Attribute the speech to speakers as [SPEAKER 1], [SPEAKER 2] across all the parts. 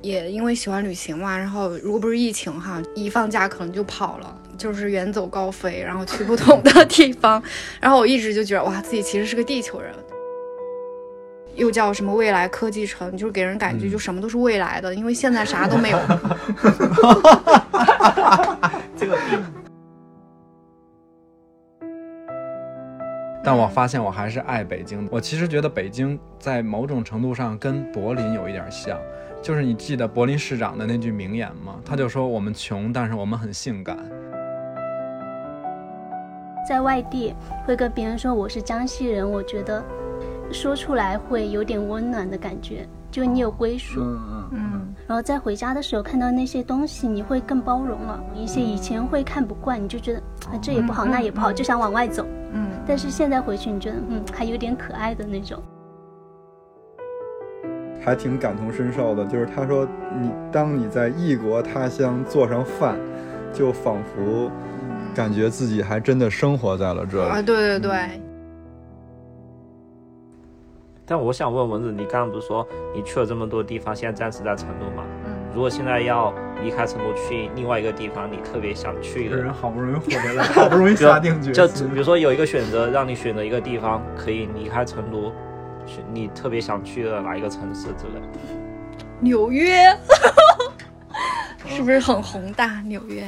[SPEAKER 1] 也因为喜欢旅行嘛，然后如果不是疫情哈，一放假可能就跑了，就是远走高飞，然后去不同的地方。 然后我一直就觉得哇，自己其实是个地球人。又叫什么未来科技城，就是给人感觉就什么都是未来的，因为现在啥都没有。
[SPEAKER 2] 这个
[SPEAKER 3] 但我发现我还是爱北京的。我其实觉得北京在某种程度上跟柏林有一点像，就是你记得柏林市长的那句名言吗？他就说我们穷，但是我们很性感。
[SPEAKER 4] 在外地会跟别人说我是江西人，我觉得说出来会有点温暖的感觉，就你有归属。
[SPEAKER 2] 嗯嗯，
[SPEAKER 1] 嗯，
[SPEAKER 4] 然后再回家的时候看到那些东西，你会更包容了。一些以前会看不惯，你就觉得啊这也不好，
[SPEAKER 1] 嗯
[SPEAKER 4] 那也不好，就想往外走。
[SPEAKER 1] 嗯，
[SPEAKER 4] 但是现在回去，你觉得嗯还有点可爱的那种。
[SPEAKER 5] 还挺感同身受的，就是他说你当你在异国他乡做上饭，就仿佛感觉嗯自己还真的生活在了这
[SPEAKER 1] 啊，
[SPEAKER 5] 里。
[SPEAKER 1] 对对对，
[SPEAKER 6] 但我想问蚊子，你刚刚不是说你去了这么多地方，现在暂时在成都嘛？
[SPEAKER 1] 嗯，
[SPEAKER 6] 如果现在要离开成都去另外一个地方，你特别想去
[SPEAKER 2] 这人
[SPEAKER 6] 的，
[SPEAKER 2] 好不容易活回来， 好不容易下定决
[SPEAKER 6] 就
[SPEAKER 2] 心
[SPEAKER 6] 比。如说有一个选择，让你选择一个地方可以离开成都，去你特别想去的哪一个城市之类的？
[SPEAKER 1] 纽约 是不是很宏大？纽约，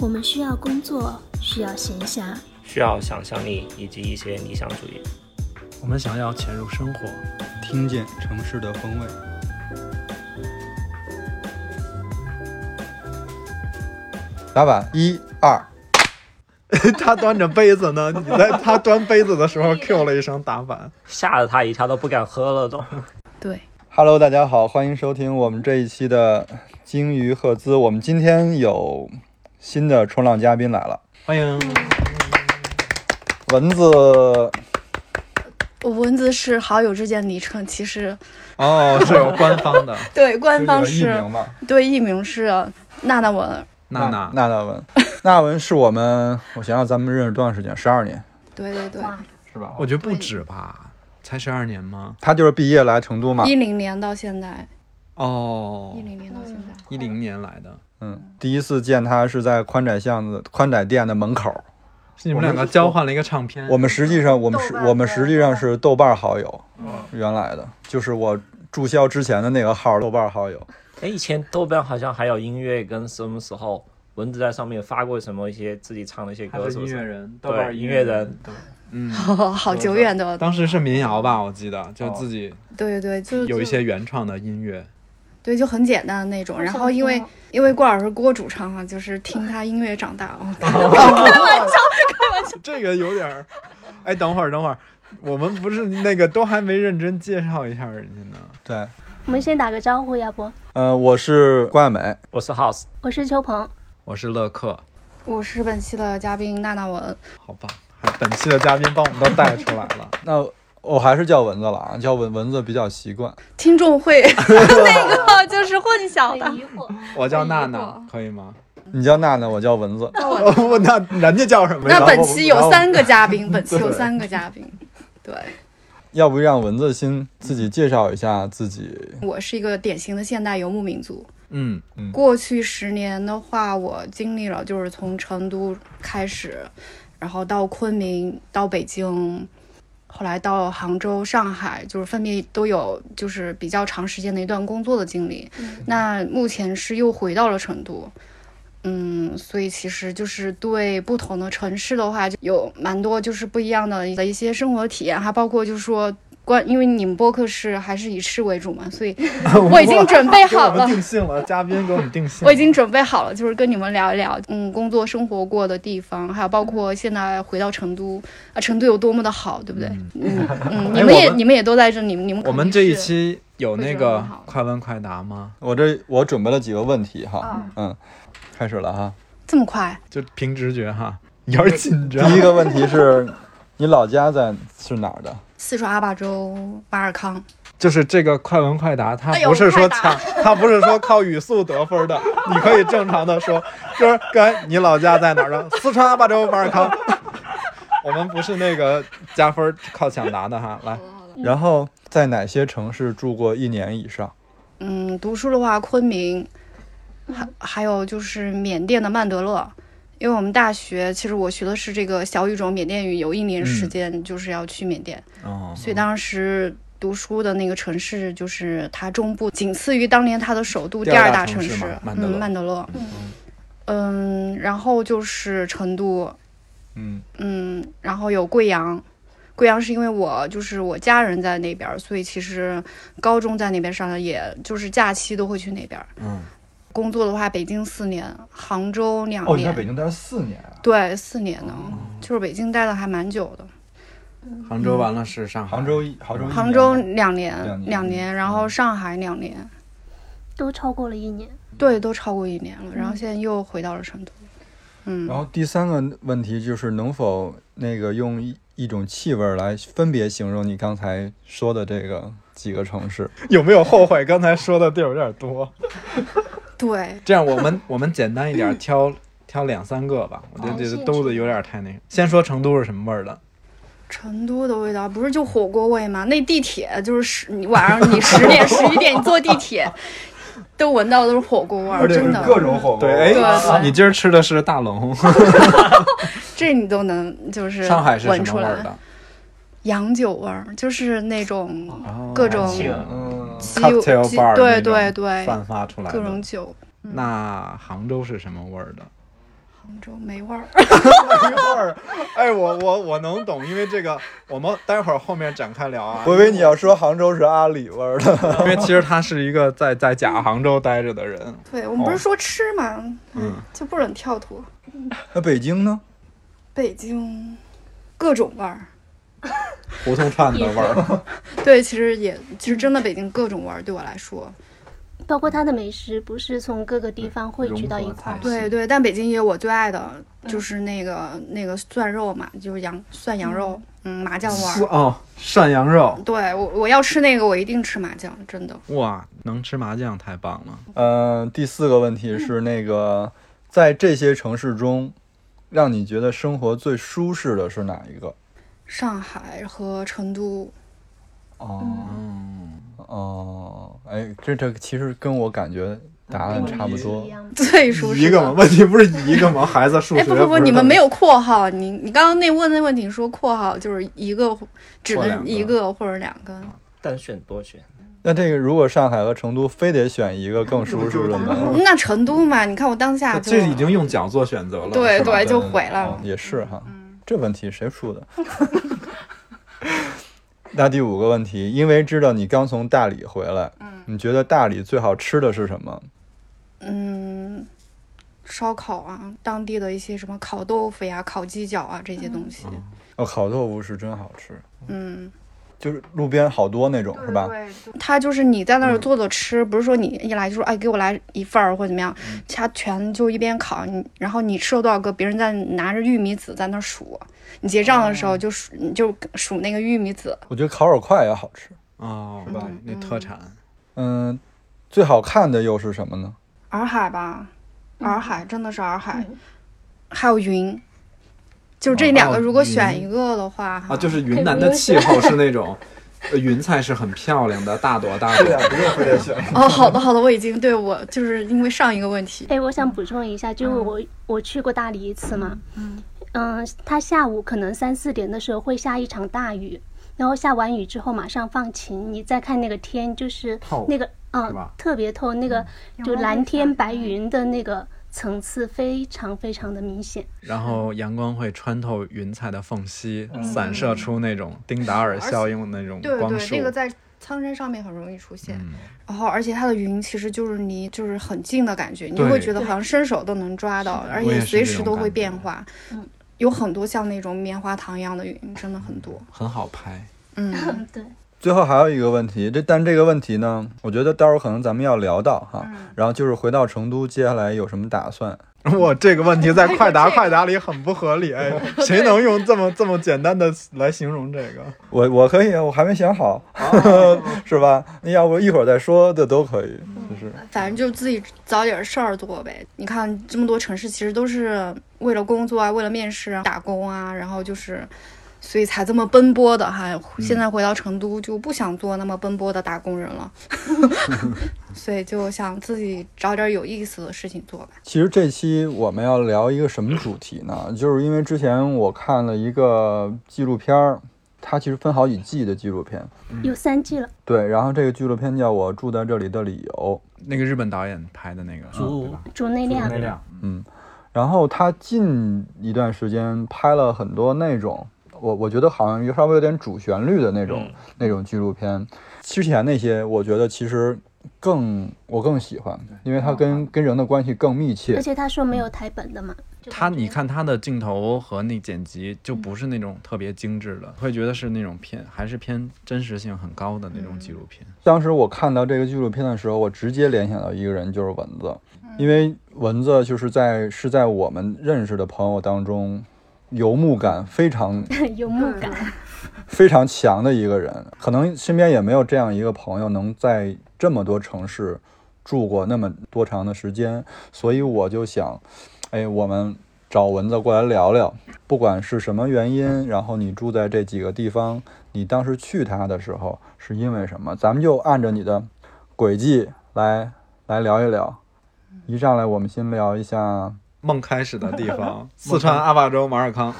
[SPEAKER 4] 我们需要工作，需要闲暇，
[SPEAKER 6] 需要想象力以及一些理想主义。
[SPEAKER 7] 我们想要潜入生活，
[SPEAKER 8] 听见城市的风味。
[SPEAKER 5] 打板一二，
[SPEAKER 2] 他端着杯子呢，你在他端杯子的时候 Q 了一声打板。
[SPEAKER 6] 吓得他一跳都不敢喝了都。
[SPEAKER 1] 对，
[SPEAKER 5] Hello，大家好，欢迎收听我们这一期的鲸鱼赫兹。我们今天有新的冲浪嘉宾来了，
[SPEAKER 7] 欢迎。
[SPEAKER 5] 蚊子
[SPEAKER 1] 我蚊子是好友之间昵称，其实
[SPEAKER 2] 哦，是有官 方的
[SPEAKER 1] 对官方
[SPEAKER 5] 就是有艺
[SPEAKER 1] 是
[SPEAKER 5] 名嘛？
[SPEAKER 1] 对艺名是娜娜文，
[SPEAKER 2] 娜娜。
[SPEAKER 5] 娜娜文，娜文是我们，我想想，咱们认识多长时间？十二年
[SPEAKER 1] 对对对，
[SPEAKER 4] 哇
[SPEAKER 5] 是吧
[SPEAKER 3] 我觉得不止吧，才十二年吗？
[SPEAKER 5] 他就是毕业来成都嘛，
[SPEAKER 1] 一零年到现在，
[SPEAKER 3] 哦
[SPEAKER 1] 一，零年到现在，
[SPEAKER 3] 一零年来的，
[SPEAKER 5] 嗯，第一次见他是在宽窄巷子宽窄店的门口。
[SPEAKER 3] 是你们两个交换了一个唱片。
[SPEAKER 2] 嗯
[SPEAKER 5] 我们实际上，我们是
[SPEAKER 9] 豆瓣，的
[SPEAKER 5] 我们实际上是豆瓣好友，原来的就是我注销之前的那个号，豆瓣好友。
[SPEAKER 6] 哎，以前豆瓣好像还有音乐跟什么时候蚊子在上面发过什么一些自己唱的一些
[SPEAKER 3] 他
[SPEAKER 6] 歌，
[SPEAKER 3] 是
[SPEAKER 6] 是
[SPEAKER 3] 音
[SPEAKER 6] 不
[SPEAKER 3] 乐
[SPEAKER 6] 是？
[SPEAKER 3] 人，豆瓣儿
[SPEAKER 6] 对
[SPEAKER 3] 音
[SPEAKER 6] 音乐
[SPEAKER 3] 人
[SPEAKER 6] 人。
[SPEAKER 3] 对嗯，
[SPEAKER 1] 好久远的，
[SPEAKER 3] 当时是民谣吧，我记得，就自己
[SPEAKER 1] 对对对，就
[SPEAKER 3] 有一些原创的音乐。
[SPEAKER 1] 对，就很简单的那种。然后因为因为郭老师郭主唱哈、就是听他音乐长大哦。
[SPEAKER 3] 这个有点儿，哎，等会儿，等会儿，我们不是那个都还没认真介绍一下人家呢。
[SPEAKER 5] 对，
[SPEAKER 4] 我们先打个招呼，要不？
[SPEAKER 5] 呃，我是关爱美，
[SPEAKER 6] 我是 House，
[SPEAKER 4] 我是秋鹏，
[SPEAKER 3] 我是乐克，
[SPEAKER 1] 我是本期的嘉宾娜娜文，
[SPEAKER 3] 好吧，还本期的嘉宾帮我们都带出来 了。
[SPEAKER 5] 那我还是叫蚊子了啊，叫蚊蚊子比较习惯。
[SPEAKER 1] 听众会 那个就是混淆的。
[SPEAKER 4] 疑惑。
[SPEAKER 3] 我叫娜
[SPEAKER 1] 我以
[SPEAKER 3] 娜
[SPEAKER 1] 为，
[SPEAKER 3] 可以吗？
[SPEAKER 5] 你叫娜娜，我叫蚊子。
[SPEAKER 3] 哦我那人家叫什么呀？
[SPEAKER 1] 那本期有
[SPEAKER 3] 然后
[SPEAKER 1] 三个嘉宾，本期有三个嘉宾。对，
[SPEAKER 5] 要不让蚊子先自己介绍一下自己？
[SPEAKER 1] 我是一个典型的现代游牧民族。
[SPEAKER 3] 嗯，
[SPEAKER 1] 过去十年的话，我经历了就是从成都开始，然后到昆明，到北京，后来到杭州、上海，就是分别都有就是比较长时间的一段工作的经历。那目前是又回到了成都。嗯，所以其实就是对不同的城市的话，就有蛮多就是不一样的的一些生活体验，还包括就是说关，因为你们播客是还是以吃为主嘛，所以我已经准 备
[SPEAKER 3] 给我
[SPEAKER 1] 好了
[SPEAKER 3] 们。定性了，嘉宾给我们定性了。
[SPEAKER 1] 我已经准备好了，就是跟你们聊一聊，嗯，工作生活过的地方，还有包
[SPEAKER 3] 嗯
[SPEAKER 1] 括现在回到成都啊，成都有多么的好，对不对？嗯 嗯，你
[SPEAKER 3] 哎
[SPEAKER 1] 们也
[SPEAKER 3] 我们
[SPEAKER 1] 你们也都在这，你们你们
[SPEAKER 3] 我们
[SPEAKER 1] 肯定
[SPEAKER 3] 这一
[SPEAKER 1] 是
[SPEAKER 3] 期有那
[SPEAKER 1] 会觉得
[SPEAKER 3] 个
[SPEAKER 1] 很好
[SPEAKER 3] 快问快答吗？
[SPEAKER 5] 我这我准备了几个问题哈，
[SPEAKER 9] 啊
[SPEAKER 5] 嗯，开始了哈。
[SPEAKER 1] 这么快，
[SPEAKER 3] 就凭直觉哈，有点紧张。
[SPEAKER 5] 第一个 问题是，你老家在是哪儿的？
[SPEAKER 1] 四川阿坝州马尔康，
[SPEAKER 2] 就是这个快问快答，它
[SPEAKER 1] 哎呦
[SPEAKER 2] 不是
[SPEAKER 1] 快
[SPEAKER 2] 说
[SPEAKER 1] 答
[SPEAKER 2] 抢，它不是说靠语速得分的，你可以正常的说，就是刚才你老家在哪儿啊？四川阿坝州马尔康。 我们不是那个加分靠抢答的哈，来，
[SPEAKER 5] 然后在哪些城市住过一年以上？
[SPEAKER 1] 嗯，读书的话，昆明，还还有就是缅甸的曼德勒，因为我们大学其实我学的是这个小语种缅甸语，有一年时
[SPEAKER 2] 嗯
[SPEAKER 1] 间就是要去缅甸，
[SPEAKER 2] 哦
[SPEAKER 1] 所以当时读书的那个城市就是它中部仅次于当年它的首都
[SPEAKER 2] 第
[SPEAKER 1] 第
[SPEAKER 2] 二
[SPEAKER 1] 二
[SPEAKER 2] 大
[SPEAKER 1] 大
[SPEAKER 2] 城
[SPEAKER 1] 城
[SPEAKER 2] 市嘛曼德
[SPEAKER 1] 嗯，
[SPEAKER 2] 勒
[SPEAKER 1] 曼德勒，嗯，然后就是成都，
[SPEAKER 5] 嗯，
[SPEAKER 1] 嗯，然后有贵阳，贵阳是因为我就是我家人在那边儿，所以其实高中在那边上的，也就是假期都会去那边儿。
[SPEAKER 2] 嗯，
[SPEAKER 1] 工作的话，北京四年，杭州两
[SPEAKER 5] 哦，你
[SPEAKER 1] 年，
[SPEAKER 5] 在北哦京待了四年啊，
[SPEAKER 1] 对，四年呢，就是北京待了还蛮久的，
[SPEAKER 2] 杭州完了是上海，
[SPEAKER 5] 杭州一杭州一
[SPEAKER 1] 杭
[SPEAKER 5] 年
[SPEAKER 1] 州
[SPEAKER 5] 吗
[SPEAKER 1] 两年，
[SPEAKER 5] 两年嗯
[SPEAKER 1] 然后上海两年，
[SPEAKER 4] 都超过了一年。
[SPEAKER 1] 对，都超过一年了，然后现在又回到了成都。嗯
[SPEAKER 5] 然，后第三个问题就是能否那个用一一种气味儿来分别形容你刚才说的这个几个城市？
[SPEAKER 2] 有没有后悔刚才说的地儿有点多？
[SPEAKER 1] 对，
[SPEAKER 2] 这样我们我们简单一点，挑挑两三个吧，我觉得
[SPEAKER 4] 哦
[SPEAKER 2] 这
[SPEAKER 4] 是
[SPEAKER 2] 个兜子有点太那个。先说成都是什么味儿的？
[SPEAKER 1] 成都的味道不是就火锅味吗？那地铁就是十你晚上你 十点十一点你坐地铁，都闻到的都是火锅味儿，哦真的。
[SPEAKER 5] 种火
[SPEAKER 1] 对对
[SPEAKER 2] 你今儿吃的是大龙，
[SPEAKER 1] 这你都能就是
[SPEAKER 2] 上海是什
[SPEAKER 1] 闻
[SPEAKER 2] 么
[SPEAKER 1] 出
[SPEAKER 2] 味
[SPEAKER 1] 来
[SPEAKER 2] 儿。的？
[SPEAKER 1] 洋酒味儿就是那种
[SPEAKER 2] 哦
[SPEAKER 1] 各种
[SPEAKER 5] 嗯，
[SPEAKER 1] 鸡
[SPEAKER 2] cocktail
[SPEAKER 1] 鸡
[SPEAKER 2] bar
[SPEAKER 1] 对
[SPEAKER 2] 那
[SPEAKER 1] 对
[SPEAKER 2] 种
[SPEAKER 1] 对，
[SPEAKER 2] 散发出来
[SPEAKER 1] 各种
[SPEAKER 2] 的。
[SPEAKER 1] 酒，
[SPEAKER 2] 那杭州是什么味儿的？
[SPEAKER 1] 杭州没味儿。
[SPEAKER 2] 一会儿， 哎，我我我能懂，因为这个我们待会儿后面展开聊啊。
[SPEAKER 5] 我以为你要说杭州是阿里味儿的，
[SPEAKER 2] 因为其实他是一个在在假杭州待着的人，
[SPEAKER 1] 对我们不是说吃嘛，
[SPEAKER 2] 哦嗯，
[SPEAKER 1] 就不准跳脱。
[SPEAKER 5] 那北京呢？
[SPEAKER 1] 北京各种味儿，
[SPEAKER 2] 胡同串的味儿。
[SPEAKER 1] 对，其实也其实真的北京各种味儿对我来说，
[SPEAKER 4] 包括它的美食，不是从各个地方汇聚到一块
[SPEAKER 2] 融
[SPEAKER 4] 儿
[SPEAKER 2] 合菜。
[SPEAKER 1] 对对。但北京也有我最爱的，就是那个那个涮肉嘛，就是羊涮羊肉，嗯，麻酱味儿。
[SPEAKER 2] 哦，涮羊肉，
[SPEAKER 1] 对我我要吃那个，我一定吃麻酱，真的。
[SPEAKER 2] 哇，能吃麻酱太棒了。
[SPEAKER 5] 嗯，第四个问题是那个，在这些城市中，让你觉得生活最舒适的是哪一个？
[SPEAKER 1] 上海和成都，
[SPEAKER 5] 哦、
[SPEAKER 2] 嗯，
[SPEAKER 5] 哦，哎，这这其实跟我感觉答案嗯差不多
[SPEAKER 4] 一。样的
[SPEAKER 1] 最舒适
[SPEAKER 2] 嗯一个嘛，
[SPEAKER 1] 的。
[SPEAKER 2] 问题不是一个吗？孩子数
[SPEAKER 1] 哎，
[SPEAKER 2] 学
[SPEAKER 1] 不不不，
[SPEAKER 2] 是
[SPEAKER 1] 你
[SPEAKER 2] 特
[SPEAKER 1] 们
[SPEAKER 2] 别
[SPEAKER 1] 没有括号，你你刚刚那问的问题说括号就是一个，只
[SPEAKER 2] 或
[SPEAKER 1] 能
[SPEAKER 2] 两个哦
[SPEAKER 1] 一个或者两个。
[SPEAKER 6] 单选多选，
[SPEAKER 5] 那这个如果上海和成都非得选一个更舒适的呢？
[SPEAKER 1] 那成都嘛，你看我当下就
[SPEAKER 2] 这已经用脚做选择了。
[SPEAKER 1] 对
[SPEAKER 2] 是吧
[SPEAKER 1] 对就毁了
[SPEAKER 5] 哦也是哈，这问题谁出的？ 那第五个问题，因为知道你刚从大理回来，你觉得大理最好吃的是什么？
[SPEAKER 1] 嗯，烧烤啊，当地的一些什么烤豆腐呀、烤鸡脚啊这些东
[SPEAKER 2] 嗯
[SPEAKER 1] 西，
[SPEAKER 5] 哦，烤豆腐是真好吃，
[SPEAKER 1] 嗯，
[SPEAKER 5] 就是路边好多那种是吧？
[SPEAKER 1] 它就是你在那
[SPEAKER 2] 嗯
[SPEAKER 1] 儿坐着吃，不是说你一来就说哎给我来一份儿或者怎么样，
[SPEAKER 2] 嗯
[SPEAKER 1] 它全就一边烤，你然后你吃了多少个，别人在拿着玉米籽在那儿数，你结账的时候就数、你就数那个玉米籽，
[SPEAKER 5] 我觉得烤饵块也好吃。
[SPEAKER 2] 哦，
[SPEAKER 5] 吧
[SPEAKER 2] 对那特产，
[SPEAKER 5] 嗯，最好看的又是什么呢？
[SPEAKER 1] 洱海吧，洱海真的是洱海，还有云，就这两
[SPEAKER 2] 哦
[SPEAKER 1] 个，如果
[SPEAKER 2] 云
[SPEAKER 1] 选一个的话，
[SPEAKER 2] 啊，就是云南的气候是那种，呃云彩是很漂亮的，大朵大朵。
[SPEAKER 5] 不用非得选。
[SPEAKER 1] 哦，好的好的，我已经对我就是因为上一个问题，
[SPEAKER 4] 哎，我想补充一下，就是我、我去过大理一次嘛，嗯，它下午可能三四点的时候会下一场大雨，然后下完雨之后马上放晴，你再看那个天，就是
[SPEAKER 2] 透
[SPEAKER 4] 那个
[SPEAKER 2] 是
[SPEAKER 4] 嗯
[SPEAKER 2] 吧，
[SPEAKER 4] 特别透，啊那嗯个就蓝天白云的那个层次非常非常的明显。
[SPEAKER 2] 然后阳光会穿透云彩的缝隙，散射出那种丁达尔效应的那种
[SPEAKER 1] 嗯对
[SPEAKER 2] 光
[SPEAKER 1] 对，
[SPEAKER 2] 束。
[SPEAKER 1] 那个在苍山上面很容易出现，
[SPEAKER 2] 嗯
[SPEAKER 1] 然后而且它的云其实就是离就是很近的感觉，你
[SPEAKER 2] 对
[SPEAKER 1] 会觉得好像伸手都能抓到，而
[SPEAKER 2] 我也
[SPEAKER 1] 且
[SPEAKER 2] 是
[SPEAKER 1] 随
[SPEAKER 2] 这
[SPEAKER 1] 时
[SPEAKER 2] 种
[SPEAKER 1] 都
[SPEAKER 2] 感
[SPEAKER 1] 会
[SPEAKER 2] 觉
[SPEAKER 1] 变化，有很多像那种棉花糖一样的云，真的很多，
[SPEAKER 2] 很好拍。
[SPEAKER 1] 嗯。
[SPEAKER 4] 嗯，对，
[SPEAKER 5] 最后还有一个问题，这但这个问题呢，我觉得待会儿可能咱们要聊到哈。然后就是回到成都，接下来有什么打算？
[SPEAKER 10] 我这个问题在快 答快答里很不合理，哎，谁能用这么这么简单的来形容这个？
[SPEAKER 5] 我我可以，啊，我还没想好。是吧？那要不一会儿再说的都可以，就是
[SPEAKER 1] 反正就自己找点事儿做呗。你看这么多城市，其实都是为了工作啊，为了面试啊，打工啊，然后就是，所以才这么奔波的哈。现在回到成都，就不想做那么奔波的打工人了，所以就想自己找点有意思的事情做吧。
[SPEAKER 5] 其实这期我们要聊一个什么主题呢？就是因为之前我看了一个纪录片儿，它其实分好几季的纪录片，
[SPEAKER 4] 有三季了，
[SPEAKER 5] 对。然后这个纪录片叫《我住在这里的理由》，
[SPEAKER 2] 那个日本导演拍的那个，
[SPEAKER 11] 足
[SPEAKER 6] 哦
[SPEAKER 2] 嗯对吧
[SPEAKER 4] 竹内亮，
[SPEAKER 5] 嗯。然后他近一段时间拍了很多那种，我我觉得好像有稍微有点主旋律的那种、那种纪录片。之前那些我觉得其实更我更喜欢，因为它跟跟人的关系更密切
[SPEAKER 4] 而。且他说没有台本的嘛， 就
[SPEAKER 2] 他
[SPEAKER 4] 感觉
[SPEAKER 2] 你看他的镜头和那剪辑就不是那种特别精致的，会觉得是那种偏还是偏真实性很高的那
[SPEAKER 1] 嗯
[SPEAKER 2] 种纪录片。
[SPEAKER 5] 当时我看到这个纪录片的时候，我直接联想到一个人，就是蚊子，
[SPEAKER 4] 嗯
[SPEAKER 5] 因为蚊子就是在是在我们认识的朋友当中，游牧感非常
[SPEAKER 4] 有木感，
[SPEAKER 5] 非常强的一个人，可能身边也没有这样一个朋友能在这么多城市住过那么多长的时间，所以我就想，哎，我们找蚊子过来聊聊，不管是什么原因，然后你住在这几个地方，你当时去它的时候是因为什么？咱们就按着你的轨迹来来聊一聊。
[SPEAKER 1] 嗯
[SPEAKER 5] 一上来我们先聊一
[SPEAKER 1] 哦
[SPEAKER 5] 下
[SPEAKER 2] 梦开始的地 方，四川阿坝州马尔康。
[SPEAKER 1] 啊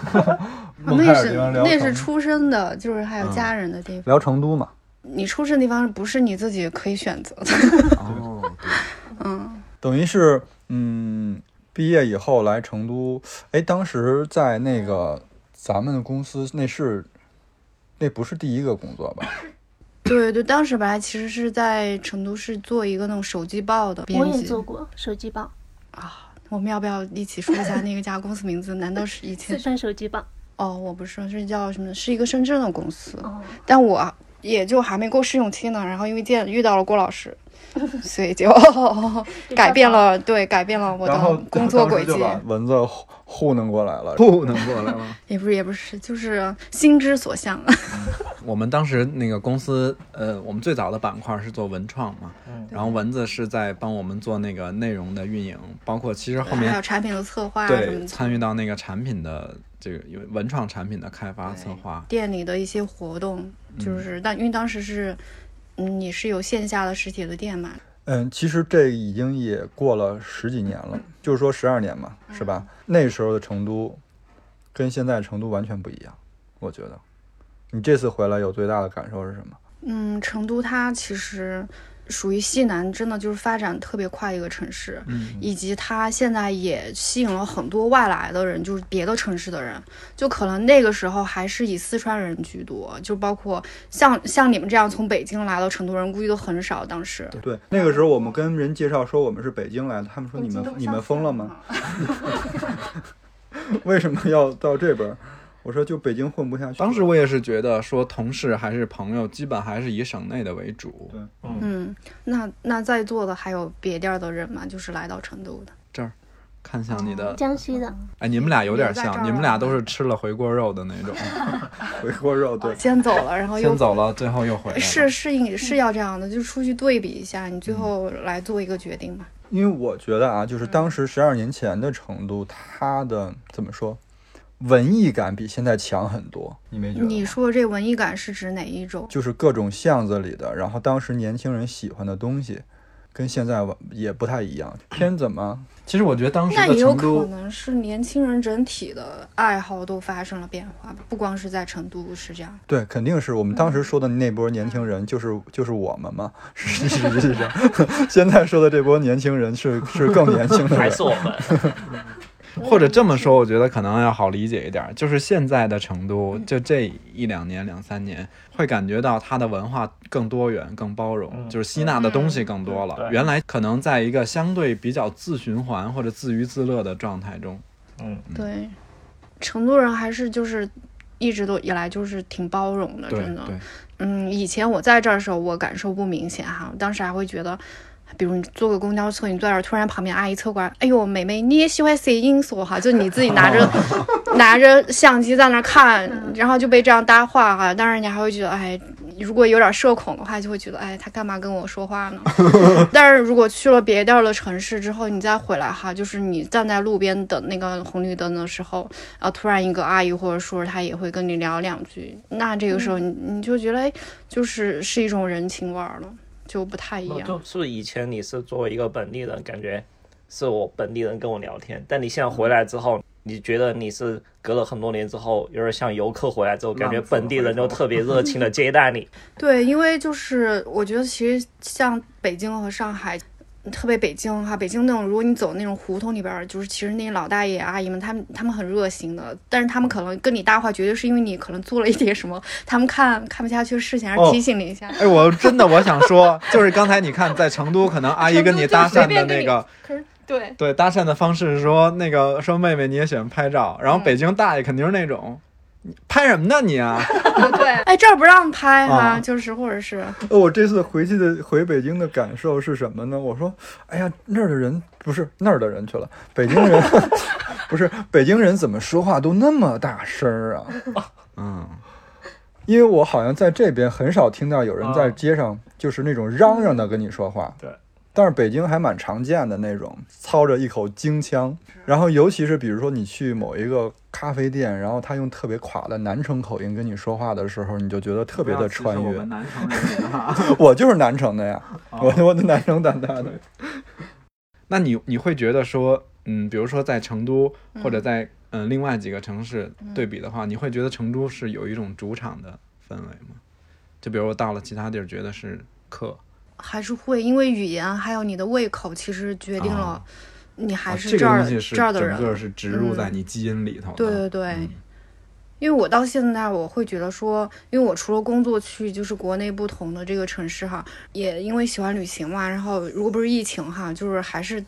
[SPEAKER 5] 蒙
[SPEAKER 1] 那
[SPEAKER 5] 太尔
[SPEAKER 1] 是
[SPEAKER 5] 地方聊
[SPEAKER 1] 那
[SPEAKER 5] 成
[SPEAKER 1] 是出生的，就是还有家人的地方。
[SPEAKER 5] 聊成都嘛，
[SPEAKER 1] 你出生的地方不是你自己可以选择的。
[SPEAKER 2] 哦，
[SPEAKER 1] 嗯，
[SPEAKER 5] 等于是，嗯，毕业以后来成都，哎，当时在那个咱们公司，那是，那不是第一个工作吧？
[SPEAKER 1] 对对，当时本来其实是在成都市做一个那种手机报的
[SPEAKER 4] 我
[SPEAKER 1] 编
[SPEAKER 4] 也
[SPEAKER 1] 辑
[SPEAKER 4] 做过手机报，
[SPEAKER 1] 啊。我们要不要一起说一下那个家公司名字？难道是以
[SPEAKER 4] 四
[SPEAKER 1] 前？
[SPEAKER 4] 川手机报，
[SPEAKER 1] 哦，我不是，是叫什么？是一个深圳的公司，
[SPEAKER 4] 哦，
[SPEAKER 1] 但我也就还没过试用期呢。然后因为见遇到了郭老师，所以就改变了，对，改变 了我
[SPEAKER 5] 然后
[SPEAKER 1] 的工作轨迹。
[SPEAKER 5] 蚊子糊糊弄过来了，
[SPEAKER 2] 不能过来吗？
[SPEAKER 1] 也不是，也不是，就是心之所向。啊
[SPEAKER 2] 我们当时那个公司，呃，我们最早的板块是做文创嘛，然后蚊子是在帮我们做那个内容的运营，包括其实后
[SPEAKER 1] 还有
[SPEAKER 2] 面
[SPEAKER 1] 产品的策划啊什么
[SPEAKER 2] 对
[SPEAKER 1] 的，
[SPEAKER 2] 参与到那个产品的这个因为文创产品的开发策划。
[SPEAKER 1] 店里的一些活动，
[SPEAKER 2] 嗯
[SPEAKER 1] 就是但因为当时是，嗯，你是有线下的实体的店嘛，
[SPEAKER 5] 嗯，其实这已经也过了十几年了，就是说十二年嘛，
[SPEAKER 1] 嗯
[SPEAKER 5] 是吧？那时候的成都，跟现在成都完全不一样，我觉得。你这次回来有最大的感受是什么？
[SPEAKER 1] 嗯，成都它其实属于西南，真的就是发展特别快的一个城市，
[SPEAKER 5] 嗯
[SPEAKER 1] 以及它现在也吸引了很多外来的人，就是别的城市的人，就可能那个时候还是以四川人居多，就包括像像你们这样从北京来到成都人，估计都很少。当时
[SPEAKER 5] 对，那个时候我们跟人介绍说我们是北京来的，他们说你
[SPEAKER 1] 北京都
[SPEAKER 5] 们
[SPEAKER 1] 不
[SPEAKER 5] 你
[SPEAKER 1] 上
[SPEAKER 5] 们
[SPEAKER 1] 学
[SPEAKER 5] 疯了吗？嗯 为什么要到这边儿？我说就北京混不下去。
[SPEAKER 2] 当时我也是觉得说，同事还是朋友，基本还是以省内的为主。
[SPEAKER 5] 对
[SPEAKER 1] 嗯，那那在座的还有别地儿的人嘛，就是来到成都的。
[SPEAKER 2] 看向你的，
[SPEAKER 4] 江西的，
[SPEAKER 2] 哎，你们俩有点
[SPEAKER 1] 哦你在这儿啊
[SPEAKER 2] 像，你们俩都是吃了回锅肉的那种，
[SPEAKER 5] 回锅肉，对，
[SPEAKER 1] 先走了，然后又
[SPEAKER 2] 先走了，最后又回来了。
[SPEAKER 1] 是是应是要这样的，就出去对比一下，你
[SPEAKER 5] 嗯
[SPEAKER 1] 最后来做一个决定嘛。
[SPEAKER 5] 因为我觉得啊，就是当时十二年前的成都，它的怎么说，文艺感比现在强很多，你没觉得吗？
[SPEAKER 1] 你说的这文艺感是指哪一种？
[SPEAKER 5] 就是各种巷子里的，然后当时年轻人喜欢的东西，跟现在也不太一样，偏怎么？
[SPEAKER 2] 其实我觉得当时
[SPEAKER 1] 那
[SPEAKER 2] 的
[SPEAKER 1] 也有
[SPEAKER 2] 成
[SPEAKER 1] 可
[SPEAKER 2] 都，
[SPEAKER 1] 能是年轻人整体的爱好都发生了变化吧，不光是在成都是这样。
[SPEAKER 5] 对，肯定是我们当时说的那波年轻人，就是就是我们嘛。实实际上， 现在说的这波年轻人是是更年轻的
[SPEAKER 6] 还
[SPEAKER 5] 人
[SPEAKER 6] 是。我们
[SPEAKER 2] 或者这么说，我觉得可能要好理解一点，就是现在的成都，就这一两年、两三年，会感觉到它的文化更多元、更包容，
[SPEAKER 6] 嗯
[SPEAKER 2] 就是吸纳的东西更多
[SPEAKER 6] 嗯
[SPEAKER 2] 了。
[SPEAKER 6] 对
[SPEAKER 2] 原来可能在一个相对比较自循环或者自娱自乐的状态中，嗯
[SPEAKER 1] 对，成都人还是就是一直都以来就是挺包容的，
[SPEAKER 2] 对
[SPEAKER 1] 啊真的。
[SPEAKER 2] 对，
[SPEAKER 1] 嗯，以前我在这儿的时候，我感受不明显哈，当时还会觉得，比如你坐个公交车，你坐这儿，突然旁边阿姨凑过来，哎呦，妹妹，你也喜欢谐音说哈？就你自己拿着拿着相机在那儿看，然后就被这样搭话哈，当然你还会觉得，哎，如果有点社恐的话，就会觉得，哎，他干嘛跟我说话呢？但是如果去了别地儿的城市之后，你再回来哈，就是你站在路边等那个红绿灯的时候，然后突然一个阿姨或者叔叔他也会跟你聊两句，那这个时候你、你就觉得，哎，就是是一种人情味儿了，就不太一
[SPEAKER 6] 那
[SPEAKER 1] 样。
[SPEAKER 6] 就是以前你是作为一个本地人，感觉是我本地人跟我聊天，但你现在回来之后，你觉得你是隔了很多年之后，有点像游客回来之后，感觉本地人就特别热情的接待你。
[SPEAKER 1] 对，因为就是我觉得其实像北京和上海，特别北京哈，北京那种，如果你走那种胡同里边儿，就是其实那些老大爷啊阿姨们，他们他们很热心的，但是他们可能跟你搭话，绝对是因为你可能做了一点什么，他们看看不下去的事情，还是
[SPEAKER 2] 哦
[SPEAKER 1] 提醒你一下。
[SPEAKER 2] 哎，我真的我想说，就是刚才你看在成都，可能阿姨跟你搭讪
[SPEAKER 9] 成都就随
[SPEAKER 2] 的
[SPEAKER 9] 便跟
[SPEAKER 2] 那
[SPEAKER 9] 你
[SPEAKER 2] 个，
[SPEAKER 9] 可是对，
[SPEAKER 2] 对搭讪的方式是说那个说妹妹你也喜欢拍照，然后
[SPEAKER 1] 嗯
[SPEAKER 2] 北京大爷肯定是那种。你拍什么呢你啊？
[SPEAKER 1] 哎，这儿不让拍哈、
[SPEAKER 2] 啊
[SPEAKER 1] 就是或者是
[SPEAKER 5] 呃，我这次回去的回北京的感受是什么呢？我说，哎呀，那儿的人不是那儿的人去了，北京人 不是北京人怎么说话都那么大声儿啊？
[SPEAKER 2] 嗯，
[SPEAKER 5] 因为我好像在这边很少听到有人在街上就是那种嚷嚷的跟你说话。
[SPEAKER 2] 对。
[SPEAKER 5] 但是北京还蛮常见的那种，操着一口京腔，然后尤其是比如说你去某一个咖啡店，然后他用特别垮的南城口音跟你说话的时候，你就觉得特别的穿越。
[SPEAKER 2] 南城人啊。
[SPEAKER 5] 我就是南城的呀， 我我的南城胆大的。
[SPEAKER 2] 那你你会觉得说，嗯，比如说在成都
[SPEAKER 1] 嗯
[SPEAKER 2] 或者在嗯、呃另外几个城市对比的话，你会觉得成都是有一种主场的氛围吗？就比如我到了其他地儿，觉得是客，
[SPEAKER 1] 还是会因为语言还有你的胃口，其实决定了
[SPEAKER 2] 啊
[SPEAKER 1] 你还
[SPEAKER 2] 啊
[SPEAKER 1] 是
[SPEAKER 2] 这个
[SPEAKER 1] 这儿、
[SPEAKER 2] 东西是
[SPEAKER 1] 这儿的人。
[SPEAKER 2] 整个是植入在
[SPEAKER 1] 嗯
[SPEAKER 2] 你基因里头的。
[SPEAKER 1] 对对对，
[SPEAKER 2] 嗯
[SPEAKER 1] 因为我到现在我会觉得说，因为我除了工作去就是国内不同的这个城市哈，也因为喜欢旅行嘛，然后如果不是疫情哈，就是还是。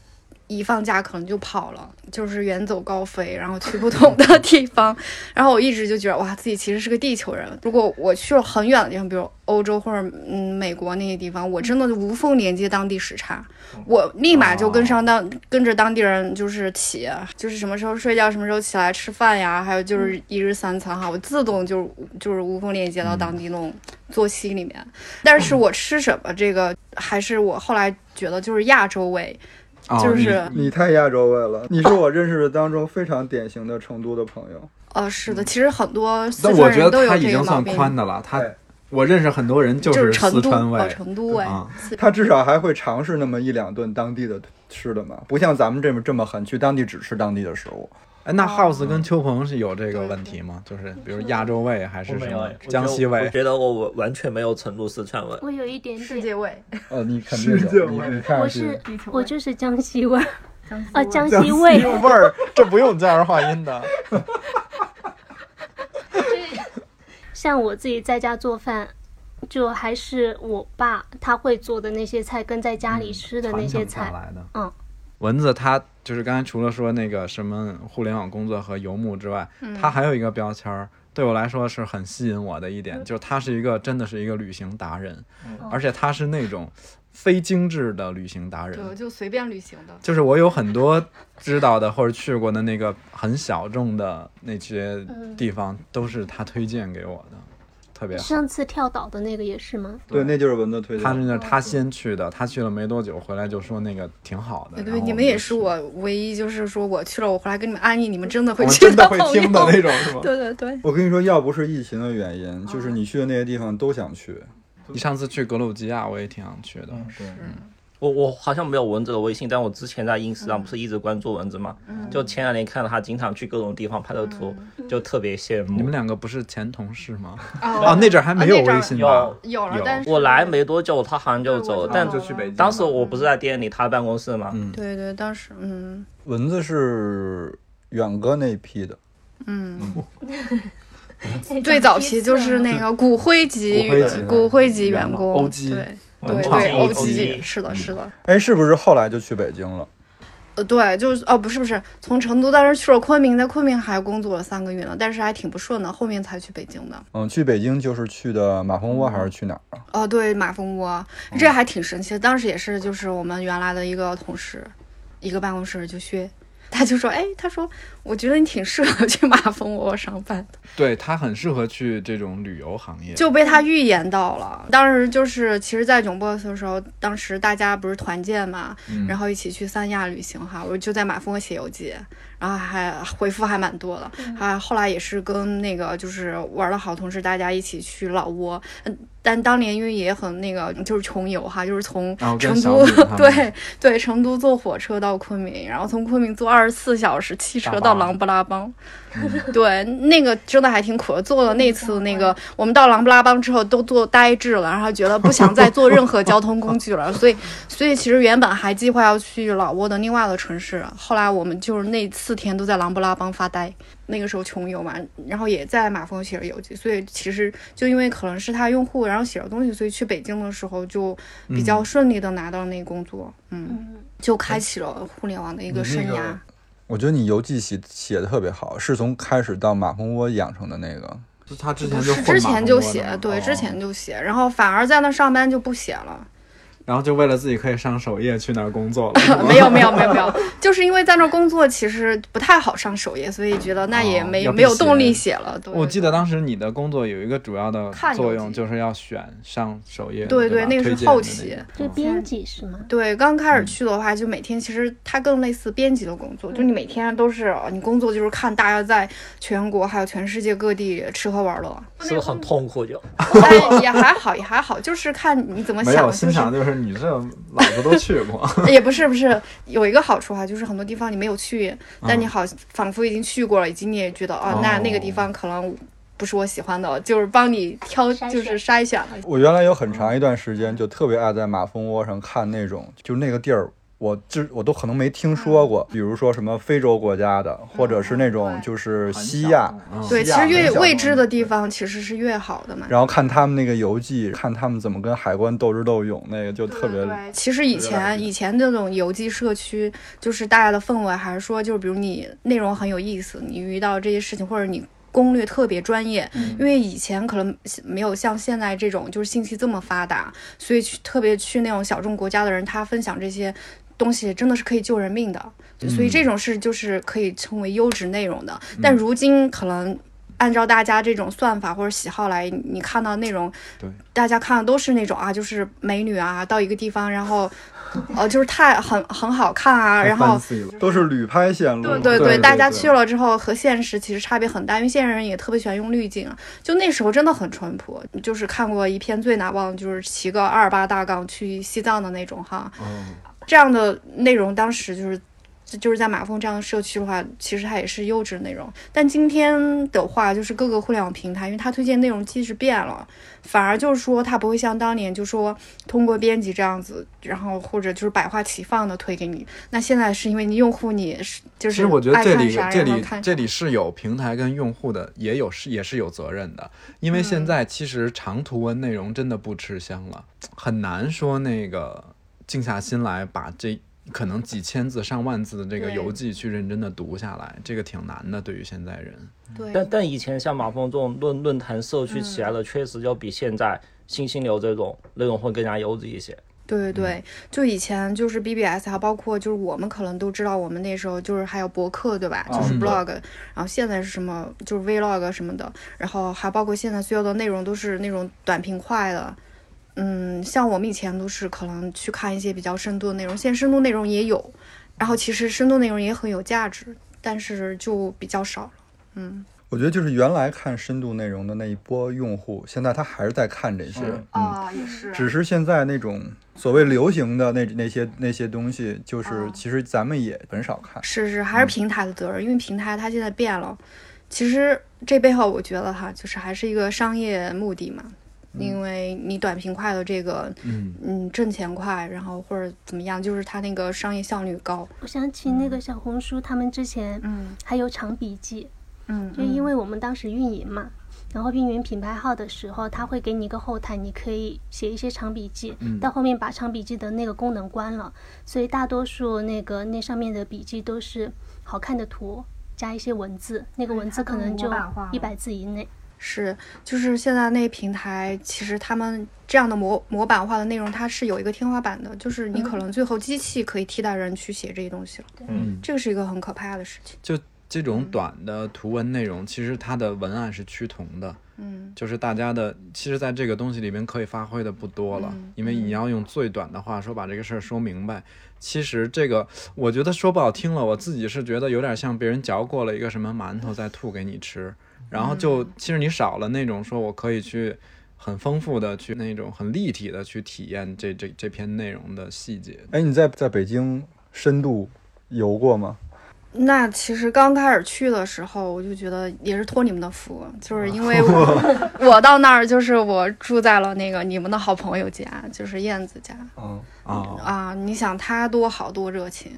[SPEAKER 1] 一放假可能就跑了，就是远走高飞，然后去不同的地方。 然后我一直就觉得哇，自己其实是个地球人。如果我去了很远的地方，比如欧洲或者嗯美国那些地方，我真的无缝连接当地时差，我立马就跟上当，跟着当地人就是起，就是什么时候睡觉，什么时候起来吃饭呀，还有就是一日三餐哈，我自动就是就是无缝连接到当地那种作息里面。但是我吃什么这个，还是我后来觉得就是亚洲味，
[SPEAKER 2] 哦
[SPEAKER 1] 就是
[SPEAKER 2] 你
[SPEAKER 5] 你太亚洲味了，你是我认识的当中非常典型的成都的朋友。
[SPEAKER 1] 呃，是的，其实很多四
[SPEAKER 2] 嗯但我
[SPEAKER 1] 川
[SPEAKER 2] 觉
[SPEAKER 1] 人都
[SPEAKER 2] 得
[SPEAKER 1] 有
[SPEAKER 2] 他已
[SPEAKER 1] 这
[SPEAKER 2] 经
[SPEAKER 1] 个毛
[SPEAKER 2] 算
[SPEAKER 1] 病，
[SPEAKER 2] 宽的了，他
[SPEAKER 5] 对
[SPEAKER 2] 我认识很多人就
[SPEAKER 1] 就是
[SPEAKER 2] 四
[SPEAKER 1] 成都
[SPEAKER 2] 川
[SPEAKER 1] 哦，
[SPEAKER 2] 味。
[SPEAKER 1] 成都味
[SPEAKER 2] 啊，
[SPEAKER 1] 四
[SPEAKER 5] 他至少还会尝试那么一两顿当地的吃的嘛，不像咱们这么这么狠，去当地只吃当地的食物。
[SPEAKER 2] 哎，那 House 跟秋鹏是有这个问题吗？就是比如亚洲味还是什么江西
[SPEAKER 6] 我
[SPEAKER 2] 味？
[SPEAKER 6] 觉得我完完全没有成都四川味。
[SPEAKER 4] 我有一点
[SPEAKER 9] 世
[SPEAKER 4] 点，
[SPEAKER 9] 界味，
[SPEAKER 5] 呃，你肯定有，你你看
[SPEAKER 4] 我
[SPEAKER 5] 是
[SPEAKER 4] 是
[SPEAKER 9] 地球
[SPEAKER 4] 我
[SPEAKER 9] 味，
[SPEAKER 4] 就是江西味儿
[SPEAKER 9] 江西
[SPEAKER 4] 啊，
[SPEAKER 9] 味
[SPEAKER 4] 江西 味，
[SPEAKER 2] 味儿，这不用加儿化音的。
[SPEAKER 4] 像我自己在家做饭，就还是我爸他会做的那些菜，跟在家里吃的那些嗯菜，
[SPEAKER 2] 来的。
[SPEAKER 4] 嗯，
[SPEAKER 2] 蚊子它就是刚才除了说那个什么互联网工作和游牧之外，它还有一个标签儿，对我来说是很吸引我的一点，就是它是一个真的是一个旅行达人，而且它是那种非精致的旅行达人。
[SPEAKER 1] 对，就随便旅行的。
[SPEAKER 2] 就是我有很多知道的或者去过的那个很小众的那些
[SPEAKER 1] 嗯
[SPEAKER 2] 地方，都是他推荐给我的，特别好。
[SPEAKER 4] 上次跳岛的那个也是吗？
[SPEAKER 5] 对，那就是蚊子推
[SPEAKER 2] 他
[SPEAKER 5] 荐。
[SPEAKER 2] 是那他先去的，他去了没多久回来就说那个挺好
[SPEAKER 1] 嗯对
[SPEAKER 2] 的。然
[SPEAKER 1] 对，
[SPEAKER 2] 后
[SPEAKER 1] 你
[SPEAKER 2] 我
[SPEAKER 1] 们
[SPEAKER 2] 就
[SPEAKER 1] 也是
[SPEAKER 2] 去
[SPEAKER 1] 我唯一就是说我去了，我回来跟你们安利，你们真的
[SPEAKER 2] 我
[SPEAKER 1] 会
[SPEAKER 2] 们
[SPEAKER 1] 去
[SPEAKER 2] 真的会
[SPEAKER 1] 朋友。
[SPEAKER 2] 听的那种是吗？
[SPEAKER 1] 对对对，
[SPEAKER 5] 我跟你说，要不是疫情的原因，就是你去的那些地方都想去。
[SPEAKER 2] 你上次去格鲁吉亚，我也挺想去的。
[SPEAKER 5] 嗯
[SPEAKER 6] 我我好像没有蚊子的微信，但我之前在 ins 上不是一直关注蚊子吗？就前两年看到他经常去各种地方拍的图，就特别羡慕。
[SPEAKER 2] 你们两个不是前同事吗？
[SPEAKER 1] 哦
[SPEAKER 2] 啊，那阵儿还没
[SPEAKER 1] 啊
[SPEAKER 2] 有
[SPEAKER 1] 那阵儿
[SPEAKER 2] 微信吧
[SPEAKER 6] 有？
[SPEAKER 1] 有了
[SPEAKER 2] 有，
[SPEAKER 1] 但是
[SPEAKER 6] 我来没多久，他好像就
[SPEAKER 9] 对
[SPEAKER 6] 走
[SPEAKER 9] 我
[SPEAKER 6] 了
[SPEAKER 9] 知，道
[SPEAKER 6] 但
[SPEAKER 9] 就去北京
[SPEAKER 6] 当时我不是在店里，他办公室嘛。
[SPEAKER 1] 对对，当时嗯
[SPEAKER 5] 蚊子是远哥那一批的，
[SPEAKER 1] 嗯，最早期就是那个骨灰级
[SPEAKER 5] 骨灰级
[SPEAKER 1] 骨灰级员
[SPEAKER 2] 欧
[SPEAKER 1] 工，
[SPEAKER 2] 基
[SPEAKER 1] 对
[SPEAKER 6] 文
[SPEAKER 1] 对
[SPEAKER 6] 创
[SPEAKER 1] 对，欧
[SPEAKER 6] OG
[SPEAKER 1] 基是的，
[SPEAKER 2] 嗯
[SPEAKER 1] 是的。
[SPEAKER 5] 哎，是不是后来就去北京了？
[SPEAKER 1] 呃，对，就是哦，不是不是，从成都当时去了昆明，在昆明还工作了三个月呢，但是还挺不顺的，后面才去北京的。
[SPEAKER 5] 嗯，去北京就是去的马蜂窝还是去哪儿啊？
[SPEAKER 1] 哦，对，马蜂窝，这还挺神奇的。当时也是，就是我们原来的一个同事，一个办公室就薛，他就说，哎，他说我觉得你挺适合去马蜂窝上班的，
[SPEAKER 2] 对他很适合去这种旅游行业，
[SPEAKER 1] 就被他预言到了。当时就是，其实，在囧 boss 的时候，当时大家不是团建嘛，
[SPEAKER 2] 嗯
[SPEAKER 1] 然后一起去三亚旅行哈，我就在马蜂窝写游记，然后还回复还蛮多的，啊，后来也是跟那个就是玩的好同事，大家一起去老挝，嗯，但当年因为也很那个就是穷游哈，就是从
[SPEAKER 2] 然后跟
[SPEAKER 1] 成
[SPEAKER 2] 小
[SPEAKER 1] 都
[SPEAKER 2] 米他们
[SPEAKER 1] 对对成都坐火车到昆明，然后从昆明坐二十四小时汽车到琅勃拉邦，
[SPEAKER 2] 嗯
[SPEAKER 1] 对，那个真的还挺苦的。坐了那次那个，我们到琅勃拉邦之后都坐呆滞了，然后觉得不想再坐任何交通工具了， 所以所以其实原本还计划要去老挝的另外的城市，后来我们就是那四天都在琅勃拉邦发呆。那个时候穷游嘛，然后也在马蜂写了游记，所以其实就因为可能是他用户，然后写了东西，所以去北京的时候就比较顺利的拿到那工作，嗯，就开启了互联网的一个生
[SPEAKER 5] 你那
[SPEAKER 1] 涯
[SPEAKER 5] 个。我觉得你游记写写的特别好，是从开始到马蜂窝养成的那个。
[SPEAKER 2] 就他之前
[SPEAKER 1] 不
[SPEAKER 2] 就是混
[SPEAKER 1] 之
[SPEAKER 2] 马
[SPEAKER 1] 前
[SPEAKER 2] 蜂
[SPEAKER 1] 就
[SPEAKER 2] 窝的
[SPEAKER 1] 写
[SPEAKER 2] 嘛，
[SPEAKER 1] 对，
[SPEAKER 2] 哦
[SPEAKER 1] 之前就写，然后反而在那上班就不写了。
[SPEAKER 2] 然后就为了自己可以上首页去那儿工作了，
[SPEAKER 1] 没有没有没有没有，就是因为在那工作其实不太好上首页，所以觉得那也
[SPEAKER 2] 哦
[SPEAKER 1] 没、
[SPEAKER 2] 要避
[SPEAKER 1] 没有动
[SPEAKER 2] 嫌
[SPEAKER 1] 力写了。对
[SPEAKER 2] 我记得当时你的工作有一个主要的
[SPEAKER 1] 看
[SPEAKER 2] 作
[SPEAKER 1] 邮
[SPEAKER 2] 用，
[SPEAKER 1] 寄
[SPEAKER 2] 就是要选上首页的，
[SPEAKER 1] 对
[SPEAKER 2] 对吧，
[SPEAKER 1] 对那个是
[SPEAKER 2] 推荐的嗯
[SPEAKER 1] 后期
[SPEAKER 4] 就编辑是吗？
[SPEAKER 1] 对，刚开始去的话，就每天其实它更类似编辑的工作，就你每天都是哦你工作就是看大家在全国还有全世界各地吃喝玩乐，
[SPEAKER 6] 是不是很痛苦
[SPEAKER 1] 哎
[SPEAKER 6] 就？
[SPEAKER 1] 但也还好也还好，就是看你怎么
[SPEAKER 2] 没
[SPEAKER 1] 想，
[SPEAKER 2] 有
[SPEAKER 1] 就
[SPEAKER 2] 心
[SPEAKER 1] 是
[SPEAKER 2] 想就是你这老子都去过，
[SPEAKER 1] 也不是不是有一个好处哈、就是很多地方你没有去，但你好仿佛已经去过了，以及你也觉得啊，那那个地方可能不是我喜欢的，就是帮你挑
[SPEAKER 4] 筛
[SPEAKER 1] 就是
[SPEAKER 4] 选
[SPEAKER 1] 筛选了。
[SPEAKER 5] 我原来有很长一段时间就特别爱在马蜂窝上看那种，就那个地儿，我至我都可能没听说过，比如说什么非洲国家的，或者是那种
[SPEAKER 1] 嗯对
[SPEAKER 5] 就是
[SPEAKER 2] 很
[SPEAKER 5] 西
[SPEAKER 2] 小
[SPEAKER 5] 亚，
[SPEAKER 2] 嗯
[SPEAKER 1] 对，
[SPEAKER 5] 西
[SPEAKER 1] 其
[SPEAKER 5] 亚
[SPEAKER 1] 实
[SPEAKER 5] 很
[SPEAKER 1] 越
[SPEAKER 5] 小
[SPEAKER 1] 未
[SPEAKER 5] 众
[SPEAKER 1] 知的地方其实是越好的嘛。
[SPEAKER 5] 然后看他们那个游记，看他们怎么跟海关斗智斗勇，那个就特别
[SPEAKER 1] 对，其实以
[SPEAKER 5] 特别浪
[SPEAKER 1] 前
[SPEAKER 5] 漫
[SPEAKER 1] 以前这种游记社区，就是大家的氛围还是说，就是比如你内容很有意思，你遇到这些事情或者你。攻略特别专业，
[SPEAKER 5] 嗯
[SPEAKER 1] 因为以前可能没有像现在这种就是信息这么发达，所以去特别去那种小众国家的人，他分享这些东西真的是可以救人命的，就所以这种是就是可以称为优质内容的。但如今可能按照大家这种算法或者喜好来，你看到内容大家看的都是那种啊，就是美女啊，到一个地方，然后，呃，就是太很很好看啊，然后。
[SPEAKER 2] fancy 了
[SPEAKER 5] 都是旅拍线路。
[SPEAKER 1] 对
[SPEAKER 2] 对
[SPEAKER 1] 大
[SPEAKER 2] 对
[SPEAKER 1] 家
[SPEAKER 2] 对
[SPEAKER 1] 去了之后和现实其实差别很大，因为现实人也特别喜欢用滤镜，啊就那时候真的很淳朴。就是看过一篇最难忘的，就是骑个二八大杠去西藏的那种哈，这样的内容当时就是。就就是在马蜂这样的社区的话，其实它也是优质内容。但今天的话，就是各个互联网平台，因为它推荐内容机制变了，反而就是说它不会像当年就说通过编辑这样子，然后或者就是百花齐放的推给你。那现在是因为你用户你是就是
[SPEAKER 2] 其实我觉得
[SPEAKER 1] 爱
[SPEAKER 2] 这
[SPEAKER 1] 看
[SPEAKER 2] 里
[SPEAKER 1] 啥
[SPEAKER 2] 这
[SPEAKER 1] 然后
[SPEAKER 2] 里
[SPEAKER 1] 看
[SPEAKER 2] 这里是有平台跟用户的，也有是也是有责任的，因为
[SPEAKER 1] 嗯
[SPEAKER 2] 现在其实长图文内容真的不吃香了，很难说那个静下心来把这可能几千字上万字的这个
[SPEAKER 1] 对
[SPEAKER 2] 游记去认真的读下来，这个挺难的，对于现在人。
[SPEAKER 1] 对
[SPEAKER 6] 但但以前像马蜂这种论论坛社区起
[SPEAKER 1] 嗯
[SPEAKER 6] 来了，确实要比现在新兴流这种内容会更加优质一些。
[SPEAKER 1] 对对，就以前就是 BBS，还啊包括就是我们可能都知道，我们那时候就是还有博客，对吧？就是 blog，然后现在是什么就是 vlog 什么的，然后还包括现在所有的内容都是那种短平快的。嗯，像我们以前都是可能去看一些比较深度的内容，现在深度内容也有，然后其实深度内容也很有价值，但是就比较少了。
[SPEAKER 5] 我觉得就是原来看深度内容的那一波用户，现在他还是在看这些，嗯，
[SPEAKER 1] 啊，也是
[SPEAKER 5] 只是现在那种所谓流行的那那些那些东西，
[SPEAKER 1] 嗯
[SPEAKER 5] 就是其实咱们也很少看。
[SPEAKER 1] 是是，还是平台的责任，因为平台它现在变了。其实这背后，我觉得哈，就是还是一个商业目的嘛。因为你短平快的这个，嗯挣钱快，然后或者怎么样，就是它那个商业效率高。
[SPEAKER 4] 我想起那个小红书，他们之前
[SPEAKER 1] 嗯
[SPEAKER 4] 还有长笔记，
[SPEAKER 1] 嗯
[SPEAKER 4] 就因为我们当时运营嘛，然后运营品牌号的时候，他会给你一个后台，你可以写一些长笔记，
[SPEAKER 5] 嗯
[SPEAKER 4] 到后面把长笔记的那个功能关了，所以大多数那个那上面的笔记都
[SPEAKER 5] 哎
[SPEAKER 4] 是好看的图加一些文字，那个文字可能就一百字以内。
[SPEAKER 1] 是，就是现在那平台，其实他们这样的模模板化的内容，它是有一个天花板的，就是你可能最后机器可以替代人去写这些东西了。
[SPEAKER 6] 嗯，
[SPEAKER 1] 这个是一个很可怕的事情。
[SPEAKER 2] 就这种
[SPEAKER 1] 嗯
[SPEAKER 2] 短的图文内容，其实它的文案是趋同的，
[SPEAKER 1] 嗯，
[SPEAKER 2] 就是大家的，其实在这个东西里面可以发挥的不多了，
[SPEAKER 1] 嗯
[SPEAKER 2] 因为你要用最短的话说把这个事儿说明白。其实这个，我觉得说不好听了，我自己是觉得有点像别人嚼过了一个什么馒头再吐给你吃，
[SPEAKER 1] 嗯
[SPEAKER 2] 然后就其实你少了那种说我可以去很丰富的去那种很立体的去体验这这这篇内容的细节。
[SPEAKER 5] 哎，你在在北京深度游过吗？
[SPEAKER 1] 那其实刚开始去的时候，我就觉得也是托你们的福，就是因为
[SPEAKER 2] 哦
[SPEAKER 1] 我我到那儿就是我住在了那个你们的好朋友家，就是燕子家
[SPEAKER 5] 嗯，
[SPEAKER 2] 哦，
[SPEAKER 1] 啊。你想她多好多热情，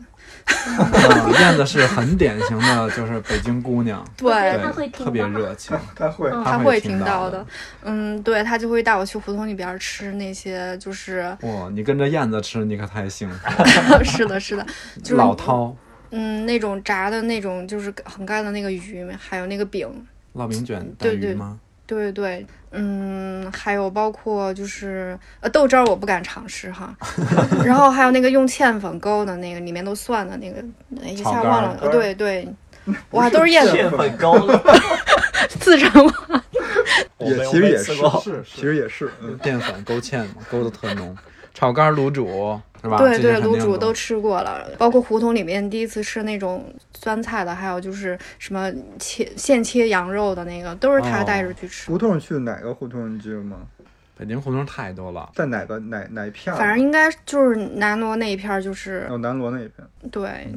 [SPEAKER 2] 嗯燕子是很典型的，就是北京姑娘，
[SPEAKER 4] 我觉得
[SPEAKER 2] 对
[SPEAKER 4] 她会听
[SPEAKER 2] 特别
[SPEAKER 4] 到
[SPEAKER 2] 热情，
[SPEAKER 5] 他会
[SPEAKER 4] 嗯
[SPEAKER 1] 她
[SPEAKER 2] 她
[SPEAKER 1] 会
[SPEAKER 2] 听
[SPEAKER 1] 听到
[SPEAKER 2] 的
[SPEAKER 1] 的。。嗯，对，她就会带我去胡同里边儿吃那些，就是
[SPEAKER 2] 哇，你跟着燕子吃，你可太幸福了。
[SPEAKER 1] 是的，是的， 就是
[SPEAKER 2] 老饕
[SPEAKER 1] 嗯那种炸的那种，就是很干的那个鱼，还有那个饼，
[SPEAKER 2] 烙饼卷带
[SPEAKER 1] 对
[SPEAKER 2] 鱼
[SPEAKER 1] 对
[SPEAKER 2] 吗？
[SPEAKER 1] 对对，嗯，还有包括就是呃豆汁儿，我不敢尝试哈。然后还有那个用芡粉勾的那个，里面都蒜的那个，哎一
[SPEAKER 2] 炒
[SPEAKER 1] 下
[SPEAKER 2] 肝
[SPEAKER 1] 忘
[SPEAKER 2] 儿
[SPEAKER 1] 了。呃对 对，哇，都是 燕子
[SPEAKER 6] 淀粉高了，
[SPEAKER 1] 自称话。
[SPEAKER 6] 我
[SPEAKER 5] 也
[SPEAKER 6] 没有
[SPEAKER 5] 其实
[SPEAKER 6] 被
[SPEAKER 5] 也
[SPEAKER 6] 吃
[SPEAKER 5] 是
[SPEAKER 6] 过，
[SPEAKER 5] 哦是，其实也是，嗯，
[SPEAKER 2] 淀粉勾芡嘛，勾的特浓。炒肝、卤煮是吧？
[SPEAKER 1] 对
[SPEAKER 2] 这
[SPEAKER 1] 对，
[SPEAKER 2] 些肯
[SPEAKER 1] 卤
[SPEAKER 2] 定
[SPEAKER 1] 煮都吃过了，包括胡同里面第一次吃那种酸菜的，还有就是什么切现切羊肉的那个，都是
[SPEAKER 2] 哦
[SPEAKER 1] 他带着去吃。
[SPEAKER 5] 胡同去哪个胡同你记得吗？
[SPEAKER 2] 北京胡同太多了。
[SPEAKER 5] 在哪个哪哪一
[SPEAKER 2] 啊
[SPEAKER 5] 片儿？啊
[SPEAKER 1] 反正应该就是南锣那一片儿，
[SPEAKER 2] 嗯
[SPEAKER 1] 就是
[SPEAKER 5] 哦，南锣那一片。
[SPEAKER 1] 对，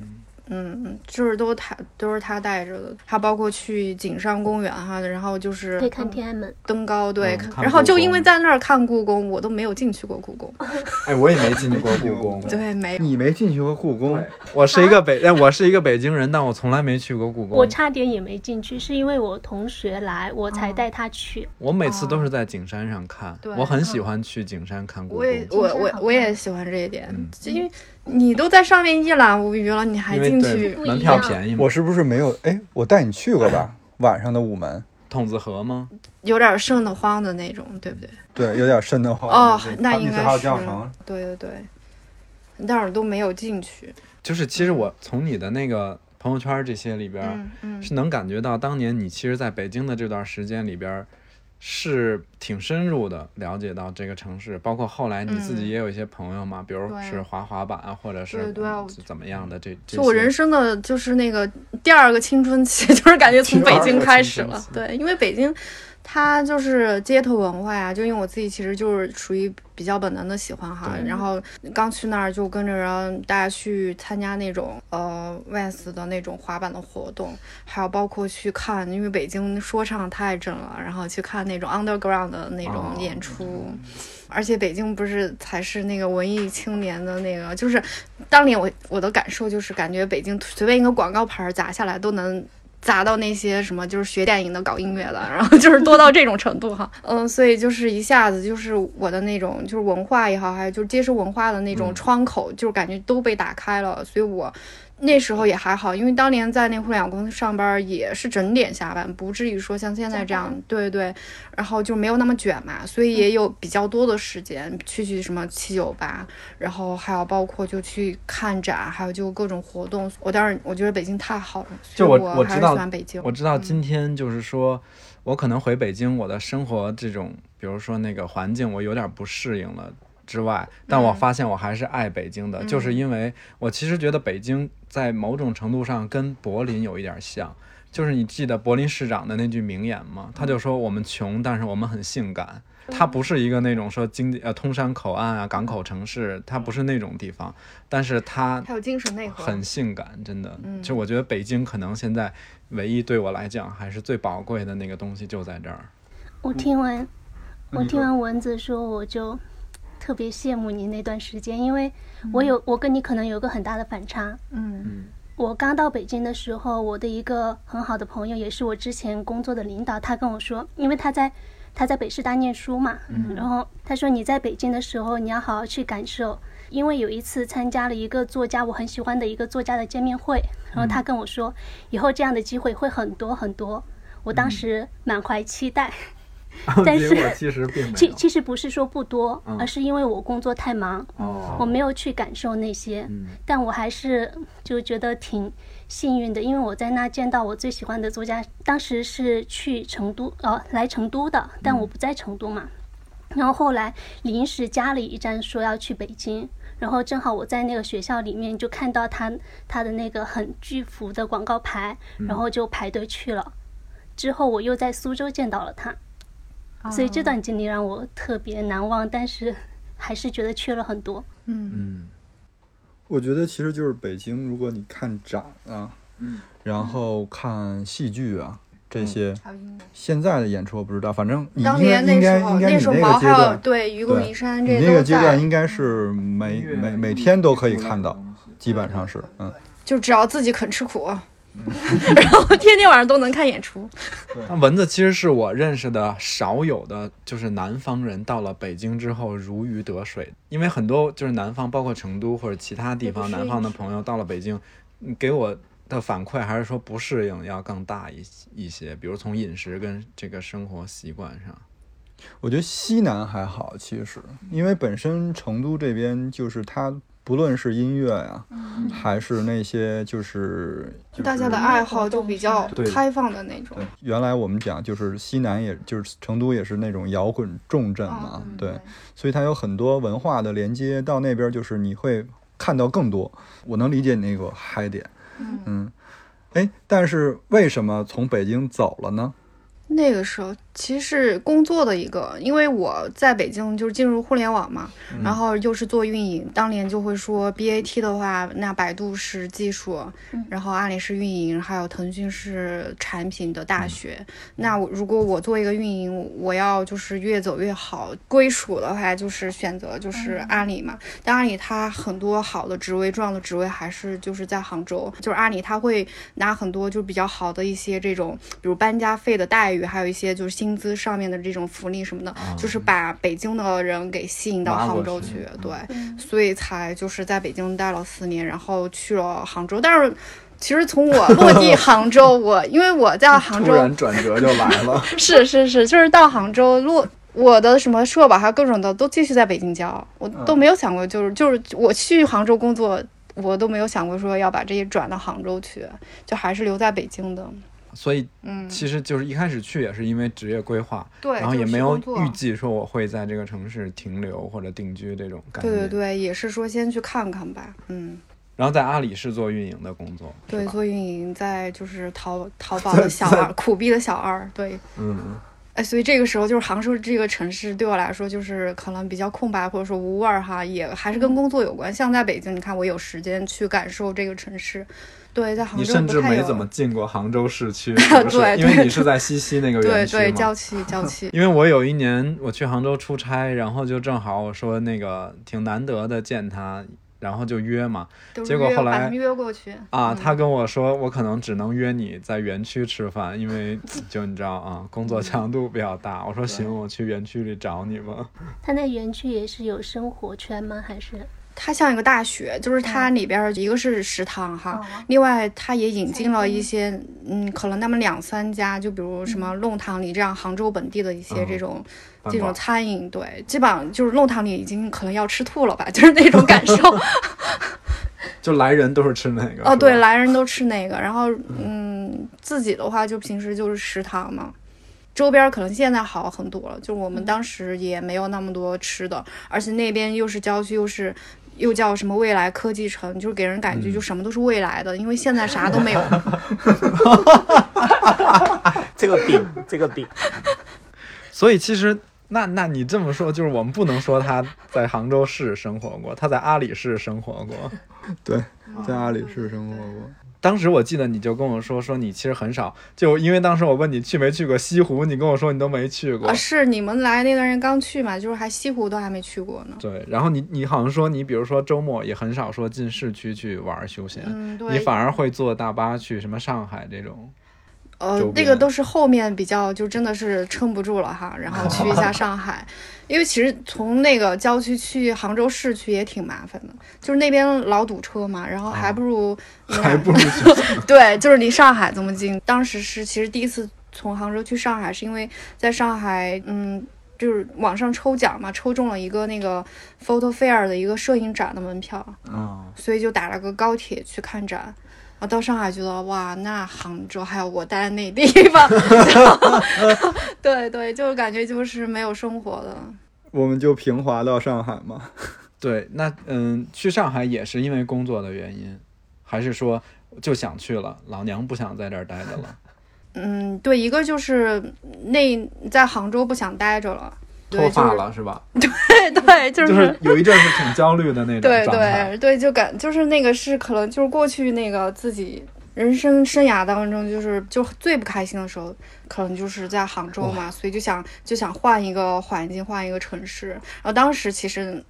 [SPEAKER 1] 嗯，就是都他都是他带着的，他包括去景山公园哈，然后就是
[SPEAKER 4] 可以看天安门，
[SPEAKER 1] 登高，对，
[SPEAKER 2] 嗯看
[SPEAKER 1] 然后
[SPEAKER 2] 故
[SPEAKER 1] 就因
[SPEAKER 2] 宫
[SPEAKER 1] 为在那儿看故宫，我都没有进去过故宫，
[SPEAKER 4] 哦
[SPEAKER 2] 哎，我也没进过故宫，
[SPEAKER 1] 对，没
[SPEAKER 2] 嗯
[SPEAKER 1] 有。
[SPEAKER 5] 你没进去过故宫，
[SPEAKER 2] 我是一个北，哎，我是一个北京人，但我从来没去过故宫。
[SPEAKER 4] 我差点也没进去，是因为我同学来，我
[SPEAKER 5] 哦
[SPEAKER 4] 才带他去。
[SPEAKER 2] 我每次都是在景山上看，
[SPEAKER 1] 啊对嗯
[SPEAKER 2] 我很喜欢去景山看故
[SPEAKER 1] 我
[SPEAKER 2] 宫，
[SPEAKER 1] 也我
[SPEAKER 4] 嗯景山好
[SPEAKER 1] 我我
[SPEAKER 4] 看
[SPEAKER 1] 也喜欢这一点
[SPEAKER 2] 嗯，
[SPEAKER 1] 就因为你都在上面一览无余了，你还
[SPEAKER 2] 因为
[SPEAKER 1] 进
[SPEAKER 2] 对
[SPEAKER 1] 去？
[SPEAKER 4] 不
[SPEAKER 2] 门
[SPEAKER 4] 一
[SPEAKER 2] 票
[SPEAKER 4] 样
[SPEAKER 2] 便宜嘛
[SPEAKER 5] 我。是不是没有？哎，我带你去过吧，晚上的午门，
[SPEAKER 2] 筒子河吗？
[SPEAKER 1] 有点瘆得慌的那种，对不对？
[SPEAKER 5] 对，有点瘆得慌。
[SPEAKER 1] 哦
[SPEAKER 5] 就是，
[SPEAKER 1] 那
[SPEAKER 5] 它
[SPEAKER 1] 应
[SPEAKER 5] 那次
[SPEAKER 1] 该
[SPEAKER 5] 还有
[SPEAKER 1] 是
[SPEAKER 5] 教程，
[SPEAKER 1] 对对对，但是都没有进去。
[SPEAKER 2] 就是其实我从你的那个朋友圈这些里边，
[SPEAKER 1] 嗯嗯，
[SPEAKER 2] 是啊能感觉到当年你其实在北京的这段时间里边儿，是挺深入的了解到这个城市，包括后来你自己
[SPEAKER 1] 嗯
[SPEAKER 2] 也有一些朋友嘛，比如
[SPEAKER 1] 对
[SPEAKER 2] 是滑滑板啊，或者是
[SPEAKER 1] 对对啊我
[SPEAKER 2] 怎么样的这这
[SPEAKER 1] 就我
[SPEAKER 2] 些
[SPEAKER 1] 人生的就是那个第二个青春期， 就是感觉从北京开始了。对，因为北京，它就是街头文化呀、就因为我自己其实就是属于比较本能的喜欢哈，然后刚去那儿就跟着人大家去参加那种呃 Vans 的那种滑板的活动，还有包括去看，因为北京说唱太正了，然后去看那种 underground 的那种
[SPEAKER 2] 哦
[SPEAKER 1] 演出。而且北京不是才是那个文艺青年的那个，就是当年我我的感受就是感觉北京随便一个广告牌儿砸下来都能。砸到那些什么就是学电影的、搞音乐的， 然后就是多到这种程度哈， 嗯，所以就是一下子就是我的那种就是文化也好，还有就是接受文化的那种窗口，就是感觉都被打开了。所以我那时候也还好，因为当年在那互联网公司上班儿也是整点下班，不至于说像现在这样，对对，然后就没有那么卷嘛，所以也有比较多的时间去去什么七九八，然后还有包括就去看展，还有就各种活动。我当然我觉得北京太好了，
[SPEAKER 2] 就
[SPEAKER 1] 所以
[SPEAKER 2] 我
[SPEAKER 1] 我
[SPEAKER 2] 我
[SPEAKER 1] 还
[SPEAKER 2] 知
[SPEAKER 1] 是
[SPEAKER 2] 道
[SPEAKER 1] 喜欢北京。
[SPEAKER 2] 我知道嗯今天就是说，我可能回北京，我的生活这种，比如说那个环境，我有点不适应了之外，但我发现我还是爱北京的，就是因为我其实觉得北京在某种程度上跟柏林有一点像。就是你记得柏林市长的那句名言吗？他就说我们穷，但是我们很性感。它不是一个那种说经济呃通商口岸啊港口城市，它不是那种地方，但是它
[SPEAKER 1] 还有精神内核，
[SPEAKER 2] 很性感，真的。
[SPEAKER 1] 嗯
[SPEAKER 2] 就我觉得北京可能现在唯一对我来讲还是最宝贵的那个东西就在这儿。
[SPEAKER 4] 我听完，
[SPEAKER 5] 嗯
[SPEAKER 4] 我
[SPEAKER 5] 你
[SPEAKER 4] 听
[SPEAKER 5] 说
[SPEAKER 4] 完蚊子说，我就特别羡慕你那段时间，因为
[SPEAKER 5] 嗯
[SPEAKER 4] 我有我跟你可能有个很大的反差。
[SPEAKER 1] 嗯
[SPEAKER 4] 我刚到北京的时候，我的一个很好的朋友，也是我之前工作的领导，他跟我说，因为他在他在北师大念书嘛，然后他说你在北京的时候，你要好好去感受，因为有一次参加了一个作家我很喜欢的一个作家的见面会，然后他跟我说，以后这样的机会会很多很多。我当时满怀期待， 但
[SPEAKER 2] 结
[SPEAKER 4] 是
[SPEAKER 2] 果其实并没
[SPEAKER 4] 其
[SPEAKER 2] 有。
[SPEAKER 4] 其实不是说不多，
[SPEAKER 2] 嗯
[SPEAKER 4] 而是因为我工作太忙，我
[SPEAKER 2] 哦，
[SPEAKER 4] 没有去感受那些，
[SPEAKER 2] 嗯
[SPEAKER 4] 但我还是就觉得挺幸运的，因为我在那见到我最喜欢的作家。当时是去成都，呃，来成都的，但我不在成都嘛。然后后来临时加了一站，说要去北京。然后正好我在那个学校里面就看到他他的那个很巨幅的广告牌，然后就排队去了。之后我又在苏州见到了他，所以这段经历让我特别难忘，但是还是觉得缺了很多。
[SPEAKER 2] 嗯
[SPEAKER 5] 我觉得其实就是北京，如果你看展啊，
[SPEAKER 1] 嗯
[SPEAKER 5] 然后看戏剧啊这些，
[SPEAKER 1] 还有音乐
[SPEAKER 5] 现在的演出我不知道，反正你
[SPEAKER 1] 当
[SPEAKER 5] 应该
[SPEAKER 1] 年那
[SPEAKER 5] 应该
[SPEAKER 1] 时候，
[SPEAKER 5] 应该
[SPEAKER 1] 那
[SPEAKER 5] 你
[SPEAKER 1] 时候
[SPEAKER 5] 那
[SPEAKER 1] 毛还
[SPEAKER 5] 个阶
[SPEAKER 1] 有
[SPEAKER 5] 段，
[SPEAKER 1] 对愚公
[SPEAKER 5] 对
[SPEAKER 1] 移山
[SPEAKER 5] 你
[SPEAKER 1] 这
[SPEAKER 5] 那个
[SPEAKER 1] 都
[SPEAKER 5] 阶
[SPEAKER 1] 在，
[SPEAKER 5] 段应该是每每每天都可以看到，基本上是嗯。
[SPEAKER 1] 就只要自己肯吃苦， 然后天天晚上都能看演出。
[SPEAKER 2] 那蚊子其实是我认识的少有的，就是南方人到了北京之后如鱼得水，因为很多就是南方，包括成都或者其他地方
[SPEAKER 1] 也不适应
[SPEAKER 2] 南方的朋友到了北京，嗯给我的反馈还是说不适应要更大一一些，比如从饮食跟这个生活习惯上。
[SPEAKER 5] 我觉得西南还好，其实，因为本身成都这边就是它，不论是音乐呀、还是那些就是就是
[SPEAKER 1] 嗯大家的爱好就比较
[SPEAKER 5] 对
[SPEAKER 1] 开放的那种
[SPEAKER 5] 对，原来我们讲就是西南也，就是成都也是那种摇滚重镇嘛，
[SPEAKER 1] 嗯
[SPEAKER 5] 对，所以它有很多文化的连接，到那边就是你会看到更多。我能理解你那个嗨点，嗯，哎，但是为什么从北京走了呢？
[SPEAKER 1] 那个时候其实是工作的一个，因为我在北京就是进入互联网嘛，然后又是做运营，当年就会说 BAT 的话，那百度是技术，
[SPEAKER 2] 嗯
[SPEAKER 1] 然后阿里是运营，还有腾讯是产品的
[SPEAKER 2] 嗯
[SPEAKER 1] 大学。那我如果我做一个运营，我要就是越走越好，归属的话就是选择就是
[SPEAKER 2] 嗯
[SPEAKER 1] 阿里嘛。但阿里它很多好的职位、重要的职位还是就是在杭州，就是阿里它会拿很多就比较好的一些这种，比如搬家费的待遇，还有一些就是薪资上面的这种福利什么的，就是把北京的人给吸引到
[SPEAKER 2] 哦拉过
[SPEAKER 1] 杭州
[SPEAKER 2] 去嗯
[SPEAKER 1] 去，对，所以才就是在北京待了四年，然后去了杭州，但是。其实从我落 地杭州，我因为我在杭州，
[SPEAKER 5] 转折就来 了，
[SPEAKER 1] 是是是，就是到杭州落我的什么社保还有各种的都继续在北京交，我都
[SPEAKER 2] 嗯
[SPEAKER 1] 没有想过，就是就是我去杭州工作，我都没有想过说要把这些转到杭州去，就还是留在北京的。
[SPEAKER 2] 所以
[SPEAKER 1] 嗯，
[SPEAKER 2] 其实就是一开始去也是因为职业规划，
[SPEAKER 1] 对，
[SPEAKER 2] 然后
[SPEAKER 1] 就
[SPEAKER 2] 也
[SPEAKER 1] 是
[SPEAKER 2] 没有
[SPEAKER 1] 工作
[SPEAKER 2] 预计说我会在这个城市停留或者定居这种概
[SPEAKER 1] 对
[SPEAKER 2] 念。
[SPEAKER 1] 对对，也是说先去看看吧，嗯，
[SPEAKER 2] 然后在阿里是做运营的工作，是
[SPEAKER 1] 对，
[SPEAKER 2] 吧
[SPEAKER 1] 做运营在就是 淘淘宝的小二，苦逼的小二，对，
[SPEAKER 2] 嗯，
[SPEAKER 1] 哎，所以这个时候就是杭州这个城市对我来说就是可能比较空白，或者说无味儿哈，也还是跟
[SPEAKER 2] 嗯
[SPEAKER 1] 工作有关。像在北京，你看我有时间去感受这个城市，对，在杭
[SPEAKER 2] 你
[SPEAKER 1] 州
[SPEAKER 2] 甚
[SPEAKER 1] 不
[SPEAKER 2] 至
[SPEAKER 1] 太
[SPEAKER 2] 没
[SPEAKER 1] 有。
[SPEAKER 2] 怎么进过杭州市 区，是不是
[SPEAKER 1] 对
[SPEAKER 2] 因为
[SPEAKER 1] 对
[SPEAKER 2] 你是在西溪那个
[SPEAKER 1] 对
[SPEAKER 2] 园区
[SPEAKER 1] 对，
[SPEAKER 2] 嘛，
[SPEAKER 1] 郊区郊区
[SPEAKER 2] 因为我有一年我去杭州出差，然后就正好我说那个挺难得的见他，然后就约嘛，
[SPEAKER 1] 都
[SPEAKER 2] 结果
[SPEAKER 1] 约
[SPEAKER 2] 后
[SPEAKER 1] 把
[SPEAKER 2] 来
[SPEAKER 1] 他们约过去
[SPEAKER 2] 啊，他
[SPEAKER 1] 嗯
[SPEAKER 2] 跟我说我可能只能约你在园区吃饭，因为就你知道啊，工
[SPEAKER 1] 嗯
[SPEAKER 2] 作强度比较大。我说行，我去园区里找你吧。
[SPEAKER 4] 他那园区也是有生活圈吗？还是
[SPEAKER 1] 它像一个大学，就是它里边儿一个是食堂哈，另外它也引进了一些，嗯，可能那么两三家，就比如什么弄堂里这样杭州本地的一些这种、
[SPEAKER 2] 嗯饭
[SPEAKER 1] 这种
[SPEAKER 2] 馆
[SPEAKER 1] 餐饮，对，基本上就是弄堂里已经可能要吃吐了吧，就是那种感受。
[SPEAKER 2] 就来人都是吃那个
[SPEAKER 1] 哦，
[SPEAKER 2] 是
[SPEAKER 1] 对，
[SPEAKER 2] 吧
[SPEAKER 1] 来人都吃那个，然后嗯，自己的话就平时就是食堂嘛。周边儿可能现在好很多了，就是我们当时也没有那么多吃的，而且那边又是郊区，又是又叫什么未来科技城，就是给人感觉
[SPEAKER 2] 嗯
[SPEAKER 1] 就什么都是未来的，因为现在啥都没 有。
[SPEAKER 6] 这个饼，这个饼，
[SPEAKER 2] 所以其实，那那你这么说，就是我们不能说他在杭州市生活过，他在阿里市生活过。
[SPEAKER 5] 对，在阿里市生活过。
[SPEAKER 2] 当时我记得你就跟我说，说你其实很少，就因为当时我问你去没去过西湖，你跟我说你都没去过
[SPEAKER 1] 啊，。是你们来那段时间刚去嘛，就是还西湖都还没去过呢。
[SPEAKER 2] 对，然后你你好像说你比如说周末也很少说进市区去玩儿休闲，
[SPEAKER 1] 嗯，对，
[SPEAKER 2] 你反而会坐大巴去什么上海这种。
[SPEAKER 1] 呃
[SPEAKER 2] 周，
[SPEAKER 1] 那
[SPEAKER 2] 边
[SPEAKER 1] 个都是后面比较就真的是撑不住了哈，然后去一 下上海，因为其实从那个郊区去杭州市区也挺麻烦的，就是那边老堵车嘛，然后
[SPEAKER 2] 啊
[SPEAKER 1] 还不如、还不如对，就是离上海这么近。当时是其实第一次从杭州去上海，是因为在上海，嗯，就是网上抽奖嘛，抽中了一个那个 Photo Fair 的一个摄影展的门票，
[SPEAKER 2] 嗯，
[SPEAKER 1] 所以就打了个高铁去看展。然后到上海觉得哇，那杭州还有我待的那地方， 然后对对，就是感觉就是没有生活的。
[SPEAKER 5] 我们就平滑到上海嘛。
[SPEAKER 2] 对，那嗯，去上海也是因为工作的原因，还是说就想去了，老娘不想在这儿待 着了？
[SPEAKER 1] 嗯，对，一个就是那在杭州不想待着了，对，
[SPEAKER 2] 脱
[SPEAKER 1] 就
[SPEAKER 2] 发
[SPEAKER 1] 是
[SPEAKER 2] 了是吧？
[SPEAKER 1] 对对，就
[SPEAKER 2] 就是有一阵是挺焦虑的 那种
[SPEAKER 1] 对
[SPEAKER 2] 状态。
[SPEAKER 1] 对对，就感就是那个是可能就是过去那个自己人生生涯当中，就是就最不开心的时候，可能就是在杭州嘛，所以就想就想换一个环境，换一个城市。然后当时其实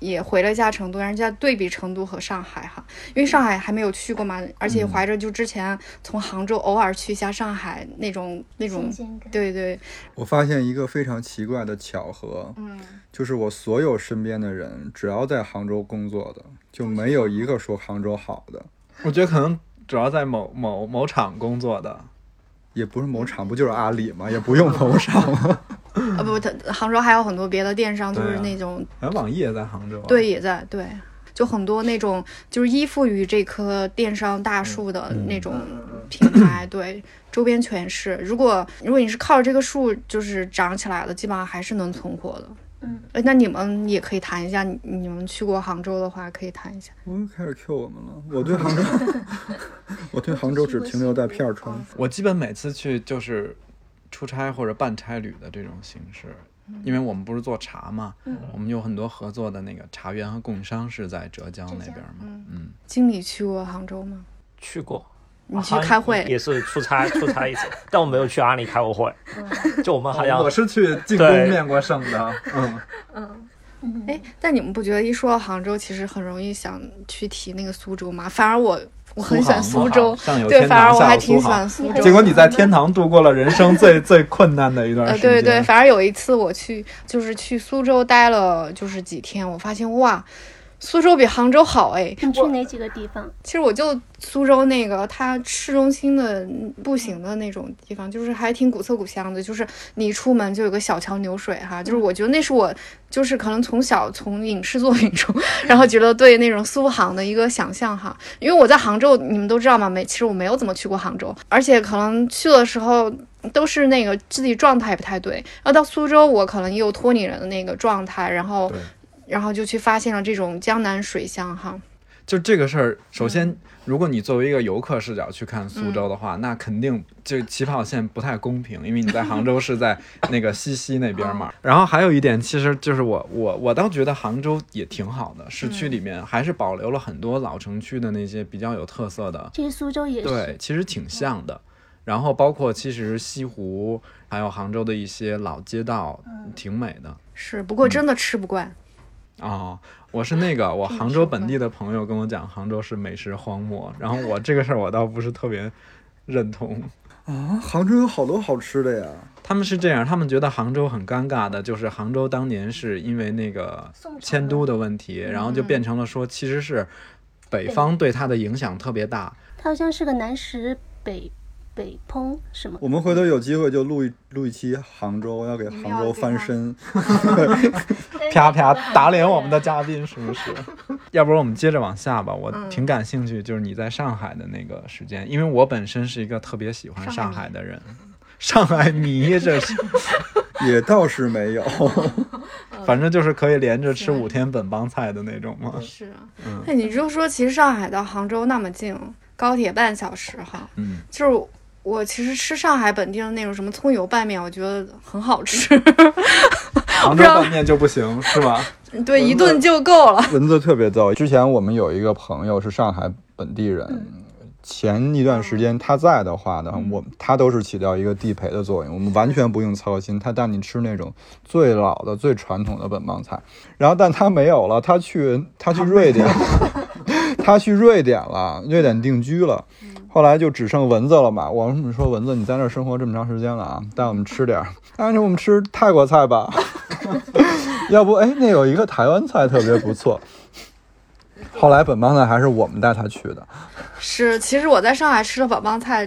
[SPEAKER 1] 也回了一下成都，但是在对比成都和上海哈，因为上海还没有去过嘛，
[SPEAKER 2] 嗯
[SPEAKER 1] 而且怀着就之前从杭州偶尔去一下上海那种那种
[SPEAKER 2] 嗯
[SPEAKER 4] 新，鲜感。
[SPEAKER 1] 对对，
[SPEAKER 5] 我发现一个非常奇怪的巧合，
[SPEAKER 1] 嗯，
[SPEAKER 5] 就是我所有身边的人，只要在杭州工作的，就没有一个说杭州好的，
[SPEAKER 2] 我觉得可能主要在某某某厂工作的，
[SPEAKER 5] 也不是某厂，不就是阿里嘛，也不用某厂嘛。
[SPEAKER 1] 啊不，它杭州还有很多别的电商，就
[SPEAKER 2] 对
[SPEAKER 1] 是
[SPEAKER 2] 啊
[SPEAKER 1] 那种
[SPEAKER 2] 哎，网易也在杭州、啊。
[SPEAKER 1] 对，，也在对，就很多那种就是依附于这棵电商
[SPEAKER 2] 嗯
[SPEAKER 1] 大树的那种品牌，对，周边全是。如果如果你是靠着这个树就是长起来的，基本上还是能存活的。
[SPEAKER 4] 嗯，
[SPEAKER 1] 哎，那你们也可以谈一下，你你们去过杭州的话，可以谈一下。
[SPEAKER 5] 我又开始 Q 我们了，我对杭州， 我对杭州只停留在片儿川。
[SPEAKER 2] 我基本每次去就是出差或者办差旅的这种形式，
[SPEAKER 1] 嗯
[SPEAKER 2] 因为我们不是做茶嘛，我们有很多合作的那个茶园和供应商是在浙江那边嘛，嗯，
[SPEAKER 1] 经理去过杭州吗？
[SPEAKER 6] 去过，
[SPEAKER 2] 啊
[SPEAKER 1] 你去
[SPEAKER 6] 好像
[SPEAKER 1] 开会？
[SPEAKER 6] 也是出差 出差一次，但我没有去阿里开过会，
[SPEAKER 1] 嗯
[SPEAKER 6] 就我们好
[SPEAKER 1] 哦
[SPEAKER 6] 像
[SPEAKER 2] 我是去进
[SPEAKER 6] 对
[SPEAKER 2] 宫面过圣的，嗯，
[SPEAKER 1] 哎，但你们不觉得一说到杭州，其实很容易想去提那个苏州吗？反而我我很喜欢苏州，
[SPEAKER 2] 上有
[SPEAKER 1] 对，
[SPEAKER 2] 天
[SPEAKER 1] 反而
[SPEAKER 2] 堂，
[SPEAKER 1] 我
[SPEAKER 2] 下
[SPEAKER 1] 还
[SPEAKER 2] 有
[SPEAKER 1] 挺
[SPEAKER 2] 苏
[SPEAKER 1] 喜
[SPEAKER 2] 杭。
[SPEAKER 1] 欢苏
[SPEAKER 4] 你
[SPEAKER 1] 州
[SPEAKER 4] 还
[SPEAKER 1] 的。
[SPEAKER 2] 结果你在天堂度过了人生最最困难的一段
[SPEAKER 1] 呃，
[SPEAKER 2] 时间。
[SPEAKER 1] 对对，，反正有一次我去，就是去苏州待了就是几天，我发现哇，苏州比杭州好哎。
[SPEAKER 4] 你去哪几个地方？
[SPEAKER 1] 其实我就苏州那个它市中心的嗯步行的那种地方，就是还挺古色古香的，就是你一出门就有个小桥流水哈，就是我觉得那是我就是可能从小从影视作品中，然后觉得对那种苏杭的一个想象哈，因为我在杭州，你们都知道嘛，没其实我没有怎么去过杭州，而且可能去的时候都是那个自己状态不太对，然后到苏州我可能也有脱离人的那个状态，然后
[SPEAKER 2] 对
[SPEAKER 1] 然后就去发现了这种江南水乡哈，
[SPEAKER 2] 就这个事儿，首先，如果你作为一个游客视角去看苏州的话，那肯定就起跑线不太公平，因为你在杭州是在那个西溪那边嘛。然后还有一点，其实就是我我我倒觉得杭州也挺好的，市区里面还是保留了很多老城区的那些比较有特色的
[SPEAKER 4] 其实苏州也是，
[SPEAKER 2] 对，其实挺像的。然后包括其实西湖还有杭州的一些老街道，挺美的。
[SPEAKER 1] 是不过
[SPEAKER 3] 嗯
[SPEAKER 1] 真的吃不惯。
[SPEAKER 2] 哦，我是那个我
[SPEAKER 1] 这个
[SPEAKER 2] 杭
[SPEAKER 1] 是
[SPEAKER 2] 州
[SPEAKER 1] 吧
[SPEAKER 2] 本地的朋友跟我讲，杭州是美食荒漠。然后我这个事儿我倒不是特别认同。
[SPEAKER 5] 啊，杭州有好多好吃的呀！
[SPEAKER 2] 他们是这样，他们觉得杭州很尴尬的，就是杭州当年是因为那个迁都的问题，然后就变成了说其实是北方对它的影响特别大。
[SPEAKER 4] 它好像是个南石北北烹什么
[SPEAKER 5] 我们回头有机会就录一录一期杭州，要给
[SPEAKER 1] 们
[SPEAKER 5] 杭州
[SPEAKER 1] 要给
[SPEAKER 5] 翻
[SPEAKER 1] 它
[SPEAKER 5] 身。
[SPEAKER 2] 啪啪打脸我们的嘉宾是不是？ 要不然我们接着往下吧，我挺感兴趣，就是你在上海的那个时间，因为我本身是一个特别喜欢上海的人， 上海迷这是，
[SPEAKER 5] 也倒是没有，
[SPEAKER 2] 反正就是可以连着吃五天本帮菜的那种嘛。
[SPEAKER 1] 是啊，
[SPEAKER 3] 嗯
[SPEAKER 1] 那你就说，其实上海到杭州那么近，高铁半小时哈，
[SPEAKER 2] 嗯，
[SPEAKER 1] 就是我其实吃上海本地的那种什么葱油拌面，我觉得很 好吃，
[SPEAKER 2] 杭州拌面就不行是吧？
[SPEAKER 3] 嗯
[SPEAKER 1] 对，一顿就够了。
[SPEAKER 5] 蚊子特别逗。之前我们有一个朋友是上海本地人，前一段时间他在的话呢，我他都是起到一个地陪的作用，我们完全不用操心，他带你吃那种最老的、最传统的本帮菜。然后，但他没有了，他去他去瑞典，他去瑞典了，瑞典定居了。后来就只剩蚊子了嘛，我们说蚊子，你在那儿生活这么长时间了啊，带我们吃点儿，但是我们吃泰国菜吧， 要不哎，那有一个台湾菜特别不错。后来本帮菜还是我们带他去的，
[SPEAKER 1] 是，其实我在上海吃的本帮菜，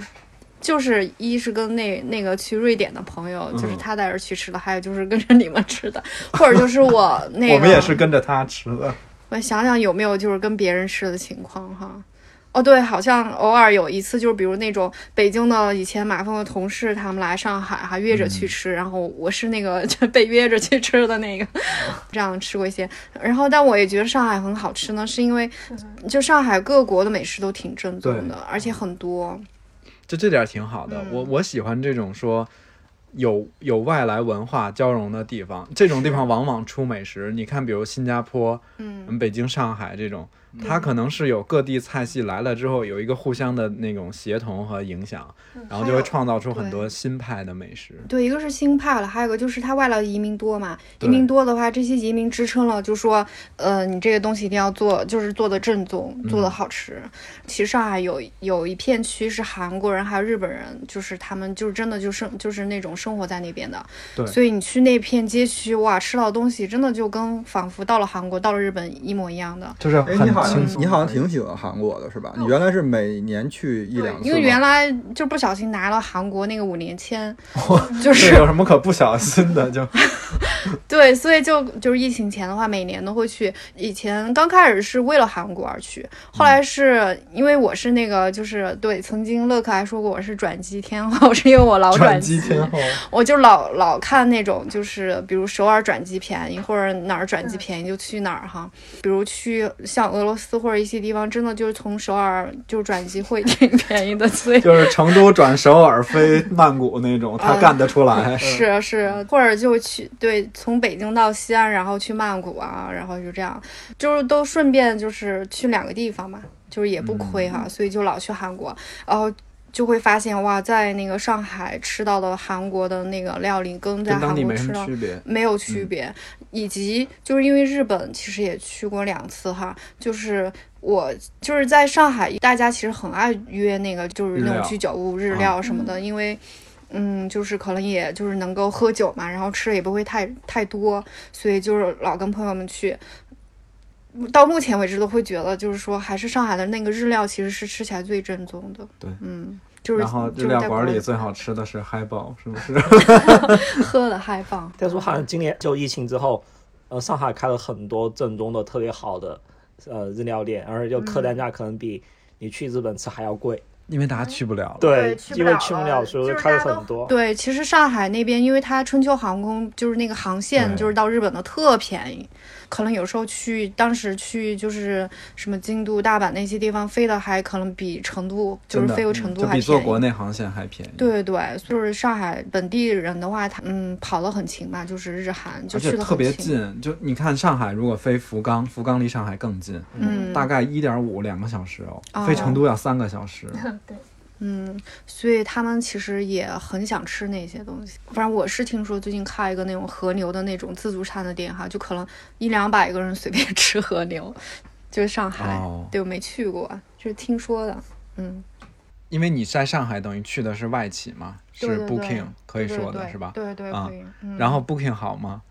[SPEAKER 1] 就是一是跟那那个去瑞典的朋友，
[SPEAKER 3] 嗯
[SPEAKER 1] 就是他带着去吃的，还有就是跟着你们吃的，或者就是我 那个
[SPEAKER 3] 我们也是跟着他吃的。
[SPEAKER 1] 我想想有没有就是跟别人吃的情况哈。哦，对，好像偶尔有一次，就是比如那种北京的以前马蜂的同事，他们来上海哈约着去吃，然后我是那个 就被约着去吃的那个，这样吃过一些。然后，但我也觉得上海很好吃呢，是因为就上海各国的美食都挺正宗的，而且很多。
[SPEAKER 2] 就 这点儿挺好的。
[SPEAKER 1] 嗯
[SPEAKER 2] 我我喜欢这种说有有外来文化交融的地方，这种地方往往出美食。你看，比如新加坡、
[SPEAKER 1] 嗯
[SPEAKER 2] 嗯北京、上海这种，它可能是有各地菜系来了之后有一个互相的那种协同和影响，然后
[SPEAKER 1] 嗯还
[SPEAKER 2] 就
[SPEAKER 1] 有
[SPEAKER 2] 会创造出很
[SPEAKER 1] 对
[SPEAKER 2] 多新派的美食。
[SPEAKER 1] 对，一个是新派了，还有一个就是它外来的移民多嘛。移
[SPEAKER 2] 对
[SPEAKER 1] 民多的话，这些移民支撑了，就说，呃，你这个东西一定要做，就是做的正宗，做
[SPEAKER 2] 嗯
[SPEAKER 1] 的好吃。其实上海有有一片区是韩国人还有日本人，就是他们就是真的就生就是那种生活在那边的。
[SPEAKER 2] 对
[SPEAKER 1] 所以你去那片街区，哇，吃到的东西真的就跟仿佛到了韩国、到了日本一模一样的。
[SPEAKER 2] 就是
[SPEAKER 5] 哎，你好
[SPEAKER 1] 轻
[SPEAKER 5] 像
[SPEAKER 1] 松
[SPEAKER 5] 你好像挺喜欢韩国的是吧？你原来是每年去一
[SPEAKER 1] 对
[SPEAKER 5] 两，次
[SPEAKER 1] 因为
[SPEAKER 5] 吗
[SPEAKER 1] 原来就不小心拿了韩国那个五年签， 就是
[SPEAKER 3] 这有什么可不小心的？就
[SPEAKER 1] 对，所以就就是疫情前的话，每年都会去。以前刚开始是为了韩国而去，后来是因为我是那个就是对，曾经乐克还说过我是转机天后， 是因为我老转机，
[SPEAKER 3] 机天后，
[SPEAKER 1] 我就老老看那种就是比如首尔转机便宜或者哪儿转机便宜就去哪儿哈，比如去像俄罗斯或者一些地方，真的就是从首尔就转机会挺 便宜的，所以
[SPEAKER 3] 就是成都转首尔飞曼谷那种，他
[SPEAKER 1] 嗯
[SPEAKER 3] 干得出来。
[SPEAKER 1] 是是，或者就去对，从北京到西安，然后去曼谷啊，然后就这样，就是都顺便就是去两个地方嘛，就是也
[SPEAKER 2] 嗯
[SPEAKER 1] 不亏哈、所以就老去韩国，然后就会发现哇，在那个上海吃到的韩国的那个料理跟在
[SPEAKER 2] 跟
[SPEAKER 1] 韩
[SPEAKER 2] 当地
[SPEAKER 1] 国
[SPEAKER 2] 没
[SPEAKER 1] 吃
[SPEAKER 2] 什么
[SPEAKER 1] 到
[SPEAKER 2] 区别。
[SPEAKER 1] 没有区别，
[SPEAKER 2] 嗯
[SPEAKER 1] 以及就是因为日本其实也去过两次哈，就是我就是在上海，大家其实很爱约那个就是那
[SPEAKER 2] 日
[SPEAKER 1] 种
[SPEAKER 2] 料
[SPEAKER 1] 居酒屋、日料什么的，因为。嗯，就是可能也就是能够喝酒嘛，然后吃的也不会太太多，所以就是老跟朋友们去。到目前为止都会觉得，就是说还是上海的那个日料其实是吃起来最正宗的。
[SPEAKER 2] 对，
[SPEAKER 1] 嗯，就是
[SPEAKER 2] 然后
[SPEAKER 1] 就
[SPEAKER 2] 日
[SPEAKER 1] 是
[SPEAKER 2] 料
[SPEAKER 1] 在
[SPEAKER 2] 馆
[SPEAKER 1] 国
[SPEAKER 2] 里
[SPEAKER 1] 内
[SPEAKER 2] 最好吃的是嗨堡，是 不是？
[SPEAKER 1] 喝的嗨棒。
[SPEAKER 6] 但是我好像今年就疫情之后，呃，上海开了很多正宗的特别好的呃日料店，而且就客单价可能比你去日本吃还要贵。
[SPEAKER 2] 因为大家去不了了。
[SPEAKER 6] 对，
[SPEAKER 1] 去不
[SPEAKER 6] 因为
[SPEAKER 1] 了
[SPEAKER 6] 去不
[SPEAKER 1] 了
[SPEAKER 6] 了，所以
[SPEAKER 1] 就
[SPEAKER 6] 就是开了
[SPEAKER 1] 大家都
[SPEAKER 6] 很多。
[SPEAKER 1] 对，其实上海那边，因为它春秋航空就是那个航线，
[SPEAKER 2] 对
[SPEAKER 1] 就是到日本的特便宜，可能有时候去当时去就是什么京都、大阪那些地方飞的还可能比成都就是
[SPEAKER 2] 真的嗯
[SPEAKER 1] 飞过成都
[SPEAKER 2] 就
[SPEAKER 1] 还
[SPEAKER 2] 比坐
[SPEAKER 1] 便
[SPEAKER 2] 国
[SPEAKER 1] 宜。
[SPEAKER 2] 内航线还便宜。，
[SPEAKER 1] 对对，就是上海本地人的话，他嗯跑得很勤嘛，就是日韩就
[SPEAKER 2] 而且
[SPEAKER 1] 去的
[SPEAKER 2] 特别，近，就你看上海，如果飞福冈，福冈离上海更近，
[SPEAKER 1] 嗯，
[SPEAKER 2] 大概一点五两个小时哦，
[SPEAKER 1] 哦
[SPEAKER 2] 飞成都要三个小时。
[SPEAKER 4] 对，
[SPEAKER 1] 嗯，所以他们其实也很想吃那些东西。反正我是听说最近开一个那种和牛的那种自助餐的店哈，就可能一两百个人随便 吃和牛，就是上海，
[SPEAKER 2] 哦
[SPEAKER 1] 对我没去过，就是听说的。嗯，
[SPEAKER 2] 因为你在上海等于去的是外企嘛，
[SPEAKER 1] 对
[SPEAKER 2] 是
[SPEAKER 1] 对对
[SPEAKER 2] Booking 可以
[SPEAKER 1] 对
[SPEAKER 2] 说的
[SPEAKER 1] 对
[SPEAKER 2] 是吧？
[SPEAKER 1] 对对，
[SPEAKER 2] 啊
[SPEAKER 1] 可以。嗯
[SPEAKER 2] 然后 Booking 好吗？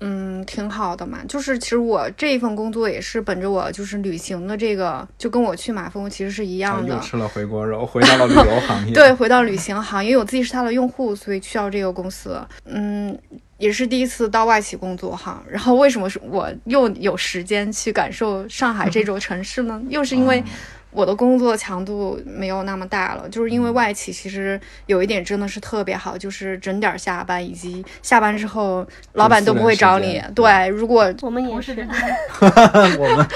[SPEAKER 1] 嗯，挺好的嘛。就是其实我这一份工作也是本着我就是旅行的这个，就跟我去马蜂窝其实是一
[SPEAKER 2] 啊
[SPEAKER 1] 样的。
[SPEAKER 2] 又吃了回锅肉，回到了旅游行 业。
[SPEAKER 1] 对，，回到旅行行业，因为我自己是他的用户，所以去到这个公司，嗯，也是第一次到外企工作哈。然后为什么是我又有时间去感受上海这座城市呢？又是因为我的工作强度没有那么大了，就是因为外企其实有一点真的是特别好，就是准点儿下班，以及下班之后老板都不会找
[SPEAKER 2] 私人
[SPEAKER 1] 你
[SPEAKER 2] 时。间
[SPEAKER 1] 对，如果
[SPEAKER 4] 我们也是。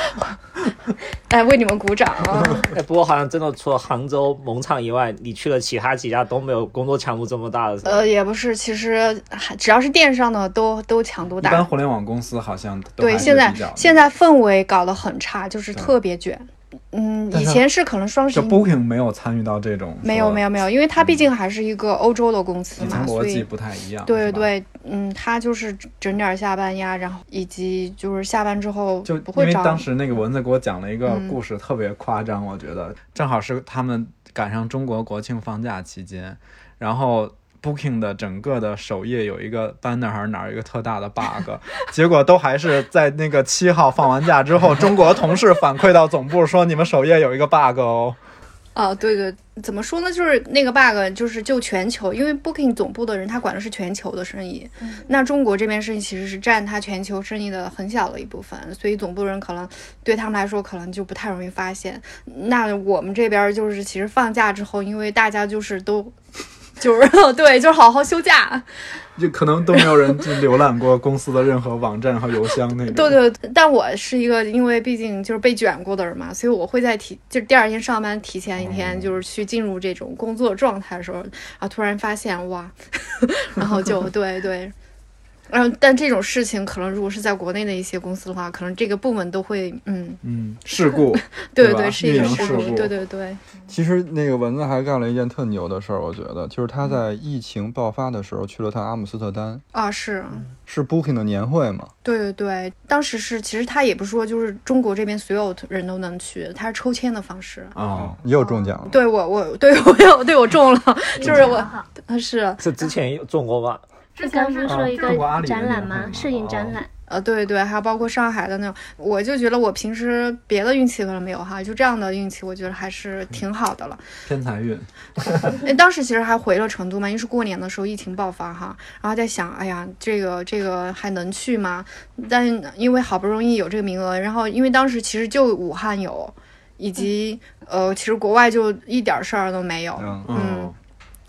[SPEAKER 1] 哎为你们鼓掌啊！
[SPEAKER 6] 哎，不过好像真的除了杭州农场以外，你去了其他几家都没有工作强度这么大的。
[SPEAKER 1] 呃，也不是，其实还只要是电商的都都强度
[SPEAKER 2] 一
[SPEAKER 1] 大。
[SPEAKER 2] 般互联网公司好像都
[SPEAKER 1] 对，
[SPEAKER 2] 还是
[SPEAKER 1] 现在
[SPEAKER 2] 比较
[SPEAKER 1] 现在氛围搞得很差，就是
[SPEAKER 2] 对
[SPEAKER 1] 特别卷。嗯，
[SPEAKER 2] 但
[SPEAKER 1] 以
[SPEAKER 2] 是
[SPEAKER 1] 前是可能双十
[SPEAKER 2] 就嗯
[SPEAKER 1] 一，
[SPEAKER 2] Booking 没有参与到这种，
[SPEAKER 1] 没有没有没有，因为它毕竟还是一个欧洲的公司
[SPEAKER 2] 底层
[SPEAKER 1] 嘛，
[SPEAKER 2] 逻
[SPEAKER 1] 所
[SPEAKER 2] 辑
[SPEAKER 1] 以
[SPEAKER 2] 不太一样。
[SPEAKER 1] 对
[SPEAKER 2] 是吧，
[SPEAKER 1] 对，嗯，它就是整点儿下班呀，然后以及就是下班之后
[SPEAKER 2] 就
[SPEAKER 1] 不
[SPEAKER 2] 因
[SPEAKER 1] 会嗯
[SPEAKER 2] 为
[SPEAKER 1] 找
[SPEAKER 2] 当
[SPEAKER 1] 你
[SPEAKER 2] 时那个蚊子给我讲了一个故事，特别夸张，我觉得正好是他们赶上中国国庆放假期间，然后 Booking 的整个的首页有一个 banner 还是哪儿有一个特大的 bug，结果都还是在那个七号放完假之后，中国同事反馈到总部说你们首页有一个 bug 哦，
[SPEAKER 1] 啊，对对，怎么说呢？就是那个 bug，就是就全球，因为 Booking 总部的人他管的是全球的生意，那中国这边生意其实是占他全球生意的很小的一部分，所以总部人可能对他们来说可能就不太容易发现。那我们这边就是其实放假之后，因为大家就是都。就是 对，就是好好休假。
[SPEAKER 2] 就可能都没有人去浏览过公司的任何网站和邮箱那种。
[SPEAKER 1] 对对，对但我是一个，因为毕竟就是被卷过的人嘛，所以我会在提，就是第二天上班提前一天，就是去进入这种工作状态的时候，啊，突然发现哇， 然后就对对，然后但这种事情可能如果是在国内的一些公司的话，可能这个部门都会嗯，
[SPEAKER 2] 嗯，事 故
[SPEAKER 1] 对
[SPEAKER 2] 对吧
[SPEAKER 1] 对，是一
[SPEAKER 2] 运
[SPEAKER 1] 个
[SPEAKER 2] 营
[SPEAKER 1] 事
[SPEAKER 2] 事
[SPEAKER 1] 故，
[SPEAKER 2] 故
[SPEAKER 1] 对对对，
[SPEAKER 5] 其实那个蚊子还干了一件特牛的事儿，我觉得，就是他在疫情爆发的时候去了趟阿姆斯特丹，
[SPEAKER 1] 啊是。
[SPEAKER 5] 是 Booking 的年会嘛？
[SPEAKER 1] 对对对，当时是，其实他也不是说就是中国这边所有人都能去，他是抽签的方式。
[SPEAKER 2] 啊，
[SPEAKER 5] 也有中奖了。
[SPEAKER 1] 对我，我对我有对我中了，就是我
[SPEAKER 4] 好
[SPEAKER 1] 啊是
[SPEAKER 6] 这之前有中过吧？
[SPEAKER 4] 之前不是说一个
[SPEAKER 2] 中国阿里的
[SPEAKER 4] 展览
[SPEAKER 2] 那个
[SPEAKER 4] 吗
[SPEAKER 2] 吗？
[SPEAKER 4] 摄影展览，
[SPEAKER 1] 呃对对，还有包括上海的那种，我就觉得我平时别的运气可能没有哈，就这样的运气，我觉得还是挺好的了。
[SPEAKER 2] 偏财运，
[SPEAKER 1] 哎，当时其实还回了成都嘛，因为是过年的时候疫情爆发哈，然后在想，哎呀，这个这个还能去吗？但因为好不容易有这个名额，然后因为当时其实就武汉有，以及呃，其实国外就一点事儿都没有，
[SPEAKER 5] 嗯，
[SPEAKER 1] 嗯，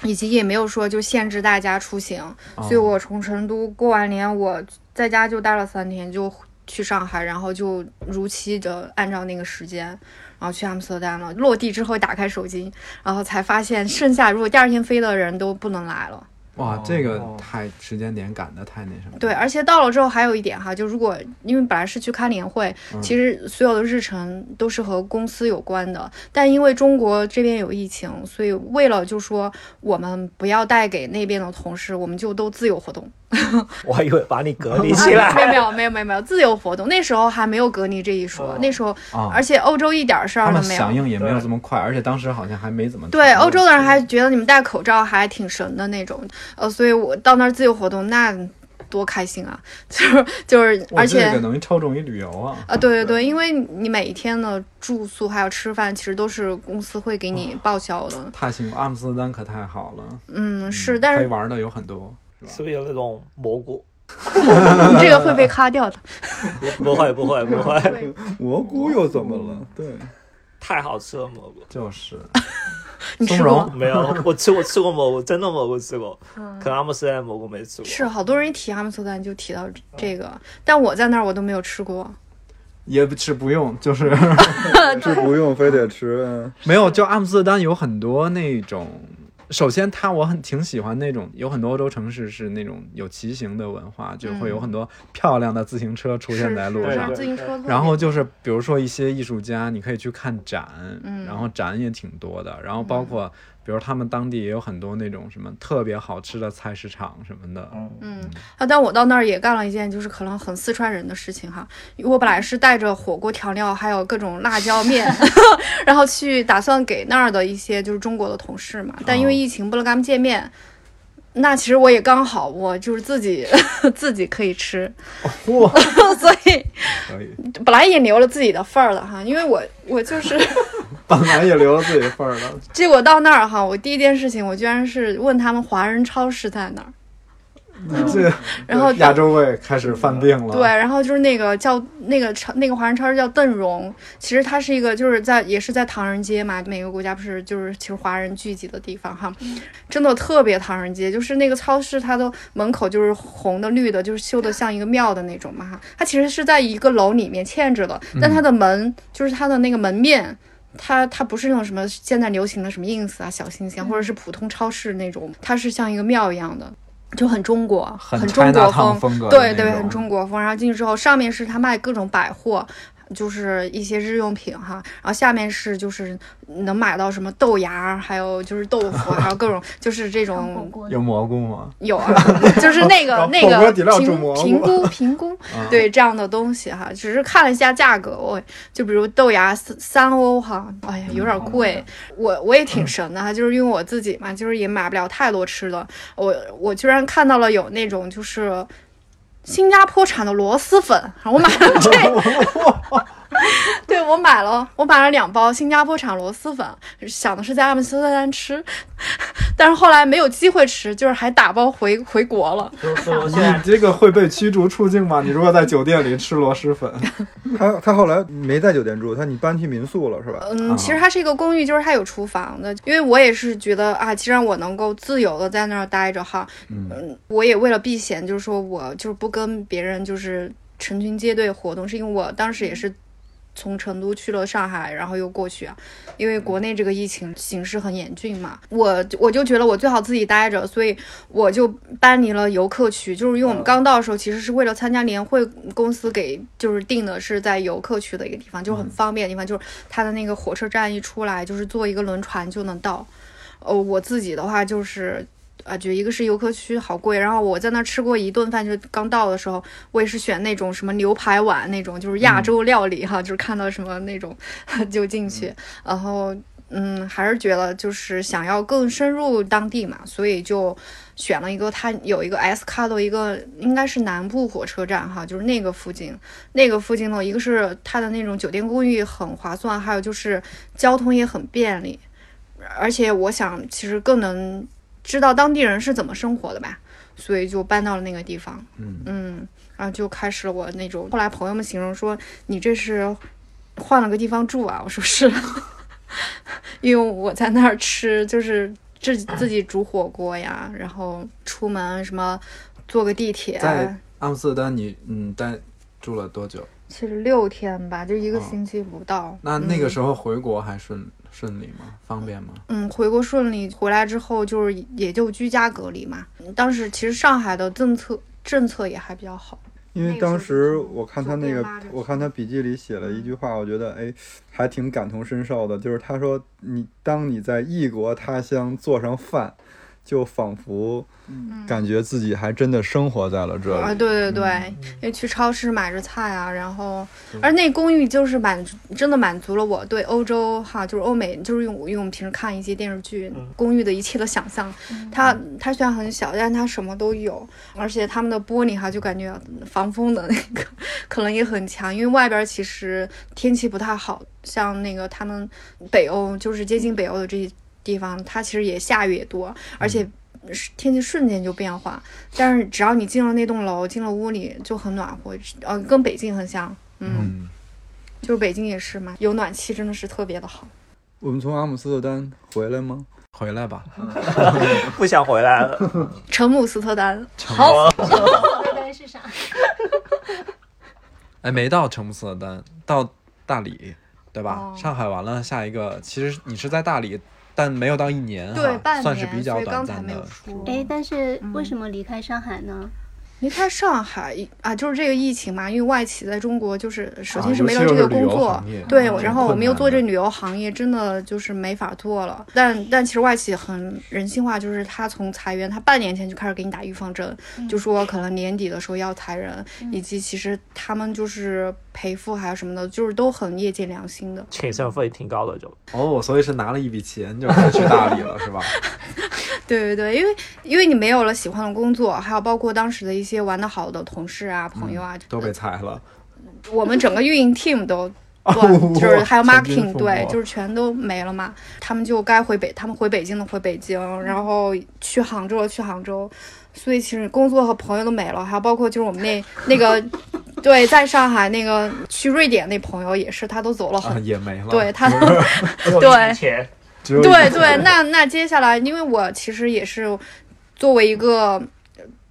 [SPEAKER 1] 以及也没有说就限制大家出行，
[SPEAKER 2] 哦
[SPEAKER 1] 所以我从成都过完年，我在家就待了三天，就去上海，然后就如期的按照那个时间，然后去阿姆斯特丹了。落地之后打开手机，然后才发现剩下如果第二天飞的人都不能来了。
[SPEAKER 2] 哇，这个太时间点赶的太那什么了。
[SPEAKER 1] 对，而且到了之后还有一点哈，就如果因为本来是去开年会，
[SPEAKER 2] 嗯
[SPEAKER 1] 其实所有的日程都是和公司有关的，但因为中国这边有疫情，所以为了就说我们不要带给那边的同事，我们就都自由活动。
[SPEAKER 6] 我还以为把你隔离起
[SPEAKER 1] 啊 没有
[SPEAKER 6] 来。
[SPEAKER 1] 没有没有没有没有自由活动，那时候还没有隔离这一说，那时候、
[SPEAKER 2] 啊
[SPEAKER 1] 而且欧洲一点事
[SPEAKER 2] 他
[SPEAKER 1] 儿都
[SPEAKER 2] 们哦
[SPEAKER 1] 没
[SPEAKER 2] 响
[SPEAKER 1] 有。
[SPEAKER 2] 应也没有这么快，而且当时好像还没怎么
[SPEAKER 1] 对，
[SPEAKER 2] 传播
[SPEAKER 1] 欧洲的人还觉得你们戴口罩还挺神的那种，呃，所以我到那儿自由活动那多开心啊！ 就是就是，
[SPEAKER 2] 哇
[SPEAKER 1] 而且
[SPEAKER 2] 这个等于抽中一旅游啊，
[SPEAKER 1] 啊，对对对，因为你每一天的住宿还有吃饭，其实都是公司会给
[SPEAKER 2] 嗯
[SPEAKER 1] 你报销的。
[SPEAKER 2] 太幸福！阿姆斯特丹可太好了，
[SPEAKER 1] 嗯，是，但
[SPEAKER 2] 可以
[SPEAKER 1] 是
[SPEAKER 2] 玩的有很多。
[SPEAKER 6] 是不是有那种蘑菇？
[SPEAKER 1] 这个会被卡掉的。
[SPEAKER 6] 不会不会不
[SPEAKER 2] 哎
[SPEAKER 6] 会，
[SPEAKER 5] 蘑菇又怎么了？对，
[SPEAKER 6] 太好吃了蘑菇。
[SPEAKER 2] 就是，
[SPEAKER 1] 你吃
[SPEAKER 2] 松
[SPEAKER 1] 过
[SPEAKER 2] 茸
[SPEAKER 1] 吗？
[SPEAKER 6] 没有， 我吃我吃过蘑菇，真的蘑菇吃过，可能阿姆斯特丹蘑菇没吃过。
[SPEAKER 1] 嗯是，好多人一提阿姆斯特丹就提到这个，但我在那儿我都没有吃过。
[SPEAKER 2] 也不是不用，就是
[SPEAKER 1] 嗯
[SPEAKER 5] 是不用非得吃。嗯
[SPEAKER 2] 没有。就阿姆斯特丹有很多那种，首先它我很挺喜欢那种，有很多欧洲城市是那种有骑行的文化，就会有很多漂亮的自行车出现在路
[SPEAKER 1] 是是
[SPEAKER 2] 上
[SPEAKER 1] 是。自行车。
[SPEAKER 2] 然后就是，比如说一些艺术家，你可以去看展，
[SPEAKER 1] 嗯
[SPEAKER 2] 然后展也挺多的。然后包括，比如他们当地也有很多那种什么特别好吃的菜市场什么的。
[SPEAKER 1] 嗯啊，但我到那儿也干了一件就是可能很四川人的事情哈。我本来是带着火锅调料，还有各种辣椒面， 然后去打算给那儿的一些就是中国的同事嘛，但因
[SPEAKER 2] 哦
[SPEAKER 1] 为疫情不能跟他们见面。那其实我也刚好，我就是自己 自己可以吃，
[SPEAKER 2] 哦哇，
[SPEAKER 1] 所以
[SPEAKER 2] 可以，
[SPEAKER 1] 本来也留了自己的份儿了哈，因为我我就是
[SPEAKER 2] 本来也留了自己份儿了。
[SPEAKER 1] 结果到那儿哈，我第一件事情我居然是问他们华人超市在哪儿，
[SPEAKER 2] 这
[SPEAKER 1] 嗯然后
[SPEAKER 2] 亚洲胃开始犯病了。
[SPEAKER 1] 对，，然后就是那个叫那个超那个华人超市叫邓荣，其实它是一个就是在也是在唐人街嘛，每个国家不是就是其实华人聚集的地方哈，真的特别唐人街，就是那个超市它的门口就是红的绿的，就是修的像一个庙的那种嘛哈，它其实是在一个楼里面嵌着的，
[SPEAKER 2] 嗯
[SPEAKER 1] 但它的门、就是它的那个门面。它它不是那种什么现在流行的什么 ins 啊、小星星，或者是普通超市那种，它是像一个庙一样的，就很中国，很中国
[SPEAKER 2] China Town 风格的
[SPEAKER 1] 对
[SPEAKER 2] 那
[SPEAKER 1] 对，
[SPEAKER 2] 种
[SPEAKER 1] 很中国风。然后进去之后，上面是他卖各种百货，就是一些日用品哈，然后下面是就是能买到什么豆芽儿，还有就是豆腐，还有各种就是这
[SPEAKER 4] 看火
[SPEAKER 1] 种
[SPEAKER 4] 锅
[SPEAKER 2] 有蘑菇吗？
[SPEAKER 1] 哦有啊，就是那 个那
[SPEAKER 2] 啊火锅
[SPEAKER 1] 个
[SPEAKER 2] 底料煮
[SPEAKER 1] 评
[SPEAKER 2] 蘑菇
[SPEAKER 1] 评估评估，
[SPEAKER 2] 啊
[SPEAKER 1] 对这样的东西哈，只是看了一下价格，我就比如豆芽三三欧哈，哎呀有点贵，我我也挺神的哈，就是因为我自己嘛，就是也买不了太多吃的，我我居然看到了有那种就是。新加坡产的螺蛳粉，我买了这，对我买买了，我买了两包新加坡产螺蛳粉，想的是在阿姆斯特丹吃，但是后来没有机会吃，就是还打包回回国了。
[SPEAKER 6] 就是我 现
[SPEAKER 3] 你
[SPEAKER 6] 在
[SPEAKER 3] 这个会被驱逐出境吗？你如果在酒店里吃螺蛳粉，
[SPEAKER 5] 他他后来没在酒店住，他你搬去民宿了是
[SPEAKER 2] 呃
[SPEAKER 5] 吧？
[SPEAKER 1] 嗯，其实它是一个公寓，就是它有厨房的。因为我也是觉得啊，既然我能够自由的在那儿待着哈，嗯，我也为了避嫌，就是说我就是不跟别人就是成群结队活动，是因为我当时也是从成都去了上海，然后又过去啊，因为国内这个疫情形势很严峻嘛，我我就觉得我最好自己待着，所以我就搬离了游客区，就是因为我们刚到的时候，其实是为了参加联会公司给就是定的是在游客区的一个地方，就是很方便的地方，就是它的那个火车站一出来，就是坐一个轮船就能到。呃，我自己的话就是。啊，就一个是游客区好贵，然后我在那儿吃过一顿饭，就刚到的时候，我也是选那种什么牛排碗那种，就是亚洲料理哈，就是看到什么那种 就进去，然后嗯，还是觉得就是想要更深入当地嘛，所以就选了一个它有一个 S 卡的一个应该是南部火车站哈，就是那个附近，那个附近呢，一个是它的那种酒店公寓很划算，还有就是交通也很便利，而且我想其实更能知道当地人是怎么生活的吧，所以就搬到了那个地方，
[SPEAKER 2] 嗯
[SPEAKER 1] 然后就开始了我那种，后来朋友们形容说你这是呃换了个地方住啊，我说是， 因为我在那儿吃就是自己自己煮火锅呀，然后出门什么坐个地铁，
[SPEAKER 2] 在阿姆斯特丹你嗯待住了多久？
[SPEAKER 1] 其实六天吧，就一个
[SPEAKER 2] 哦
[SPEAKER 1] 星期不到。
[SPEAKER 2] 那那个
[SPEAKER 1] 嗯
[SPEAKER 2] 时候回国还顺顺利吗？方便吗？
[SPEAKER 1] 嗯，回国顺利，回来之后就是也就居家隔离嘛。当时其实上海的政策政策也还比较好。
[SPEAKER 5] 因
[SPEAKER 1] 那
[SPEAKER 5] 为
[SPEAKER 1] 个
[SPEAKER 5] 当
[SPEAKER 1] 时
[SPEAKER 5] 时
[SPEAKER 1] 候就
[SPEAKER 5] 我看他
[SPEAKER 1] 左
[SPEAKER 5] 那
[SPEAKER 1] 边
[SPEAKER 5] 个
[SPEAKER 1] 拉着，嗯
[SPEAKER 5] 我看他笔记里写了一句话，我觉得哎，还挺感同身受的。就是他说你当你在异国他乡做上饭，就仿佛
[SPEAKER 1] 嗯
[SPEAKER 5] 感觉自己还真的生活在了这
[SPEAKER 1] 啊，
[SPEAKER 2] 嗯
[SPEAKER 5] 里。嗯
[SPEAKER 1] 对对对，因为去超市买着菜啊，然后而那公寓就是满足，真的满足了我对欧洲哈，就是欧美，就是用用我们平时看一些电视剧
[SPEAKER 5] 嗯
[SPEAKER 1] 公寓的一切的想象。它它虽然很小，但是它什么都有，而且他们的玻璃哈，就感觉防风的那个可能也很强，因为外边其实天气不太好，像那个他们北欧就是接近北欧的这些地方，它其实也下雨也多，而且。
[SPEAKER 5] 嗯
[SPEAKER 1] 是天气瞬间就变化，但是只要你进了那栋楼，进了屋里就很暖和，呃，跟北京很像，嗯，
[SPEAKER 2] 嗯，
[SPEAKER 1] 就是北京也是嘛，有暖气真的是特别的好。
[SPEAKER 5] 我们从阿姆斯特丹回来吗？
[SPEAKER 2] 回来吧。
[SPEAKER 6] 不想回来了。
[SPEAKER 1] 成姆斯特丹，好，
[SPEAKER 4] 拜拜是啥？
[SPEAKER 2] 哎，没到成姆斯特丹，到大理，对吧？
[SPEAKER 1] 哦
[SPEAKER 2] 上海完了，下一个其实你是在大理，但没有到一年
[SPEAKER 1] 对，
[SPEAKER 2] 哈，
[SPEAKER 1] 半
[SPEAKER 2] 啊算是比
[SPEAKER 1] 年，所
[SPEAKER 2] 较
[SPEAKER 1] 以
[SPEAKER 2] 短
[SPEAKER 1] 刚才
[SPEAKER 2] 暂
[SPEAKER 1] 没有
[SPEAKER 2] 的。
[SPEAKER 1] 出。
[SPEAKER 4] 哎，但是为什么离开上海呢？
[SPEAKER 1] 离开上海啊，就是这个疫情嘛，因为外企在中国就是首
[SPEAKER 2] 啊
[SPEAKER 1] 先是
[SPEAKER 2] 尤
[SPEAKER 1] 没
[SPEAKER 2] 其
[SPEAKER 1] 有这
[SPEAKER 2] 又
[SPEAKER 1] 个
[SPEAKER 2] 是旅
[SPEAKER 1] 工
[SPEAKER 2] 游
[SPEAKER 1] 作
[SPEAKER 2] 行业，
[SPEAKER 1] 对
[SPEAKER 2] 嗯，
[SPEAKER 1] 然
[SPEAKER 2] 挺
[SPEAKER 1] 后我
[SPEAKER 2] 困
[SPEAKER 1] 们又
[SPEAKER 2] 难
[SPEAKER 1] 做这
[SPEAKER 2] 的
[SPEAKER 1] 旅游行业，真的就是没法做了。但但其实外企很人性化，就是他从裁员，他半年前就开始给你打预防针，就说可能年底的时候要裁人，以及其实他们就是赔付还有什么的，就是都很业界良心的。
[SPEAKER 6] 请生费挺高的就，
[SPEAKER 2] 哦，所以是拿了一笔钱就开始去大理了，是吧？
[SPEAKER 1] 对对对，因为因为你没有了喜欢的工作，还有包括当时的一些玩得好的同事啊、朋友啊，
[SPEAKER 2] 都被裁了。哦
[SPEAKER 1] 我们整个运营 team 都 断，就是还有
[SPEAKER 2] 全军
[SPEAKER 1] marketing，
[SPEAKER 2] 覆
[SPEAKER 1] 对，
[SPEAKER 2] 没
[SPEAKER 1] 就是全都没了嘛。他们就该回北，他们回北京的回北京，然后去杭州的去杭州，所以其实工作和朋友都没了，还有包括就是我们那那个，对，在上海那个去瑞典那朋友也是，他都走了
[SPEAKER 2] 啊，
[SPEAKER 1] 很，
[SPEAKER 2] 也没了。
[SPEAKER 1] 对，他
[SPEAKER 6] 对钱
[SPEAKER 2] 只有一
[SPEAKER 1] 对对，那那接下来，因为我其实也是作为一个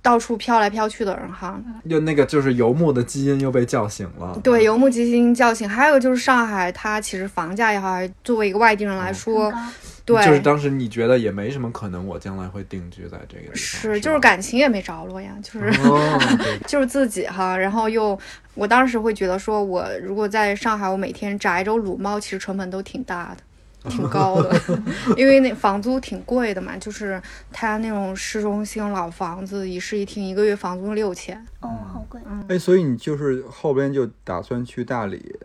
[SPEAKER 1] 到处飘来飘去的人哈，
[SPEAKER 2] 又那个就是游牧的基因又被叫醒了。
[SPEAKER 1] 对，游牧基金叫醒。还有就是上海，它其实房价也好，还作为一个外地人来说，
[SPEAKER 4] 哦
[SPEAKER 1] 对，
[SPEAKER 2] 哦就是当时你觉得也没什么可能，我将来会定居在这个地方。
[SPEAKER 1] 是
[SPEAKER 2] 是
[SPEAKER 1] 就是
[SPEAKER 2] 吧
[SPEAKER 1] 感情也没着落呀，就是、
[SPEAKER 2] 哦， 对
[SPEAKER 1] 就是自己哈，然后又。我当时会觉得，说我如果在上海，我每天炸一周卤猫，其实成本都挺大的，挺高 的，因为那房租挺贵的嘛。就是它那种市中心老房子，一室一厅，一个月房租六千。嗯
[SPEAKER 4] 哦，好贵。
[SPEAKER 5] 哎，所以你就是后边就打算去大理，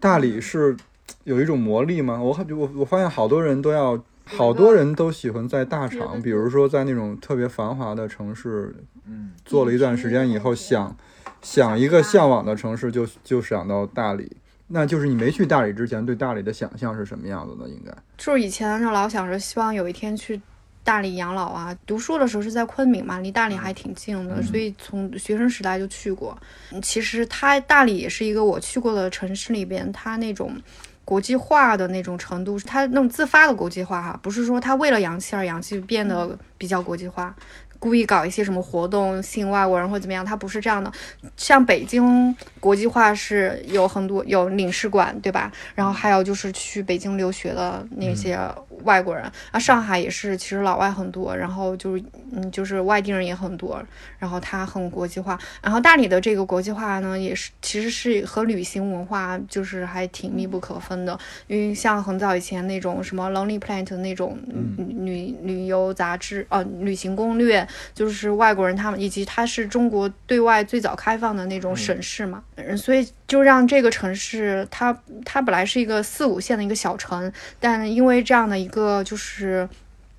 [SPEAKER 5] 大理是有一种魔力吗？我感觉我我发现好多人都要，好多人都喜欢在大厂，比如说在那种特别繁华的城市，嗯，做了一段时间以后想，想一个向往的城市就就想到大理。那就是你没去大理之前对大理的想象是什么样子的？应该
[SPEAKER 1] 就是以前就老想着希望有一天去大理养老啊。读书的时候是在昆明嘛，离大理还挺近的，所以从学生时代就去过。嗯其实它大理也是一个我去过的城市里边，它那种。国际化的那种程度，它那种自发的国际化哈，不是说它为了洋气而洋气变得比较国际化，故意搞一些什么活动吸引外国人或怎么样，它不是这样的。像北京国际化是有很多有领事馆，对吧？然后还有就是去北京留学的那些外国人、啊，上海也是，其实老外很多，然后就是嗯，就是外地人也很多，然后它很国际化。然后大理的这个国际化呢，也是其实是和旅行文化就是还挺密不可分的，因为像很早以前那种什么 Lonely Planet 那种旅旅游杂志，呃，旅行攻略，就是外国人他们以及它是中国对外最早开放的那种省市嘛，嗯、所以就让这个城市它它本来是一个四五线的一个小城，但因为这样的一个就是。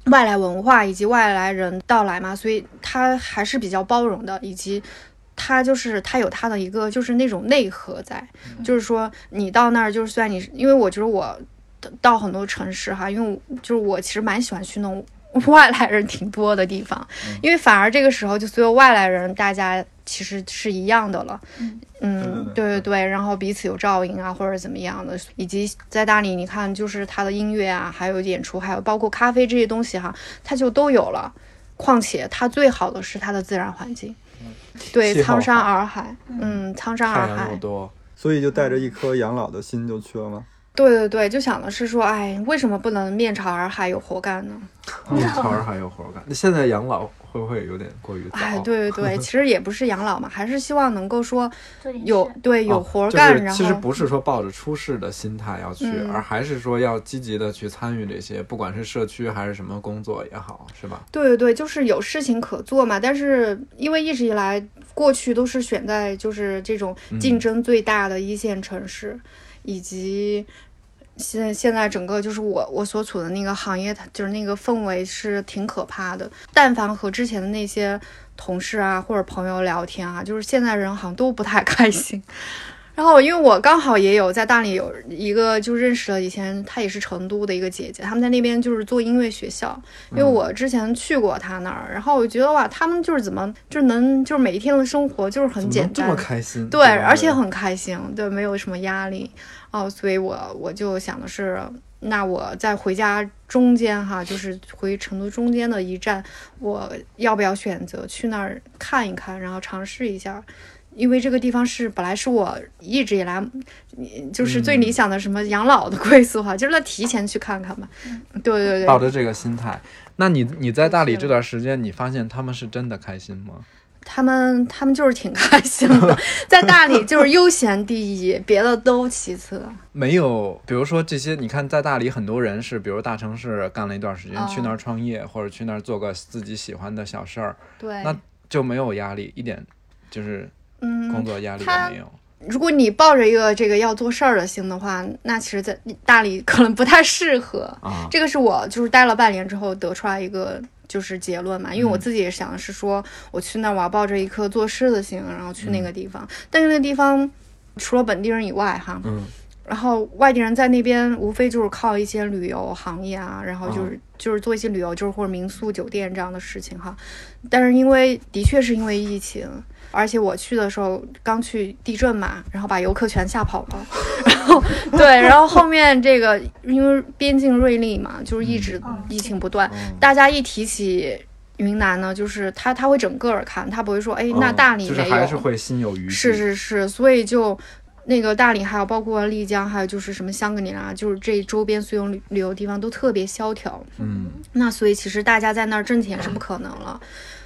[SPEAKER 1] 外来文化以及外来人到来嘛，所以它还是比较包容的，以及它就是它有它的一个就是那种内核在，就是说你到那儿，就是虽然你是因为我觉得我到到很多城市哈，因为我就是我其实蛮喜欢去那种外来人挺多的地方，因为反而这个时候就所有外来人大家其实是一样的了，嗯，对对对，然后彼此有照应啊或者怎么样的，以及在大理你看就是它的音乐啊，还有演出，还有包括咖啡这些东西哈，它就都有了。况且它最好的是它的自然环境，对，
[SPEAKER 5] 气候
[SPEAKER 1] 苍山
[SPEAKER 5] 好
[SPEAKER 1] 洱海，嗯，苍
[SPEAKER 3] 啊
[SPEAKER 1] 山洱
[SPEAKER 2] 太阳
[SPEAKER 1] 海
[SPEAKER 2] 又，多，
[SPEAKER 5] 所以就带着一颗养老的心就去了吗？
[SPEAKER 1] 对对对，就想的是说，哎，为什么不能面朝洱海有活干呢？
[SPEAKER 2] 面朝洱海有活干。那现在养老会不会有点过于早？
[SPEAKER 1] 哎，对对 对，其实也不是养老嘛，还是希望能够说
[SPEAKER 4] 做点
[SPEAKER 1] 有
[SPEAKER 4] 事
[SPEAKER 1] 对
[SPEAKER 2] 哦
[SPEAKER 1] 有活儿
[SPEAKER 2] 就
[SPEAKER 1] 干，
[SPEAKER 2] 是
[SPEAKER 1] 然后
[SPEAKER 2] 其实不是说抱着出世的心态要去，
[SPEAKER 1] 嗯
[SPEAKER 2] 而还是说要积极的去参与这些，不管是社区还是什么工作也好，是吧？
[SPEAKER 1] 对对对，就是有事情可做嘛。但是因为一直以来，过去都是选在就是这种
[SPEAKER 2] 嗯
[SPEAKER 1] 竞争最大的一线城市，以及现在现在整个就是我我所处的那个行业，它就是那个氛围是挺可怕的。但凡和之前的那些同事啊或者朋友聊天啊，就是现在人好像都不太开心。 然后，因为我刚好也有在大理有一个就认识了，以前她也是成都的一个姐姐，他们在那边就是做音乐学校，因为我之前去过他那儿，然后我觉得哇，他们就是怎么就能就是每一天的生活就是很
[SPEAKER 2] 怎么
[SPEAKER 1] 简
[SPEAKER 2] 能这
[SPEAKER 1] 单
[SPEAKER 2] 么，开心，啊
[SPEAKER 1] 对，
[SPEAKER 2] 吧
[SPEAKER 1] 而且很开心，对，没有什么压力哦，所以我我就想的是，那我在回家中间哈，就是回成都中间的一站，我要不要选择去那儿看一看，然后尝试一下。因为这个地方是本来是我一直以来，嗯就是最理想的什么养老的归宿哈，就是那提前去看看吧。对对对，
[SPEAKER 2] 嗯抱着这个心态。那你你在大理这段时间，你发现他们是真的开心吗？
[SPEAKER 1] 他们他们就是挺开心的，在大理就是悠闲第一，别的都其次。
[SPEAKER 2] 没有，比如说这些，你看在大理很多人是，比如大城市干了一段时间，
[SPEAKER 1] 哦
[SPEAKER 2] 去那儿创业或者去那儿做个自己喜欢的小事儿，
[SPEAKER 1] 对，
[SPEAKER 2] 那就没有压力，一点就是工
[SPEAKER 1] 嗯，
[SPEAKER 2] 作压力
[SPEAKER 1] 他
[SPEAKER 2] 也没有。
[SPEAKER 1] 如果你抱着一个这个要做事儿的心的话，那其实，在大理可能不太适合。
[SPEAKER 2] 啊，
[SPEAKER 1] 这个是我就是待了半年之后得出来一个就是结论嘛，因为我
[SPEAKER 2] 嗯
[SPEAKER 1] 自己也想的是说，我去那儿我要抱着一颗做事的心，然后去那
[SPEAKER 2] 嗯
[SPEAKER 1] 个地方。但是那个地方除了本地人以外，哈，
[SPEAKER 2] 嗯，
[SPEAKER 1] 然后外地人在那边无非就是靠一些旅游行业啊，然后就是、就是做一些旅游，就是或者民宿、酒店这样的事情哈。但是因为的确是因为疫情，而且我去的时候刚去地震嘛，然后把游客全吓跑了。 然后对，然后后面这个因为边境瑞丽嘛，就是
[SPEAKER 2] 嗯
[SPEAKER 1] 一直疫情不断，
[SPEAKER 3] 嗯
[SPEAKER 1] 大家一提起。云南呢，就是他他会整个儿看，他不会说，哎，那
[SPEAKER 2] 嗯
[SPEAKER 1] 大理
[SPEAKER 2] 就是
[SPEAKER 1] 没有，
[SPEAKER 2] 还是会心有余悸。
[SPEAKER 1] 是是是，所以就那个大理，还有包括丽江，还有就是什么香格里拉，就是这周边所有旅旅游地方都特别萧条。
[SPEAKER 2] 嗯，
[SPEAKER 1] 那所以其实大家在那儿挣钱是不可能了，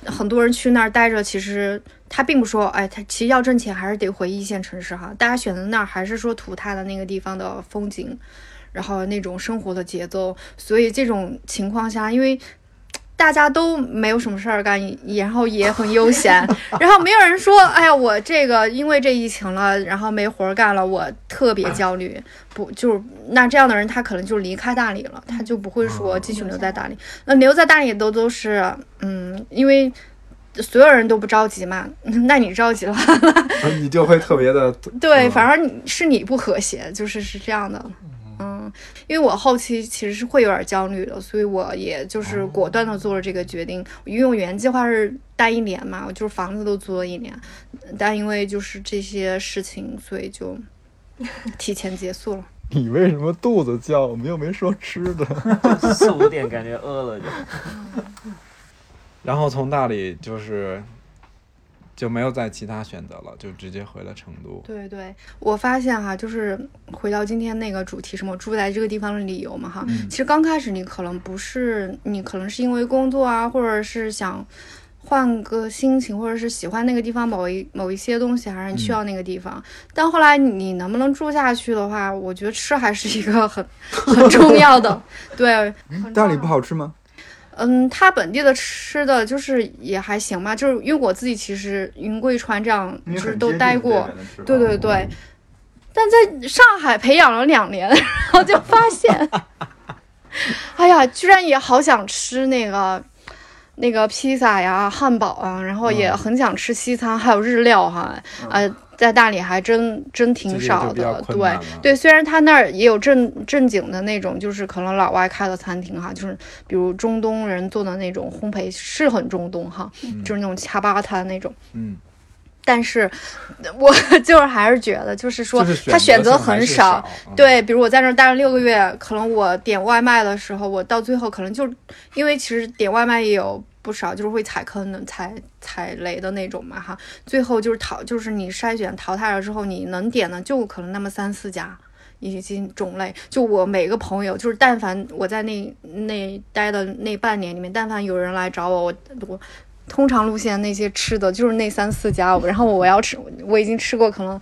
[SPEAKER 1] 很多人去那儿待着，其实他并不说，哎，他其实要挣钱还是得回一线城市哈。大家选择那儿还是说图他的那个地方的风景，然后那种生活的节奏。所以这种情况下，因为大家都没有什么事儿干，也然后也很悠闲，然后没有人说，哎呀，我这个因为这疫情了，然后没活儿干了，我特别焦虑。不，就是那这样的人，他可能就离开大理了，他就不会说继续留在大理。那留在大理都都是，嗯，因为所有人都不着急嘛，那你着急了，
[SPEAKER 3] 你就会特别的
[SPEAKER 1] 对，
[SPEAKER 3] 嗯
[SPEAKER 1] 反而你是你不和谐，就是是这样的。嗯，因为我后期其实是会有点焦虑的，所以我也就是果断的做了这个决定。因为我原计划是待一年嘛，我就是房子都租了一年，但因为就是这些事情，所以就提前结束了。
[SPEAKER 5] 你为什么肚子叫？我们又没说吃的。
[SPEAKER 6] 四五点感觉饿了就。
[SPEAKER 2] 然后从大理就是就没有再其他选择了，就直接回了成都。
[SPEAKER 1] 对对，我发现哈、就是回到今天那个主题，什么住在这个地方的理由嘛哈。
[SPEAKER 3] 嗯
[SPEAKER 1] 其实刚开始你可能不是，你可能是因为工作啊，或者是想换个心情，或者是喜欢那个地方某一某一些东西，还是
[SPEAKER 3] 嗯
[SPEAKER 1] 你需要那个地方。但后来你能不能住下去的话，我觉得吃还是一个很很重要的。对，
[SPEAKER 3] 嗯大理不好吃吗？
[SPEAKER 1] 嗯，它本地的吃的就是也还行吧，就是因为我自己其实云贵川这样
[SPEAKER 3] 你
[SPEAKER 1] 就是
[SPEAKER 3] 很
[SPEAKER 1] 都
[SPEAKER 3] 接近
[SPEAKER 1] 待
[SPEAKER 3] 这
[SPEAKER 1] 过
[SPEAKER 3] 边。的吃法
[SPEAKER 1] 对对对，但在上海培养了两年， 然后就发现， 哎呀，居然也好想吃那个那个披萨呀、汉堡啊，然后
[SPEAKER 2] 嗯
[SPEAKER 1] 也很想吃西餐，还有日料哈、呃，在大理还真真
[SPEAKER 2] 这
[SPEAKER 1] 挺
[SPEAKER 2] 个就
[SPEAKER 1] 少
[SPEAKER 2] 比较
[SPEAKER 1] 的，
[SPEAKER 2] 困
[SPEAKER 1] 对
[SPEAKER 2] 难。了
[SPEAKER 1] 对，虽然他那儿也有正正经的那种，就是可能老外开的餐厅哈，就是比如中东人做的那种烘焙是很中东哈，就是那种恰巴塔那种。
[SPEAKER 2] 嗯，
[SPEAKER 1] 但是呃我 就是还是觉得，就是说
[SPEAKER 2] 就是
[SPEAKER 1] 他选择
[SPEAKER 2] 性还
[SPEAKER 1] 很
[SPEAKER 2] 是
[SPEAKER 1] 少。
[SPEAKER 2] 少，嗯，
[SPEAKER 1] 对，比如我在那儿待了六个月，可能我点外卖的时候，我到最后可能就因为其实点外卖也有不少就是会踩坑的、踩踩雷的那种嘛哈。最后就是淘，就是你筛选淘汰了之后，你能点的就可能那么三四家。以及种类，就我每个朋友，就是但凡我在那那待的那半年里面，但凡有人来找我，我我通常路线那些吃的就是那三四家，然后我要吃，我已经吃过可能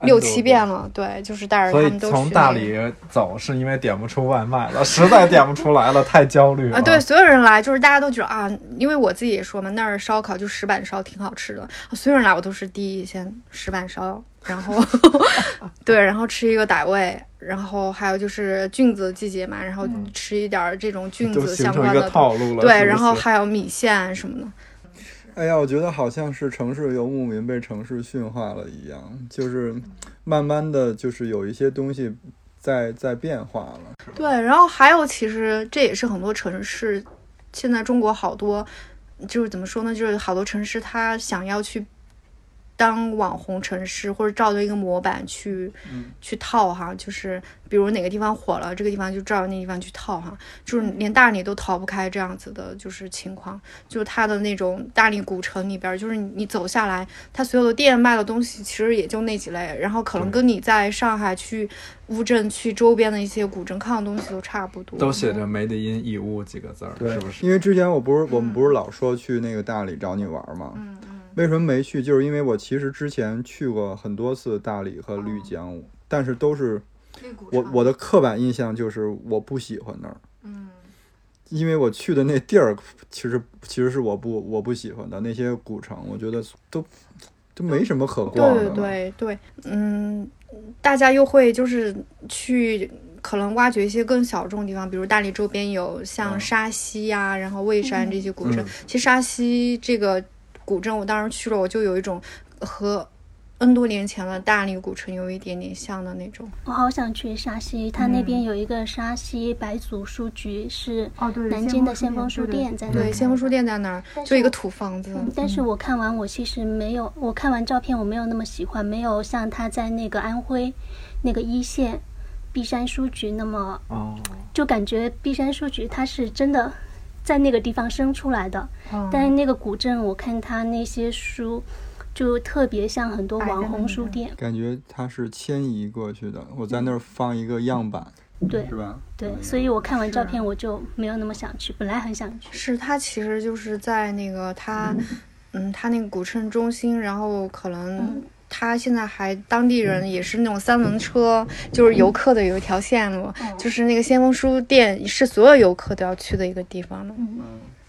[SPEAKER 1] 六七遍了，对，就是带着
[SPEAKER 2] 所
[SPEAKER 1] 他
[SPEAKER 2] 以
[SPEAKER 1] 们都
[SPEAKER 2] 从
[SPEAKER 1] 去
[SPEAKER 2] 大
[SPEAKER 1] 那个
[SPEAKER 2] 理走是因为点不出外卖了，实在点不出来了，太焦虑了。
[SPEAKER 1] 啊，对，，所有人来就是大家都觉得啊，因为我自己也说嘛，那儿烧烤就石板烧挺好吃的，所有人来我都是第一先石板烧，然 后 对，然后吃一个傣味，然后还有就是菌子季节嘛，然后吃一点儿这种菌
[SPEAKER 2] 嗯就
[SPEAKER 1] 子
[SPEAKER 2] 形
[SPEAKER 1] 相
[SPEAKER 2] 成一
[SPEAKER 1] 关
[SPEAKER 2] 个
[SPEAKER 1] 的，
[SPEAKER 2] 套路了。
[SPEAKER 1] 对，
[SPEAKER 2] 是不
[SPEAKER 1] 然后
[SPEAKER 2] 是
[SPEAKER 1] 还有米线什么的，
[SPEAKER 5] 哎呀，我觉得好像是城市游牧民被城市驯化了一样，就是慢慢的就是有一些东西在在变化了。
[SPEAKER 1] 对，然后还有，其实这也是很多城市，现在中国好多，就是怎么说呢，就是好多城市它想要去当网红城市，或者照着一个模板去、去套哈，就是比如哪个地方火了，这个地方就照着那地方去套哈，就是连大理都逃不开这样子的，就是情况，就是它的那种大理古城里边儿，就是你你走下来，它所有的店卖的东西其实也就那几类，然后可能跟你在上海去。乌镇去周边的一些古镇看的东西都差不多，
[SPEAKER 2] 都写着 “made in 义乌”几个字儿，
[SPEAKER 5] 对，
[SPEAKER 2] 是不是？
[SPEAKER 5] 因为之前我不是
[SPEAKER 1] 嗯
[SPEAKER 5] 我们不是老说去那个大理找你玩吗？嗯嗯。为什么没去？就是因为我其实之前去过很多次大理和丽江，但是都是我我的刻板印象就是我不喜欢那儿。嗯。因为我去的那地儿，其实其实是我不我不喜欢的那些古城，我觉得都都没什么可逛
[SPEAKER 1] 对
[SPEAKER 5] 的了。
[SPEAKER 1] 对对，嗯，大家又会就是去可能挖掘一些更小众的地方，比如大理周边有
[SPEAKER 5] 嗯
[SPEAKER 1] 像沙溪呀、然后蔚山这些古镇。其实沙溪这个古镇，我当时去了，我就有一种和 N 多年前的大理古城有一点点像的那种。
[SPEAKER 4] 我好想去沙溪，它那边有一个沙溪白族书局，是
[SPEAKER 9] 哦对
[SPEAKER 4] 南京的先锋书店在那
[SPEAKER 1] 对，
[SPEAKER 4] 里。
[SPEAKER 1] 先锋书店在那儿，就一个土房子。
[SPEAKER 4] 嗯但是我看完，我其实没有，我看完照片，我没有那么喜欢，没有像他在那个安徽那个一线璧山书局那么，
[SPEAKER 2] 哦，
[SPEAKER 4] 就感觉璧山书局它是真的在那个地方生出来的，
[SPEAKER 1] 嗯
[SPEAKER 4] 但是那个古镇，我看它那些书就特别像很多网红书店，
[SPEAKER 1] 嗯
[SPEAKER 5] 感觉它是迁移过去的，我在那儿放一个样板，
[SPEAKER 4] 对
[SPEAKER 5] 是吧？
[SPEAKER 4] 对，所以我看完照片我就没有那么想去，本来很想去。
[SPEAKER 1] 是它其实就是在那个它，嗯，它那个古城中心，然后可
[SPEAKER 4] 嗯
[SPEAKER 1] 能它现在还当地人也是那种三轮车，就是
[SPEAKER 4] 嗯
[SPEAKER 1] 游客的有一条线路，就是那个先锋书店是所有游客都要去的一个地方了。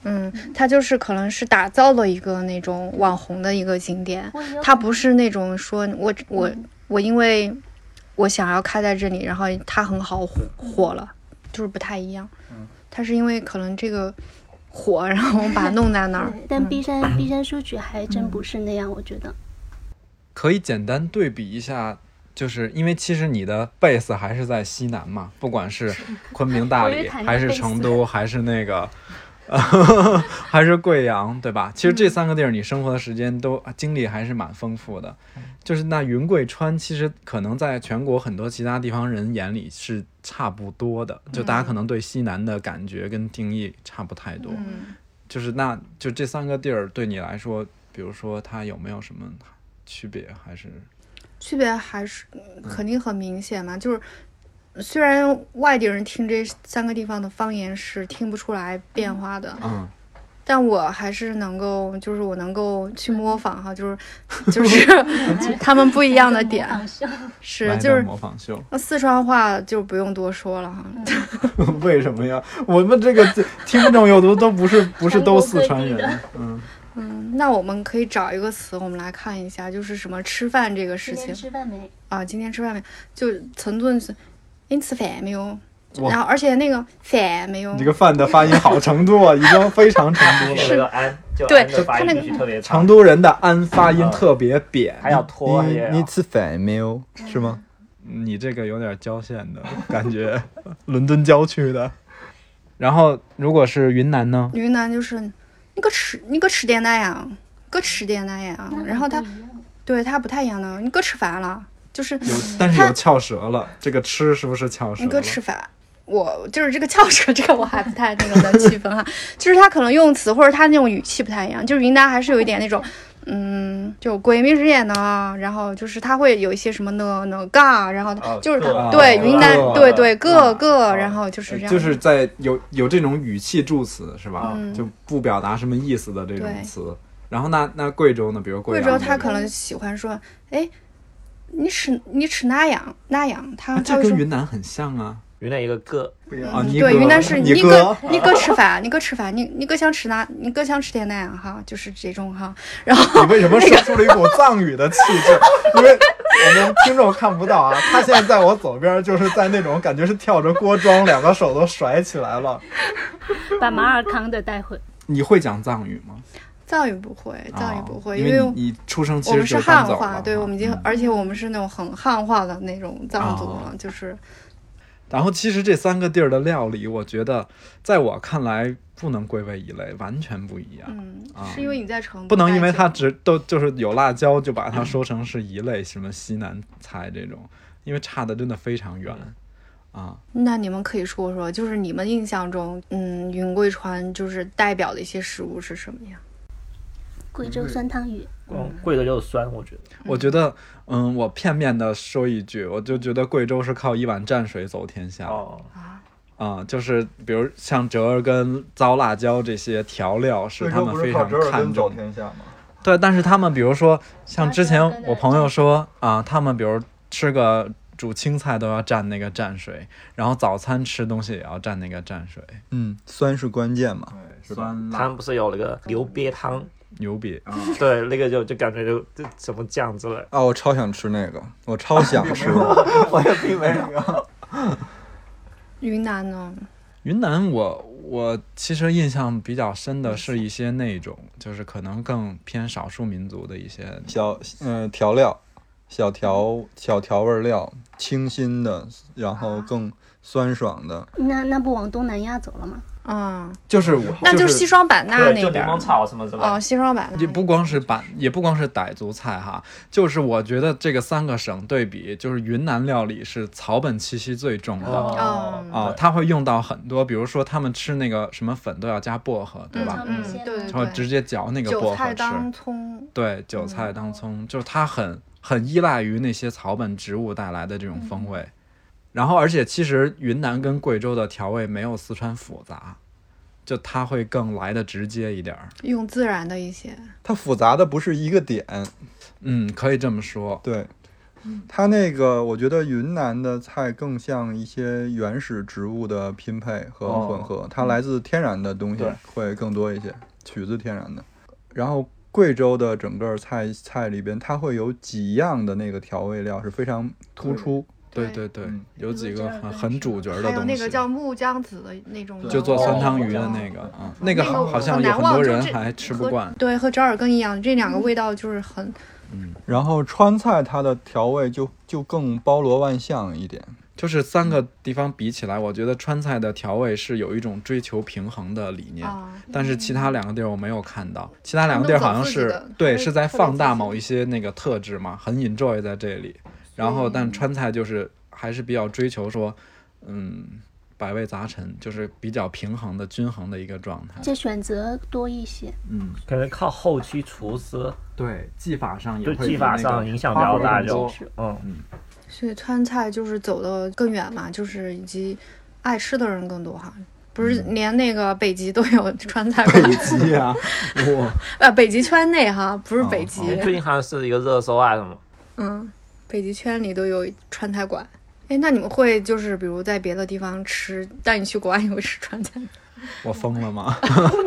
[SPEAKER 1] 嗯，它就是可能是打造了一个那种网红的一个景点，它不是那种说我我我因为我想要开在这里，然后
[SPEAKER 2] 嗯
[SPEAKER 1] 它很好火火了，就是不太一样。它是因为可能这个火，然后把它弄在 那儿。嗯
[SPEAKER 4] 对但璧 山璧山书局还真不是那样，我觉得。
[SPEAKER 2] 可以简单对比一下，就是因为其实你的 base 还是在西南嘛，不管是昆明、大
[SPEAKER 4] 我以
[SPEAKER 2] 理，
[SPEAKER 4] 为谈
[SPEAKER 2] 还是
[SPEAKER 4] base
[SPEAKER 2] 成都，还是那个， 还是贵阳，对吧？其实这三个地儿你生活的时间都经历还是蛮丰富的。就是那云贵川，其实可能在全国很多其他地方人眼里是差不多的，就大家可能对西南的感觉跟定义差不太多。
[SPEAKER 1] 嗯，
[SPEAKER 2] 就是那就这三个地儿对你来说，比如说它有没有什么区别，还是？
[SPEAKER 1] 区别还是嗯肯定很明显嘛，就是。虽然外地人听这三个地方的方言是听不出来变化的，
[SPEAKER 2] 嗯，
[SPEAKER 1] 但我还是能够，就是我能够去模仿哈，就是就是 他们不一样的点是
[SPEAKER 2] 来
[SPEAKER 1] 就
[SPEAKER 2] 点
[SPEAKER 1] 是
[SPEAKER 2] 模仿秀，
[SPEAKER 1] 四川话就不用多说了哈，
[SPEAKER 2] 为什么呀？我们这个听众有的都不是不是都四川
[SPEAKER 4] 全国各
[SPEAKER 2] 人，嗯，
[SPEAKER 1] 嗯，那我们可以找一个词，我们来看一下，就是什么吃饭这个事
[SPEAKER 4] 今天
[SPEAKER 1] 情
[SPEAKER 4] 吃饭没？
[SPEAKER 1] 啊。今天吃饭没？就成顿是，你吃饭没有？
[SPEAKER 2] 哇
[SPEAKER 1] 然后而且那个饭没有
[SPEAKER 2] 你，这个饭的发音好成都啊，已经非常成都
[SPEAKER 6] 那
[SPEAKER 2] 了。
[SPEAKER 6] 个安，就
[SPEAKER 1] 对
[SPEAKER 6] 安的发
[SPEAKER 1] 他那
[SPEAKER 6] 音
[SPEAKER 1] 个
[SPEAKER 6] 必须特别
[SPEAKER 2] 成
[SPEAKER 6] 长，
[SPEAKER 2] 都人的安发音特别扁，
[SPEAKER 6] 嗯还要拖
[SPEAKER 5] 你
[SPEAKER 6] 也要
[SPEAKER 5] 你吃饭没有？是吗？
[SPEAKER 2] 你这个有点郊县的感觉， 伦敦郊区的。然后如果是云南呢？
[SPEAKER 1] 云南就是你个吃你个吃点那样，个吃点那样。嗯然后他对他不太一样的，你个吃饭了，就是
[SPEAKER 2] 有，但是
[SPEAKER 1] 它
[SPEAKER 2] 有翘舌了。这个吃是不是翘舌
[SPEAKER 1] 你
[SPEAKER 2] 了
[SPEAKER 1] 个？吃饭。我就是这个翘舌，这个我还不太那个能区分哈， 就是他可能用词或者他那种语气不太一样，就是云南还是有一点那种，嗯，就闺蜜之间呢，然后就是他会有一些什么呢呢嘎，然后就是、
[SPEAKER 2] 哦
[SPEAKER 6] 哦
[SPEAKER 2] 各
[SPEAKER 1] 对
[SPEAKER 2] 啊
[SPEAKER 1] 云南
[SPEAKER 2] 各
[SPEAKER 1] 对对个
[SPEAKER 6] 啊
[SPEAKER 1] 个，
[SPEAKER 6] 啊
[SPEAKER 1] 然后就是这样，
[SPEAKER 2] 就是在有有这种语气助词是吧？
[SPEAKER 1] 嗯
[SPEAKER 2] 就不表达什么意思的这
[SPEAKER 1] 对
[SPEAKER 2] 种词。然后那那贵州呢？啊比如
[SPEAKER 1] 贵
[SPEAKER 2] 阳
[SPEAKER 1] 州
[SPEAKER 2] 这
[SPEAKER 1] 他
[SPEAKER 2] 边
[SPEAKER 1] 可能喜欢说，哎，你吃你吃哪样哪样，他
[SPEAKER 2] 啊
[SPEAKER 1] 他
[SPEAKER 2] 这
[SPEAKER 1] 会
[SPEAKER 2] 跟
[SPEAKER 1] 说。
[SPEAKER 2] 云南很像啊。
[SPEAKER 6] 云南一个个，
[SPEAKER 2] 啊，
[SPEAKER 1] 嗯
[SPEAKER 2] 你
[SPEAKER 1] 对，
[SPEAKER 2] 哥
[SPEAKER 1] 云南是
[SPEAKER 2] 你
[SPEAKER 1] 你
[SPEAKER 2] 哥
[SPEAKER 1] 哥你哥吃饭，你哥吃饭，你你哥想吃哪？你哥想吃点哪样哈？就是这种哈。然后
[SPEAKER 3] 你为什么说出了一股藏语的气质？因为我们听众看不到啊，他现在在我左边，就是在那种感觉是跳着锅庄，两个手都甩起来了。
[SPEAKER 4] 把马尔康的带回。
[SPEAKER 2] 你会讲藏语吗？
[SPEAKER 1] 藏语不会，藏语
[SPEAKER 2] 哦
[SPEAKER 1] 不会，
[SPEAKER 2] 因
[SPEAKER 1] 因为
[SPEAKER 2] 你你出生其
[SPEAKER 1] 我
[SPEAKER 2] 实
[SPEAKER 1] 们
[SPEAKER 2] 就是刚
[SPEAKER 1] 汉
[SPEAKER 2] 走
[SPEAKER 1] 化，
[SPEAKER 2] 了
[SPEAKER 1] 对
[SPEAKER 2] 哈
[SPEAKER 1] 我们已经
[SPEAKER 2] 嗯，哦
[SPEAKER 1] 而且我们是那种很汉化的那种藏族了，就是
[SPEAKER 2] 啊然后其实这三个地儿的料理，我觉得在我看来不能归为一类，完全不一样。
[SPEAKER 1] 嗯
[SPEAKER 2] 啊，
[SPEAKER 1] 是因为你在成都
[SPEAKER 2] 不能因为
[SPEAKER 1] 待久
[SPEAKER 2] 它只都就是有辣椒就把它说成是一类什么西南菜这种，因为差的真的非常远
[SPEAKER 3] 嗯
[SPEAKER 2] 啊。
[SPEAKER 1] 那你们可以说说，就是你们印象中，嗯，云贵川就是代表的一些食物是什么呀？
[SPEAKER 4] 贵州酸汤鱼，
[SPEAKER 6] 嗯，贵的就是酸，我觉得。
[SPEAKER 2] 我觉得，嗯，我片面的说一句，我就觉得贵州是靠一碗蘸水走天下。
[SPEAKER 6] 哦，
[SPEAKER 2] 啊、就是比如像折耳根、糟辣椒这些调料是
[SPEAKER 3] 贵
[SPEAKER 2] 他
[SPEAKER 3] 州
[SPEAKER 2] 们
[SPEAKER 3] 不
[SPEAKER 2] 非
[SPEAKER 3] 是靠
[SPEAKER 2] 常
[SPEAKER 3] 折耳根
[SPEAKER 2] 看
[SPEAKER 3] 走
[SPEAKER 2] 重的。
[SPEAKER 3] 天下吗？
[SPEAKER 2] 对，但是他们比如说像之前
[SPEAKER 4] 辣椒跟那
[SPEAKER 2] 我
[SPEAKER 4] 个
[SPEAKER 2] 朋友说啊、他们比如吃个煮青菜都要蘸那个蘸水，然后早餐吃东西也要蘸那个蘸水，
[SPEAKER 5] 嗯，酸是关键嘛。
[SPEAKER 3] 是吧？
[SPEAKER 6] 他们不是有那个牛瘪汤，
[SPEAKER 2] 牛啊瘪。
[SPEAKER 6] 对，那个就就感觉就就什么酱之类。
[SPEAKER 5] 啊，我超想吃那个，我超想 吃。
[SPEAKER 2] 啊
[SPEAKER 3] 我也并没有。
[SPEAKER 1] 云南呢？
[SPEAKER 2] 云南我我其实印象比较深的是一些那种就是可能更偏少数民族的一些
[SPEAKER 5] 小嗯、调料，小调小调味料，清新的，然后更酸爽的。
[SPEAKER 4] 那那不往东南亚走了吗？
[SPEAKER 1] 啊、
[SPEAKER 2] 就是我
[SPEAKER 1] 那就是
[SPEAKER 2] 是
[SPEAKER 1] 西双版纳
[SPEAKER 6] 对，
[SPEAKER 1] 那
[SPEAKER 6] 就
[SPEAKER 1] 边
[SPEAKER 6] 柠
[SPEAKER 1] 儿
[SPEAKER 6] 檬草什么之类
[SPEAKER 1] 哦，
[SPEAKER 6] 的。
[SPEAKER 1] 西双版纳
[SPEAKER 2] 也不光是板，也不光是傣族菜哈，就是我觉得这个三个省对比，就是云南料理是草本气息最重的。
[SPEAKER 1] 哦
[SPEAKER 2] 啊，它会用到很多，比如说他们吃那个什么粉都要加薄荷，对吧？
[SPEAKER 1] 嗯，对对
[SPEAKER 2] 他会
[SPEAKER 1] 对，
[SPEAKER 2] 直接嚼那个薄
[SPEAKER 1] 韭
[SPEAKER 2] 荷
[SPEAKER 1] 菜
[SPEAKER 2] 吃。
[SPEAKER 1] 当葱，
[SPEAKER 2] 对，韭
[SPEAKER 1] 哦
[SPEAKER 2] 菜当葱，就是它很很依赖于那些草本植物带来
[SPEAKER 1] 嗯
[SPEAKER 2] 的这种风味。然后，而且其实云南跟贵州的调味没有四川复杂，就它会更来的直接一点儿。
[SPEAKER 1] 用自然的一些，
[SPEAKER 5] 它复杂的不是一个点，
[SPEAKER 2] 嗯，可以这么说。
[SPEAKER 5] 对。它那个，我觉得云南的菜更像一些原始植物的拼配和混合，它来自天然的东西
[SPEAKER 6] 对
[SPEAKER 5] 会更多一些，取自天然的。然后贵州的整个菜菜里边，它会有几样的那个调味料是非常突出，
[SPEAKER 2] 对
[SPEAKER 1] 对
[SPEAKER 2] 对对
[SPEAKER 3] 嗯，
[SPEAKER 2] 有几个很
[SPEAKER 9] 是
[SPEAKER 2] 很主角的
[SPEAKER 1] 还有
[SPEAKER 2] 东
[SPEAKER 1] 那
[SPEAKER 2] 西，
[SPEAKER 1] 个叫哦木姜子的那种
[SPEAKER 2] 就
[SPEAKER 1] 羊
[SPEAKER 2] 做
[SPEAKER 1] 肉
[SPEAKER 2] 酸汤鱼的那个，嗯，那个
[SPEAKER 1] 那个
[SPEAKER 2] 好好像
[SPEAKER 1] 很
[SPEAKER 2] 有
[SPEAKER 1] 难
[SPEAKER 2] 很
[SPEAKER 1] 忘
[SPEAKER 2] 多
[SPEAKER 1] 就
[SPEAKER 2] 人
[SPEAKER 1] 这
[SPEAKER 2] 还吃不
[SPEAKER 1] 和
[SPEAKER 2] 惯，
[SPEAKER 1] 对，和折耳根一样，这两个味道就是很
[SPEAKER 5] 然后川菜它的调味就就更包罗万象一点。
[SPEAKER 2] 就是三个地方比起来，我觉得川菜的调味是有一种追求平衡的理念，
[SPEAKER 1] 啊，
[SPEAKER 2] 但是其他两个地儿我没有看到，其他两个
[SPEAKER 1] 嗯
[SPEAKER 2] 地
[SPEAKER 1] 弄
[SPEAKER 2] 儿
[SPEAKER 1] 走
[SPEAKER 2] 好像
[SPEAKER 1] 自己
[SPEAKER 2] 是
[SPEAKER 1] 的
[SPEAKER 2] 对
[SPEAKER 1] 特
[SPEAKER 2] 是在
[SPEAKER 1] 特别
[SPEAKER 2] 放大
[SPEAKER 1] 自
[SPEAKER 2] 某一些那个特质嘛，很 enjoy 在这里。然
[SPEAKER 1] 嗯
[SPEAKER 2] 后，但川菜就是还是比较追求说，嗯，百味杂陈，就是比较平衡的、均衡的一个状态
[SPEAKER 4] 而。且选择多一些。
[SPEAKER 2] 嗯，
[SPEAKER 6] 可能靠后期厨师，
[SPEAKER 2] 对，技法上也
[SPEAKER 6] 就
[SPEAKER 2] 会
[SPEAKER 6] 技
[SPEAKER 2] 比
[SPEAKER 6] 法
[SPEAKER 2] 那
[SPEAKER 6] 上
[SPEAKER 2] 个
[SPEAKER 6] 影响比
[SPEAKER 2] 花
[SPEAKER 6] 较
[SPEAKER 2] 活
[SPEAKER 6] 大，
[SPEAKER 2] 更
[SPEAKER 6] 就
[SPEAKER 2] 多
[SPEAKER 6] 嗯，
[SPEAKER 1] 所以川菜就是走的更远嘛，就是以及爱吃的人更多哈。不是
[SPEAKER 5] 嗯
[SPEAKER 1] 连那个北极都 有川菜馆，
[SPEAKER 5] 对呀、啊哇， 哦
[SPEAKER 1] 呃，北极圈内哈，不是北极，
[SPEAKER 6] 最近好像是一个热搜啊什么，
[SPEAKER 1] 嗯，北极圈里都有川菜馆。哎，那你们会就是比如在别的地方吃，带你去国外 你会吃川菜吗？
[SPEAKER 2] 我疯了吗？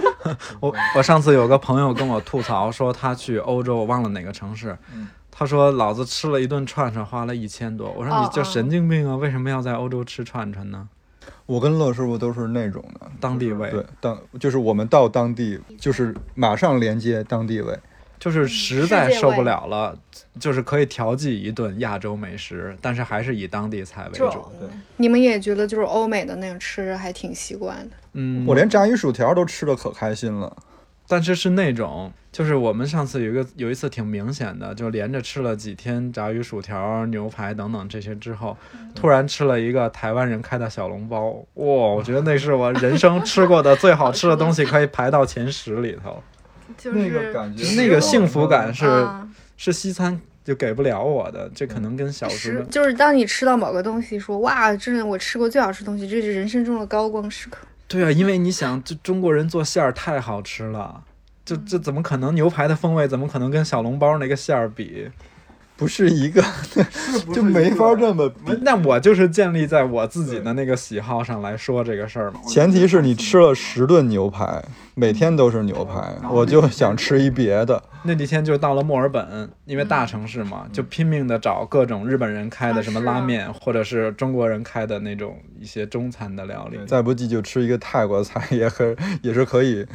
[SPEAKER 2] 我我上次有个朋友跟我吐槽说，他去欧洲，我忘了哪个城市，
[SPEAKER 5] 嗯
[SPEAKER 2] 他说老子吃了一顿串串，花了一千多。我说
[SPEAKER 1] 哦
[SPEAKER 2] 你这
[SPEAKER 1] 哦
[SPEAKER 2] 神经病啊，为什么要在欧洲吃串串呢？
[SPEAKER 5] 我跟乐师傅都是那种的，
[SPEAKER 2] 当地味，
[SPEAKER 5] 对，当就是我们到当地就是马上连接当地味，
[SPEAKER 2] 就是实在
[SPEAKER 1] 嗯世界
[SPEAKER 2] 受不
[SPEAKER 1] 味
[SPEAKER 2] 了了，就是可以调剂一顿亚洲美食，但是还是以当地菜为
[SPEAKER 1] 就
[SPEAKER 2] 主。
[SPEAKER 1] 你们也觉得就是欧美的那个吃还挺习惯的，
[SPEAKER 2] 嗯，
[SPEAKER 5] 我连炸鱼薯条都吃的可开心了。
[SPEAKER 2] 但是是那种，就是我们上次有一个有一次挺明显的，就连着吃了几天炸鱼薯条、牛排等等这些之后，
[SPEAKER 1] 嗯
[SPEAKER 2] 突然吃了一个台湾人开的小笼包，哇！我觉得那是我人生吃过的最好吃的东西，可以排到前十里头。
[SPEAKER 1] 就
[SPEAKER 5] 那个感觉，
[SPEAKER 2] 那个幸福感是、
[SPEAKER 1] 啊，
[SPEAKER 2] 是西餐就给不了我的，这可能跟小时候
[SPEAKER 1] 是就是当你吃到某个东西，说哇，这是我吃过最好吃的东西，这是人生中的高光时刻。
[SPEAKER 2] 对啊，因为你想，这中国人做馅儿太好吃了，这这怎么可能？牛排的风味怎么可能跟小笼包那个馅儿比？
[SPEAKER 5] 不是一个， 就没法这么比。
[SPEAKER 2] 呃那我就是建立在我自己的那个喜好上来说这个事儿嘛。
[SPEAKER 5] 前提是你吃了十顿牛排，每天都是牛排，我就想吃一别的。
[SPEAKER 2] 那几天就到了墨尔本，因为大城市嘛，
[SPEAKER 6] 嗯
[SPEAKER 2] 就拼命的找各种日本人开的什么拉面，或者是中国人开的那种一些中餐的料理。
[SPEAKER 5] 再不济就吃一个泰国菜，也很也是可以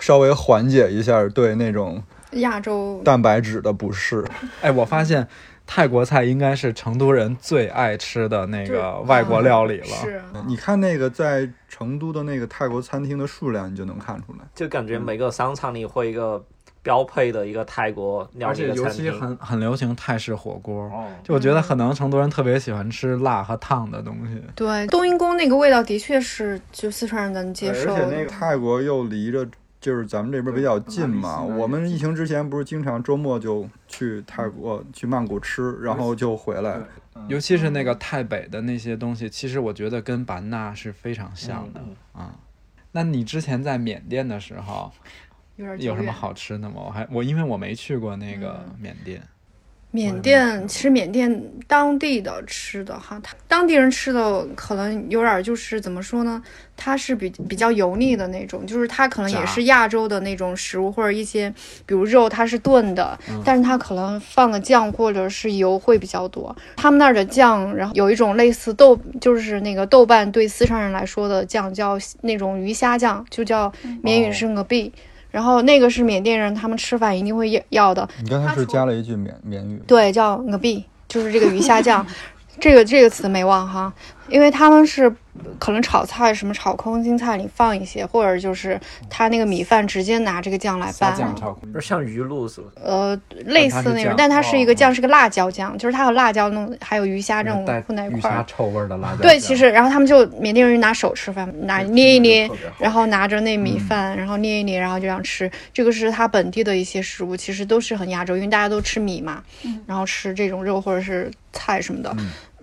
[SPEAKER 5] 稍微缓解一下对那种
[SPEAKER 1] 亚洲
[SPEAKER 5] 蛋白质的不适。
[SPEAKER 2] 哎，我发现泰国菜应该是成都人最爱吃的那个外国料理了。
[SPEAKER 1] 啊是
[SPEAKER 5] 你看那个在成都的那个泰国餐厅的数量，你就能看出来。
[SPEAKER 6] 就感觉每个商场里会有一个标配的一个泰国料
[SPEAKER 2] 而
[SPEAKER 6] 理
[SPEAKER 2] 且
[SPEAKER 6] 的
[SPEAKER 2] 尤
[SPEAKER 6] 餐
[SPEAKER 2] 其
[SPEAKER 6] 厅，
[SPEAKER 2] 很很流行泰式火锅，
[SPEAKER 3] 哦，
[SPEAKER 2] 就我觉得可能成都人特别喜欢吃辣和烫的东西。
[SPEAKER 1] 对东阴宫那个味道的确是就四川人能接受
[SPEAKER 5] 而且那个泰国又离着就是咱们这边比较近嘛，
[SPEAKER 1] 嗯
[SPEAKER 5] 我们疫情之前不是经常周末就去泰国、去曼谷吃，然后就回来。
[SPEAKER 2] 尤其是那个太北的那些东西，其实我觉得跟版纳是非常
[SPEAKER 3] 嗯
[SPEAKER 2] 像的啊、那你之前在缅甸的时候
[SPEAKER 1] 有点
[SPEAKER 2] 有
[SPEAKER 1] 久
[SPEAKER 2] 什么
[SPEAKER 1] 远。
[SPEAKER 2] 好吃的吗？我还我因为我没去过那个
[SPEAKER 1] 嗯
[SPEAKER 2] 缅甸，
[SPEAKER 1] 缅甸其实缅甸当地的吃的哈，它当地人吃的可能有点就是怎么说呢，它是比比较油腻的那种，就是它可能也
[SPEAKER 2] 炸
[SPEAKER 1] 是亚洲的那种食物或者一些，比如肉它是炖的，但是它可能放的酱或者是油会比较多。他们那儿的酱，然后有一种类似豆，就是那个豆瓣对四川人来说的酱叫那种鱼虾酱，就叫缅语生个币。然后那个是缅甸人，他们吃饭一定会要的，
[SPEAKER 5] 你刚才是加了一句缅缅语，
[SPEAKER 1] 对，叫鹅币，就是这个鱼虾 酱，这个这个词没忘哈，因为他们是可能炒菜什么炒空心菜里放一些，或者就是他那个米饭直接拿这个酱来
[SPEAKER 2] 虾
[SPEAKER 1] 啊拌，
[SPEAKER 2] 酱炒空
[SPEAKER 6] 就像鱼露似的，
[SPEAKER 1] 呃，类似那种，但它
[SPEAKER 2] 哦
[SPEAKER 1] 是一个酱，是个辣椒酱，就是它有辣椒弄，还有鱼虾这种
[SPEAKER 2] 带
[SPEAKER 1] 混在一
[SPEAKER 2] 鱼
[SPEAKER 1] 块
[SPEAKER 2] 虾
[SPEAKER 1] 儿。
[SPEAKER 2] 臭味儿的辣椒酱。
[SPEAKER 1] 对，其实然后他们就缅甸人拿手吃饭，拿捏一捏
[SPEAKER 5] 特别好，
[SPEAKER 1] 然后拿着那米饭，然后捏一捏，然后就这样吃。这个是他本地的一些食物，其实都是很亚洲，因为大家都吃米嘛，然后吃这种肉或者是菜什么的。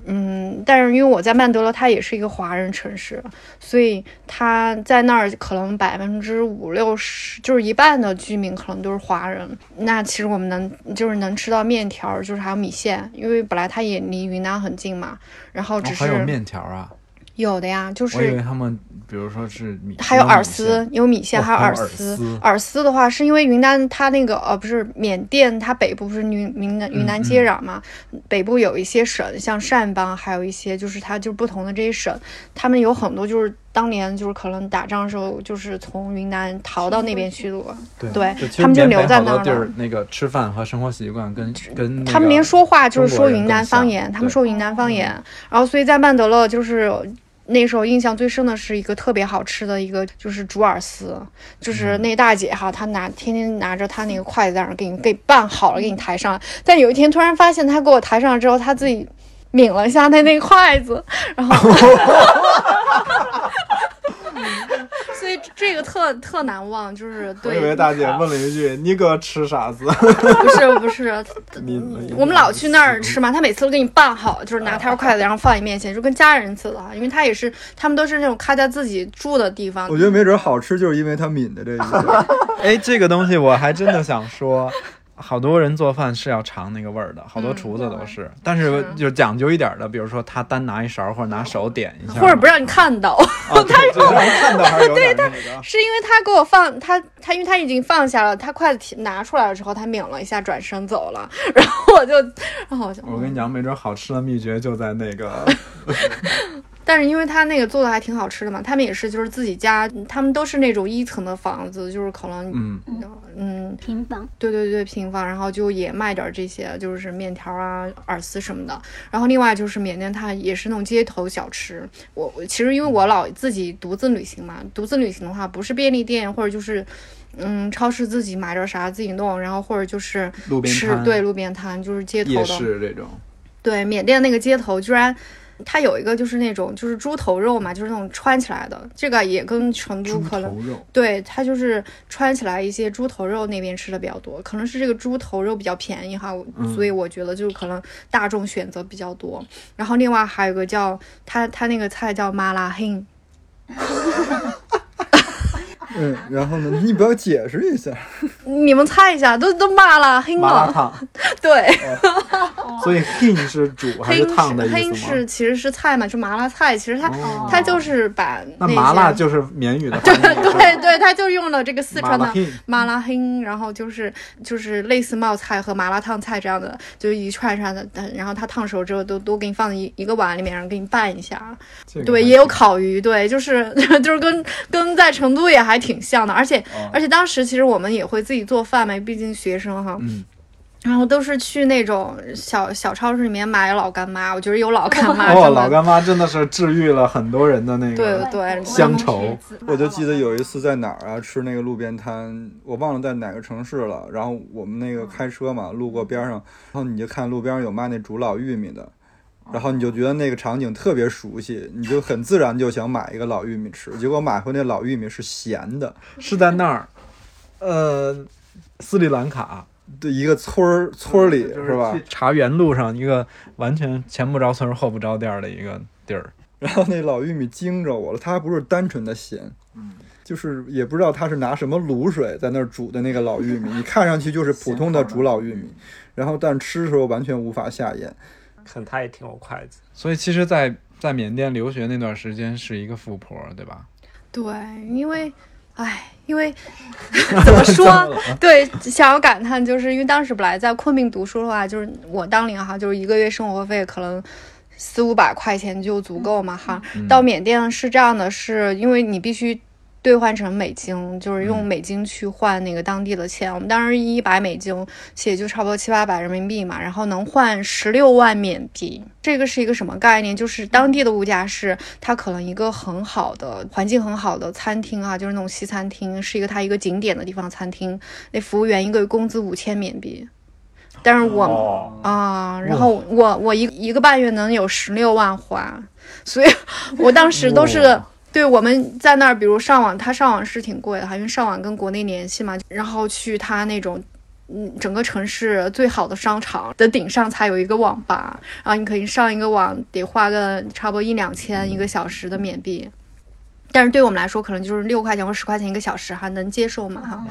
[SPEAKER 1] 嗯，但是因为我在曼德勒，它也是一个华人城市，所以他在那儿可能百分之五六十，就是一半的居民可能都是华人。那其实我们能就是能吃到面条儿，就是还有米线，因为本来它也离云南很近嘛，然后
[SPEAKER 2] 哦
[SPEAKER 1] 只是、
[SPEAKER 2] 还有面条啊，
[SPEAKER 1] 有的呀，就
[SPEAKER 2] 我以
[SPEAKER 1] 是
[SPEAKER 2] 为他们比如说是米，
[SPEAKER 1] 还有
[SPEAKER 2] 米
[SPEAKER 1] 饵
[SPEAKER 2] 线
[SPEAKER 1] 丝，，有米线，
[SPEAKER 2] 哦
[SPEAKER 1] 还有
[SPEAKER 2] 还有
[SPEAKER 1] 饵
[SPEAKER 2] 饵
[SPEAKER 1] 丝
[SPEAKER 2] 丝。
[SPEAKER 1] 饵丝的话，是因为云南它那个呃，不是缅甸，它北部不是云云南云
[SPEAKER 2] 嗯
[SPEAKER 1] 南接壤嘛，北部有一些省，像掸邦，还有一些就是它就是不同的这些省，他们有很多就是当年就是可能打仗的时候，就是从云南逃到那边去的，
[SPEAKER 2] 对
[SPEAKER 1] 对
[SPEAKER 2] 就其实
[SPEAKER 1] 他们就
[SPEAKER 2] 缅
[SPEAKER 1] 留
[SPEAKER 2] 北
[SPEAKER 1] 在
[SPEAKER 2] 好
[SPEAKER 1] 那
[SPEAKER 2] 多
[SPEAKER 1] 儿
[SPEAKER 2] 地
[SPEAKER 1] 了
[SPEAKER 2] 儿。那个吃饭和生活习惯跟跟、那个、
[SPEAKER 1] 他们连说话就是
[SPEAKER 2] 中国
[SPEAKER 1] 说
[SPEAKER 2] 人
[SPEAKER 1] 云
[SPEAKER 2] 更
[SPEAKER 1] 南方
[SPEAKER 2] 像
[SPEAKER 1] 言，他
[SPEAKER 2] 对嗯
[SPEAKER 1] 们说云南方言。然后所以在曼德勒就是那时候印象最深的是一个特别好吃的一个就是猪耳丝，
[SPEAKER 2] 嗯
[SPEAKER 1] 就是那大姐哈，她拿天天拿着她那个筷子在那儿给你给拌好了给你抬上来，但有一天突然发现她给我抬上来之后，她自己抿了一下她那筷子，然后。所以这个特特难忘，就是
[SPEAKER 3] 我
[SPEAKER 1] 对，
[SPEAKER 3] 以为大姐问了一句：“你哥吃啥子
[SPEAKER 1] 不是不是，？”
[SPEAKER 3] 你你
[SPEAKER 1] 我们老去那儿吃嘛，他每次都给你拌好，就是拿他的筷子，然后放你面嗯前，就跟家人似的啊。因为他也是，他们都是那种他在自己住的地方
[SPEAKER 5] 我，觉得没准好吃就是因为它抿的这 一个。
[SPEAKER 2] 哎，这个东西我还真的想说，好多人做饭是要尝那个味儿的，好多
[SPEAKER 1] 嗯
[SPEAKER 2] 厨子都是，但是
[SPEAKER 1] 是
[SPEAKER 2] 就讲究一点儿的，比如说他单拿一勺儿或者拿手点一下，
[SPEAKER 1] 或者不让你看 到，
[SPEAKER 3] 啊，对这让人看到还是有点那个。
[SPEAKER 1] 是因为他给我放他他，因为他已经放下了，他筷子提拿出来了之后，他抿了一下，转身走了， 然后我就，然后我就，
[SPEAKER 2] 我跟你讲，没准好吃的秘诀就在那 个
[SPEAKER 1] 但是因为他那个做的还挺好吃的嘛，他们也是就是自己家，他们都是那种一层的房子，就是可能
[SPEAKER 2] 嗯，
[SPEAKER 1] 嗯
[SPEAKER 4] 平房。
[SPEAKER 1] 对对对，平房，然后就也卖点儿这些，就是面条啊、饵丝什么的。然后另外就是缅甸，它也是那种街头小吃。我我其实因为
[SPEAKER 2] 嗯
[SPEAKER 1] 我老自己独自旅行嘛，独自旅行的话，不是便利店或者就是嗯超市自己买点儿啥自己弄，然后或者就是
[SPEAKER 2] 路边
[SPEAKER 1] 吃
[SPEAKER 2] 摊、
[SPEAKER 1] 对路边摊，就是街头
[SPEAKER 2] 夜
[SPEAKER 1] 的。
[SPEAKER 2] 市这种，
[SPEAKER 1] 对，缅甸那个街头居然。它有一个就是那种就是猪头肉嘛，就是那种穿起来的，这个也跟成都
[SPEAKER 2] 猪
[SPEAKER 1] 可能
[SPEAKER 2] 头肉，
[SPEAKER 1] 对，它就是穿起来一些猪头肉那边吃的比较多，可能是这个猪头肉比较便宜哈，我
[SPEAKER 2] 嗯
[SPEAKER 1] 所以我觉得就是可能大众选择比较多。然后另外还有一个叫它它那个菜叫麻辣黑，
[SPEAKER 5] 嗯，然后呢，你不要解释一下。
[SPEAKER 1] 你们猜一下，都都麻辣黑
[SPEAKER 3] 麻辣
[SPEAKER 1] 了，
[SPEAKER 3] 烫，
[SPEAKER 1] 对，
[SPEAKER 3] 所以 king 是煮哦还
[SPEAKER 1] 黑
[SPEAKER 3] 是
[SPEAKER 1] 是
[SPEAKER 3] 烫的意
[SPEAKER 1] 黑
[SPEAKER 3] 思吗？哦
[SPEAKER 1] 是其实是菜嘛，就麻辣菜，其实它、
[SPEAKER 2] 哦
[SPEAKER 1] 它就是把
[SPEAKER 3] 那
[SPEAKER 1] 些
[SPEAKER 3] 麻辣就是缅 语的翻译，
[SPEAKER 1] 对对，它就用了这个四
[SPEAKER 3] 麻
[SPEAKER 1] 川的
[SPEAKER 3] 辣 king。
[SPEAKER 1] 麻辣黑，然后就是就是类似冒菜和麻辣烫菜这样的，就一串一串的，但然后它烫熟之后都都给你放在一一个碗里面，然后给你拌一下。
[SPEAKER 3] 这个
[SPEAKER 1] 对，也有烤鱼，对，就是 就是跟跟在成都也还挺像的，而且、
[SPEAKER 3] 哦
[SPEAKER 1] 而且当时其实我们也会自己做饭嘛，毕竟学生哈。
[SPEAKER 2] 嗯
[SPEAKER 1] 然后都是去那种小小超市里面买老干妈，我觉得有老干 妈真
[SPEAKER 3] 哦，
[SPEAKER 1] 的，
[SPEAKER 3] 老干妈真的是治愈了很多人的那
[SPEAKER 1] 对
[SPEAKER 3] 个
[SPEAKER 1] 对，
[SPEAKER 3] 乡愁。
[SPEAKER 5] 呃我就记得有一次在哪儿啊，吃那个路边摊，我忘了在哪个城市了。然后我们那
[SPEAKER 2] 嗯
[SPEAKER 5] 个开车嘛，路过边上，然后你就看路边上有卖那煮老玉米的，
[SPEAKER 2] 哦
[SPEAKER 5] 然后你就觉得那个场景特别熟悉，你就很自然就想买一个老玉米吃。结果买回那老玉米是咸的，
[SPEAKER 2] 是在那儿，呃，斯里兰卡。
[SPEAKER 5] 对，一个村儿村儿里
[SPEAKER 2] 嗯就是
[SPEAKER 5] 吧
[SPEAKER 2] 去？茶园路上一个完全前不着村后不着店儿的一个地儿，
[SPEAKER 5] 然后那老玉米惊着我了，它还不是单纯的咸，
[SPEAKER 3] 嗯
[SPEAKER 5] 就是也不知道它是拿什么卤水在那儿煮的那个老玉米，你看上去就是普 通的煮老玉米，然后但吃的时候完全无法下咽。
[SPEAKER 6] 可能他也挺有筷子。
[SPEAKER 2] 所以其实在，在缅甸留学那段时间是一个富婆，对吧？
[SPEAKER 1] 对，因为，哎，因为 怎么说？对，想要感叹，就是因为当时本来在昆明读书的话，就是我当年哈，就是一个月生活费可能。四五百块钱就足够嘛哈，到缅甸是这样的是，因为你必须兑换成美金，就是用美金去换那个当地的钱。我们当时一百美金，也就差不多七八百人民币嘛，然后能换十六万缅币。这个是一个什么概念？就是当地的物价是它可能一个很好的环境很好的餐厅啊，就是那种西餐厅，是一个它一个景点的地方餐厅，那服务员一个月工资五千缅币。但是我啊、然后我我一一个半月能有十六万花，所以我当时都是对我们在那儿，比如上网，它上网是挺贵的哈，因为上网跟国内联系嘛，然后去它那种。嗯，整个城市最好的商场的顶上才有一个网吧，然后你可以上一个网，得花个差不多一两千一个小时的缅币，但是对我们来说，可能就是六块钱或十块钱一个小时，还能接
[SPEAKER 4] 哦
[SPEAKER 1] 受嘛哈。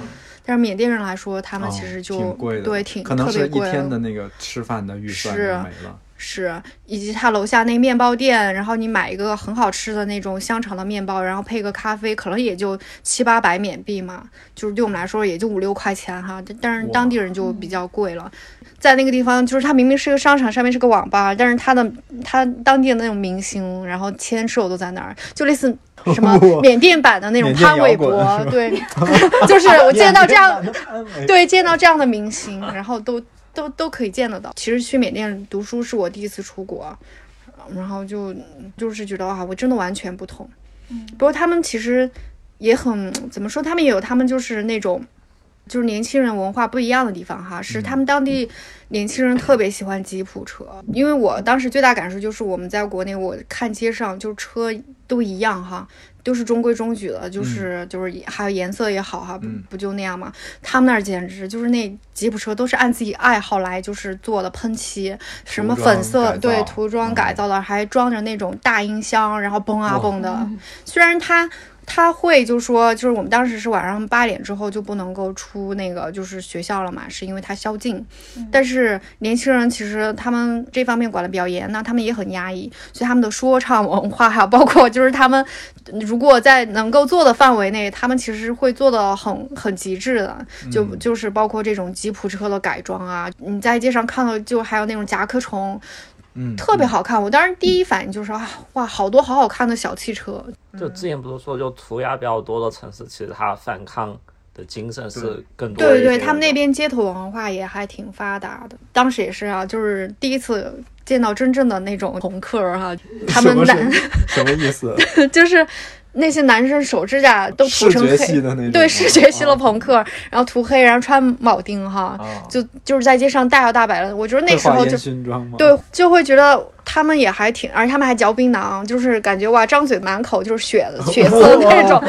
[SPEAKER 1] 但是缅甸人来说，他们其实就、
[SPEAKER 2] 哦挺贵的，
[SPEAKER 1] 对挺
[SPEAKER 2] 可能
[SPEAKER 1] 特
[SPEAKER 2] 是
[SPEAKER 1] 别
[SPEAKER 2] 一
[SPEAKER 1] 贵了哦啊
[SPEAKER 2] 天的那个吃饭的预算就是没了。
[SPEAKER 1] 是，以及他楼下那面包店，然后你买一个很好吃的那种香肠的面包，然后配个咖啡，可能也就七八百缅币嘛，就是对我们来说也就五六块钱哈，但但是当地人就比较贵了。在那个地方，就是它明明是个商场，上面是个网吧，但是它的它当地的那种明星，然后签售都在那儿，就类似什么缅甸版的那种
[SPEAKER 3] 缅甸
[SPEAKER 1] 潘玮
[SPEAKER 3] 摇滚
[SPEAKER 1] 柏，对， 就是我见到这样，对，见到这样的明星，然后都都都可以见得到。其实去缅甸读书是我第一次出国，然后就就是觉得啊，我真的完全不同。不过他们其实也很怎么说，他们也有他们就是那种。就是年轻人文化不一样的地方哈，是他们当地年轻人特别喜欢吉普车，因为我当时最大感受就是我们在国内，我看街上就是车都一样哈，都是中规中矩
[SPEAKER 2] 嗯
[SPEAKER 1] 的，就是、就是还有颜色也好哈，不不就那样嘛。他们那儿简直就是那吉普车都是按自己爱好来就是做的喷漆，什么粉
[SPEAKER 2] 改
[SPEAKER 1] 色
[SPEAKER 2] 造
[SPEAKER 1] 对涂装改造的，还装着那种大音箱，然后蹦啊蹦的。虽然它他会就说，就是我们当时是晚上八点之后就不能够出那个就是学校了嘛，是因为它宵禁。但是年轻人其实他们这方面管得比较严，那他们也很压抑，所以他们的说唱文化 还有包括就是他们如果在能够做的范围内，他们其实会做的很很极致的，就、就是包括这种吉普车的改装啊，你在街上看到就还有那种甲壳虫。
[SPEAKER 2] 嗯
[SPEAKER 1] 特别好看。我当时第一反应就是啊，哇，好多好好看的小汽车，
[SPEAKER 6] 就之前不是说，就涂鸦比较多的城市，其实它反抗的精神是更多
[SPEAKER 1] 对
[SPEAKER 6] 一
[SPEAKER 1] 对，
[SPEAKER 6] 些
[SPEAKER 1] 他们
[SPEAKER 6] 的
[SPEAKER 1] 那边街头文化也还挺发达的。当时也是啊，就是第一次见到真正的那种红客儿哈、他们男
[SPEAKER 3] 什么意思？
[SPEAKER 1] 就是那些男生手指甲都涂
[SPEAKER 3] 视
[SPEAKER 1] 成
[SPEAKER 3] 觉系
[SPEAKER 1] 黑。
[SPEAKER 3] 的那种吗，啊
[SPEAKER 1] 对，是学习了朋克，然后涂黑，然后穿铆钉哈，
[SPEAKER 2] 啊
[SPEAKER 1] 就就是在街上大摇大摆的。我觉得那时
[SPEAKER 3] 会
[SPEAKER 1] 候
[SPEAKER 3] 画
[SPEAKER 1] 就
[SPEAKER 3] 啊烟熏妆吗？，
[SPEAKER 1] 对，就会觉得他们也还挺，而且他们还嚼槟榔，就是感觉哇，张嘴满口就是血 血丝那种，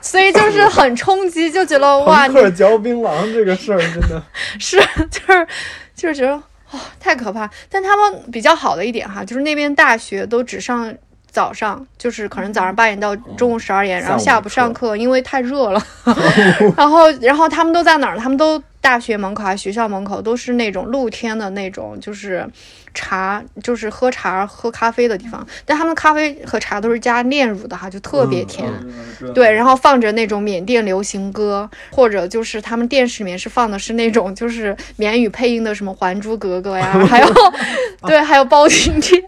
[SPEAKER 1] 所以就是很冲击，就觉得哇，
[SPEAKER 3] 朋
[SPEAKER 1] 你
[SPEAKER 3] 克嚼槟榔这个事儿真的，
[SPEAKER 1] 是，就是就是觉得哇、太可怕。但他们比较好的一点哈，就是那边大学都只上早上，就是可能早上八点到中午十二点，然后
[SPEAKER 2] 哦下
[SPEAKER 1] 下
[SPEAKER 2] 午
[SPEAKER 1] 午上课，因为太热 了。 然后然后他们都在哪儿？他们都大学门口啊，学校门口都是那种露天的那种，就是。茶就是喝茶、喝咖啡的地方，但他们咖啡和茶都是加炼乳的哈，就特
[SPEAKER 2] 嗯
[SPEAKER 1] 别甜。
[SPEAKER 3] 嗯
[SPEAKER 1] 对，然后放着那种缅甸流行歌，或者就是他们电视里面是放的是那种就是缅语配音的什么《还珠格格》 呀，还有对，还有包青天。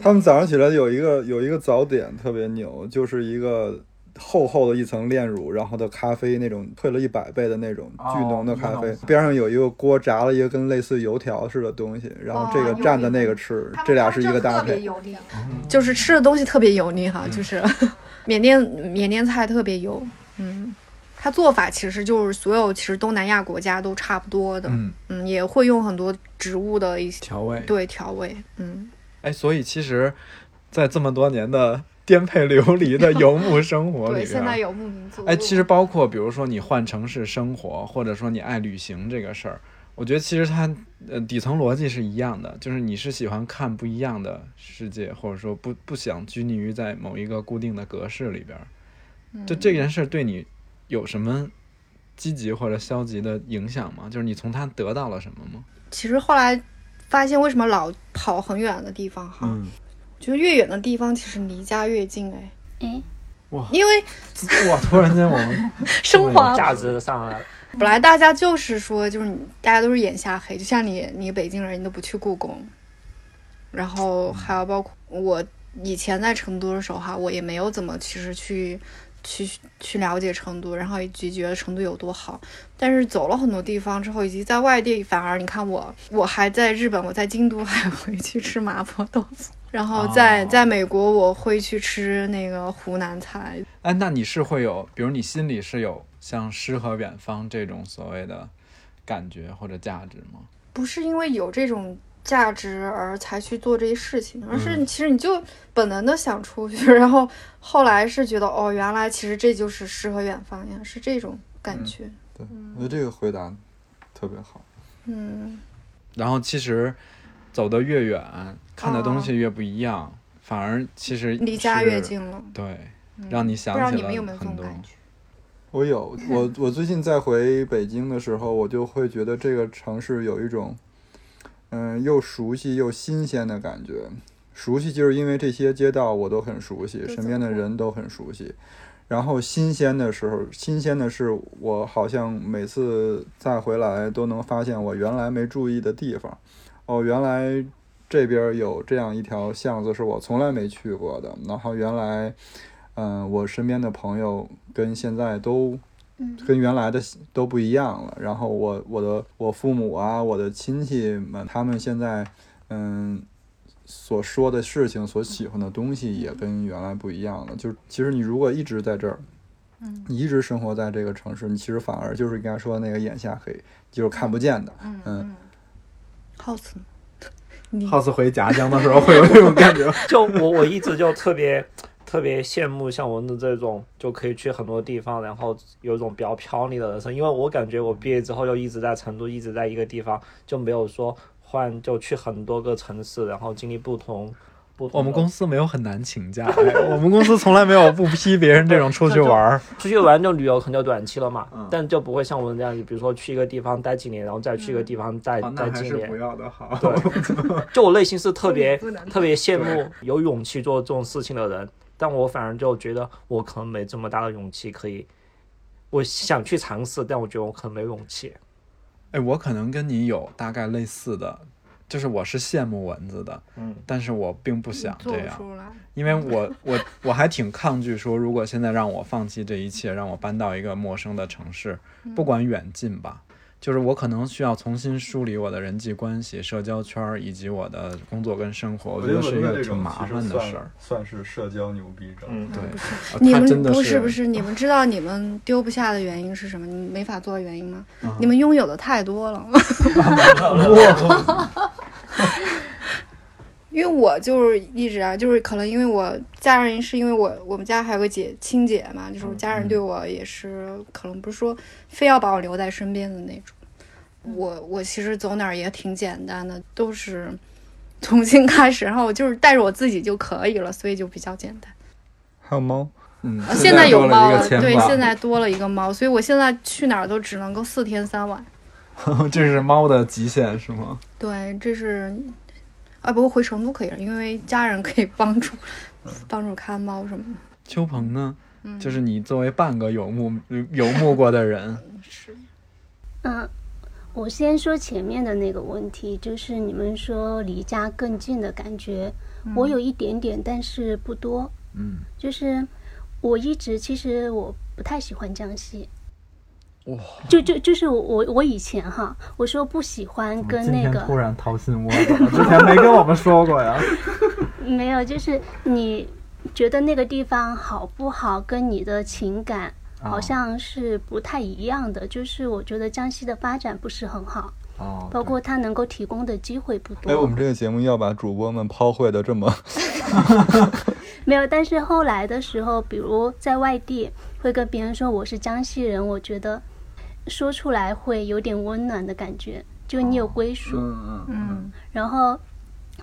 [SPEAKER 5] 他们早上起来有一个有一个早点特别牛，就是一个厚厚的一层炼乳，然后的咖啡那种退了一百倍的那种
[SPEAKER 2] 哦
[SPEAKER 5] 巨浓的咖
[SPEAKER 2] 我
[SPEAKER 5] 啡，
[SPEAKER 2] 懂
[SPEAKER 5] 边上有一个锅炸了一个跟类似油条似的东西，然后这个
[SPEAKER 1] 哦
[SPEAKER 5] 蘸着那个吃， 这俩是一个搭配。
[SPEAKER 1] 油腻，就是吃的东西特别油腻哈，就是 缅甸缅甸菜特别油，嗯。它做法其实就是所有其实东南亚国家都差不多的，
[SPEAKER 2] 嗯
[SPEAKER 1] 嗯，也会用很多植物的一些
[SPEAKER 2] 调味。
[SPEAKER 1] 对调味，嗯，
[SPEAKER 3] 哎，所以其实，在这么多年的颠沛流离的游牧生活里
[SPEAKER 1] 对，现在
[SPEAKER 3] 边，
[SPEAKER 1] 有牧民族，
[SPEAKER 2] 哎，其实包括比如说你换城市生活，或者说你爱旅行这个事儿，我觉得其实它呃底层逻辑是一样的，就是你是喜欢看不一样的世界，或者说不不想拘泥于在某一个固定的格式里边儿。就这件事儿对你有什么积极或者消极的影响吗？就是你从它得到了什么吗？
[SPEAKER 1] 其实后来发现为什么老跑很远的地方哈，
[SPEAKER 2] 嗯
[SPEAKER 1] 觉得越远的地方其实离家越近哎，
[SPEAKER 4] 哎，
[SPEAKER 1] 因为
[SPEAKER 2] 哇，突然间我们
[SPEAKER 1] 升华
[SPEAKER 6] 价值上来了。
[SPEAKER 1] 本来大家就是说就是你大家都是眼下黑，就像你你北京人你都不去故宫，然后还有包括我以前在成都的时候哈，我也没有怎么其实去。去去了解成都，然后以及觉得成都有多好，但是走了很多地方之后，以及在外地，反而你看我，我还在日本，我在京都还回去吃麻婆豆腐，然后在、
[SPEAKER 2] 哦
[SPEAKER 1] 在美国我会去吃那个湖南菜，
[SPEAKER 2] 哎，那你是会有，比如你心里是有像诗和远方这种所谓的感觉或者价值吗？
[SPEAKER 1] 不是因为有这种价值而才去做这些事情，而是
[SPEAKER 2] 嗯
[SPEAKER 1] 你其实你就本能的想出去，然后后来是觉得哦，原来其实这就是诗和远方呀，是这种感
[SPEAKER 2] 嗯
[SPEAKER 1] 觉。
[SPEAKER 5] 对，我觉得这个回答特别好。
[SPEAKER 1] 嗯，
[SPEAKER 2] 然后其实走得越远，看的东西越不一样，反而其实
[SPEAKER 1] 嗯离家
[SPEAKER 2] 是
[SPEAKER 1] 越，近了。
[SPEAKER 2] 对，让你
[SPEAKER 1] 不
[SPEAKER 2] 想
[SPEAKER 1] 知道
[SPEAKER 2] 起
[SPEAKER 1] 你
[SPEAKER 2] 了
[SPEAKER 1] 们有没有这
[SPEAKER 2] 很
[SPEAKER 1] 种
[SPEAKER 2] 多。
[SPEAKER 1] 感觉？
[SPEAKER 5] 我有，我我最近在回北京的时候，我就会觉得这个城市有一种，嗯，又熟悉又新鲜的感觉。熟悉就是因为这些街道我都很熟悉，身边的人都很熟悉。然后新鲜的时候，新鲜的是我好像每次再回来都能发现我原来没注意的地方。哦，原来这边有这样一条巷子是我从来没去过的。然后原来，嗯，我身边的朋友跟现在都
[SPEAKER 4] 嗯
[SPEAKER 5] 跟原来的都不一样了。然后我我的我父母啊，我的亲戚们，他们现在嗯所说的事情，所喜欢的东西也跟原来不一样了。就是其实你如果一直在这儿，你一直生活在这个城市，你其实反而就是刚才说的那个眼下黑，就是看不见的。嗯，
[SPEAKER 1] house
[SPEAKER 2] 好似回家乡的时候会有这种感觉。
[SPEAKER 6] 就我我一直就特别 特别羡慕像蚊子这种，就可以去很多地方，然后有一种比较飘逸的人生。因为我感觉我毕业之后就一直在成都，一直在一个地方，就没有说换就去很多个城市，然后经历不同不同的。
[SPEAKER 2] 我们公司没有很难请假，哎我们公司从来没有不批别人这种出去玩儿。
[SPEAKER 6] 出去玩就旅游可能就短期了嘛，但就不会像我们这样，比如说去一个地方待几年，然后再去一个地方待、
[SPEAKER 2] 哦
[SPEAKER 6] 待几年。
[SPEAKER 2] 要的 好。
[SPEAKER 6] 就我内心是特别
[SPEAKER 9] 不能
[SPEAKER 6] 特别羡慕有勇气做这种事情的人，但我反而就觉得我可能没这么大的勇气可以。我想去尝试，但我觉得我可能没有勇气。
[SPEAKER 2] 哎，我可能跟你有大概类似的，就是我是羡慕蚊子的，
[SPEAKER 6] 嗯，
[SPEAKER 2] 但是我并不想
[SPEAKER 1] 嗯做
[SPEAKER 2] 这
[SPEAKER 1] 不
[SPEAKER 2] 样，
[SPEAKER 1] 出来。
[SPEAKER 2] 因为我我我还挺抗拒说，如果现在让我放弃这一切，让我搬到一个陌生的城市，不管远近吧，就是我可能需要重新梳理我的人际关系、社交圈儿以及我的工作跟生活，我觉得是一个挺麻烦的事儿。
[SPEAKER 5] 算是社交牛逼症。
[SPEAKER 6] 嗯
[SPEAKER 2] 对，啊
[SPEAKER 1] 你
[SPEAKER 2] 它
[SPEAKER 1] 们
[SPEAKER 2] 真的
[SPEAKER 1] 不是不是，你们知道你们丢不下的原因是什么？你们没法做的原因吗？
[SPEAKER 2] 啊
[SPEAKER 1] 你们拥有的太多 了。因为我就是一直啊，就是可能因为我家人是因为我我们家还有个姐亲姐嘛，就是
[SPEAKER 2] 嗯
[SPEAKER 1] 我家人对我也是可能不是说非要把我留在身边的那种。
[SPEAKER 2] 嗯
[SPEAKER 1] 我我其实走哪儿也挺简单的，都是重新开始，然后我就是带着我自己就可以了，所以就比较简单。
[SPEAKER 5] 还有猫，
[SPEAKER 2] 嗯，
[SPEAKER 1] 啊现在有
[SPEAKER 2] 多
[SPEAKER 1] 猫
[SPEAKER 2] 了一
[SPEAKER 1] 了
[SPEAKER 2] 个，牵
[SPEAKER 1] 对，
[SPEAKER 2] 挂
[SPEAKER 1] 现在多了一个猫，所以我现在去哪儿都只能够四天三晚。
[SPEAKER 2] 这是猫的极限是吗？
[SPEAKER 1] 对，这是啊，不过回成都可以了，因为家人可以帮助帮助看猫什么的。
[SPEAKER 2] 秋鹏呢？就是你作为半个游牧游牧过的人，
[SPEAKER 4] 嗯，我先说前面的那个问题，就是你们说离家更近的感觉，我有一点点，但是不多。
[SPEAKER 2] 嗯，
[SPEAKER 4] 就是我一直其实我不太喜欢江西。
[SPEAKER 2] 哇！
[SPEAKER 4] 就就就是我我我以前哈，我说不喜欢跟那个
[SPEAKER 2] 然掏心窝子了，之前没跟我们说过呀。
[SPEAKER 4] 没有，就是你觉得那个地方好不好，跟你的情感
[SPEAKER 5] 啊
[SPEAKER 4] 好像是不太一样的。就是我觉得江西的发展不是很好，
[SPEAKER 2] 哦，
[SPEAKER 4] 包括它能够提供的机会不多。
[SPEAKER 5] 哎，我们这个节目要把主播们抛会的这么，
[SPEAKER 4] 没有，但是后来的时候，比如在外地，会跟别人说我是江西人，我觉得说出来会有点温暖的感觉，就你
[SPEAKER 5] 哦
[SPEAKER 4] 有归属。
[SPEAKER 5] 嗯嗯，
[SPEAKER 4] 然后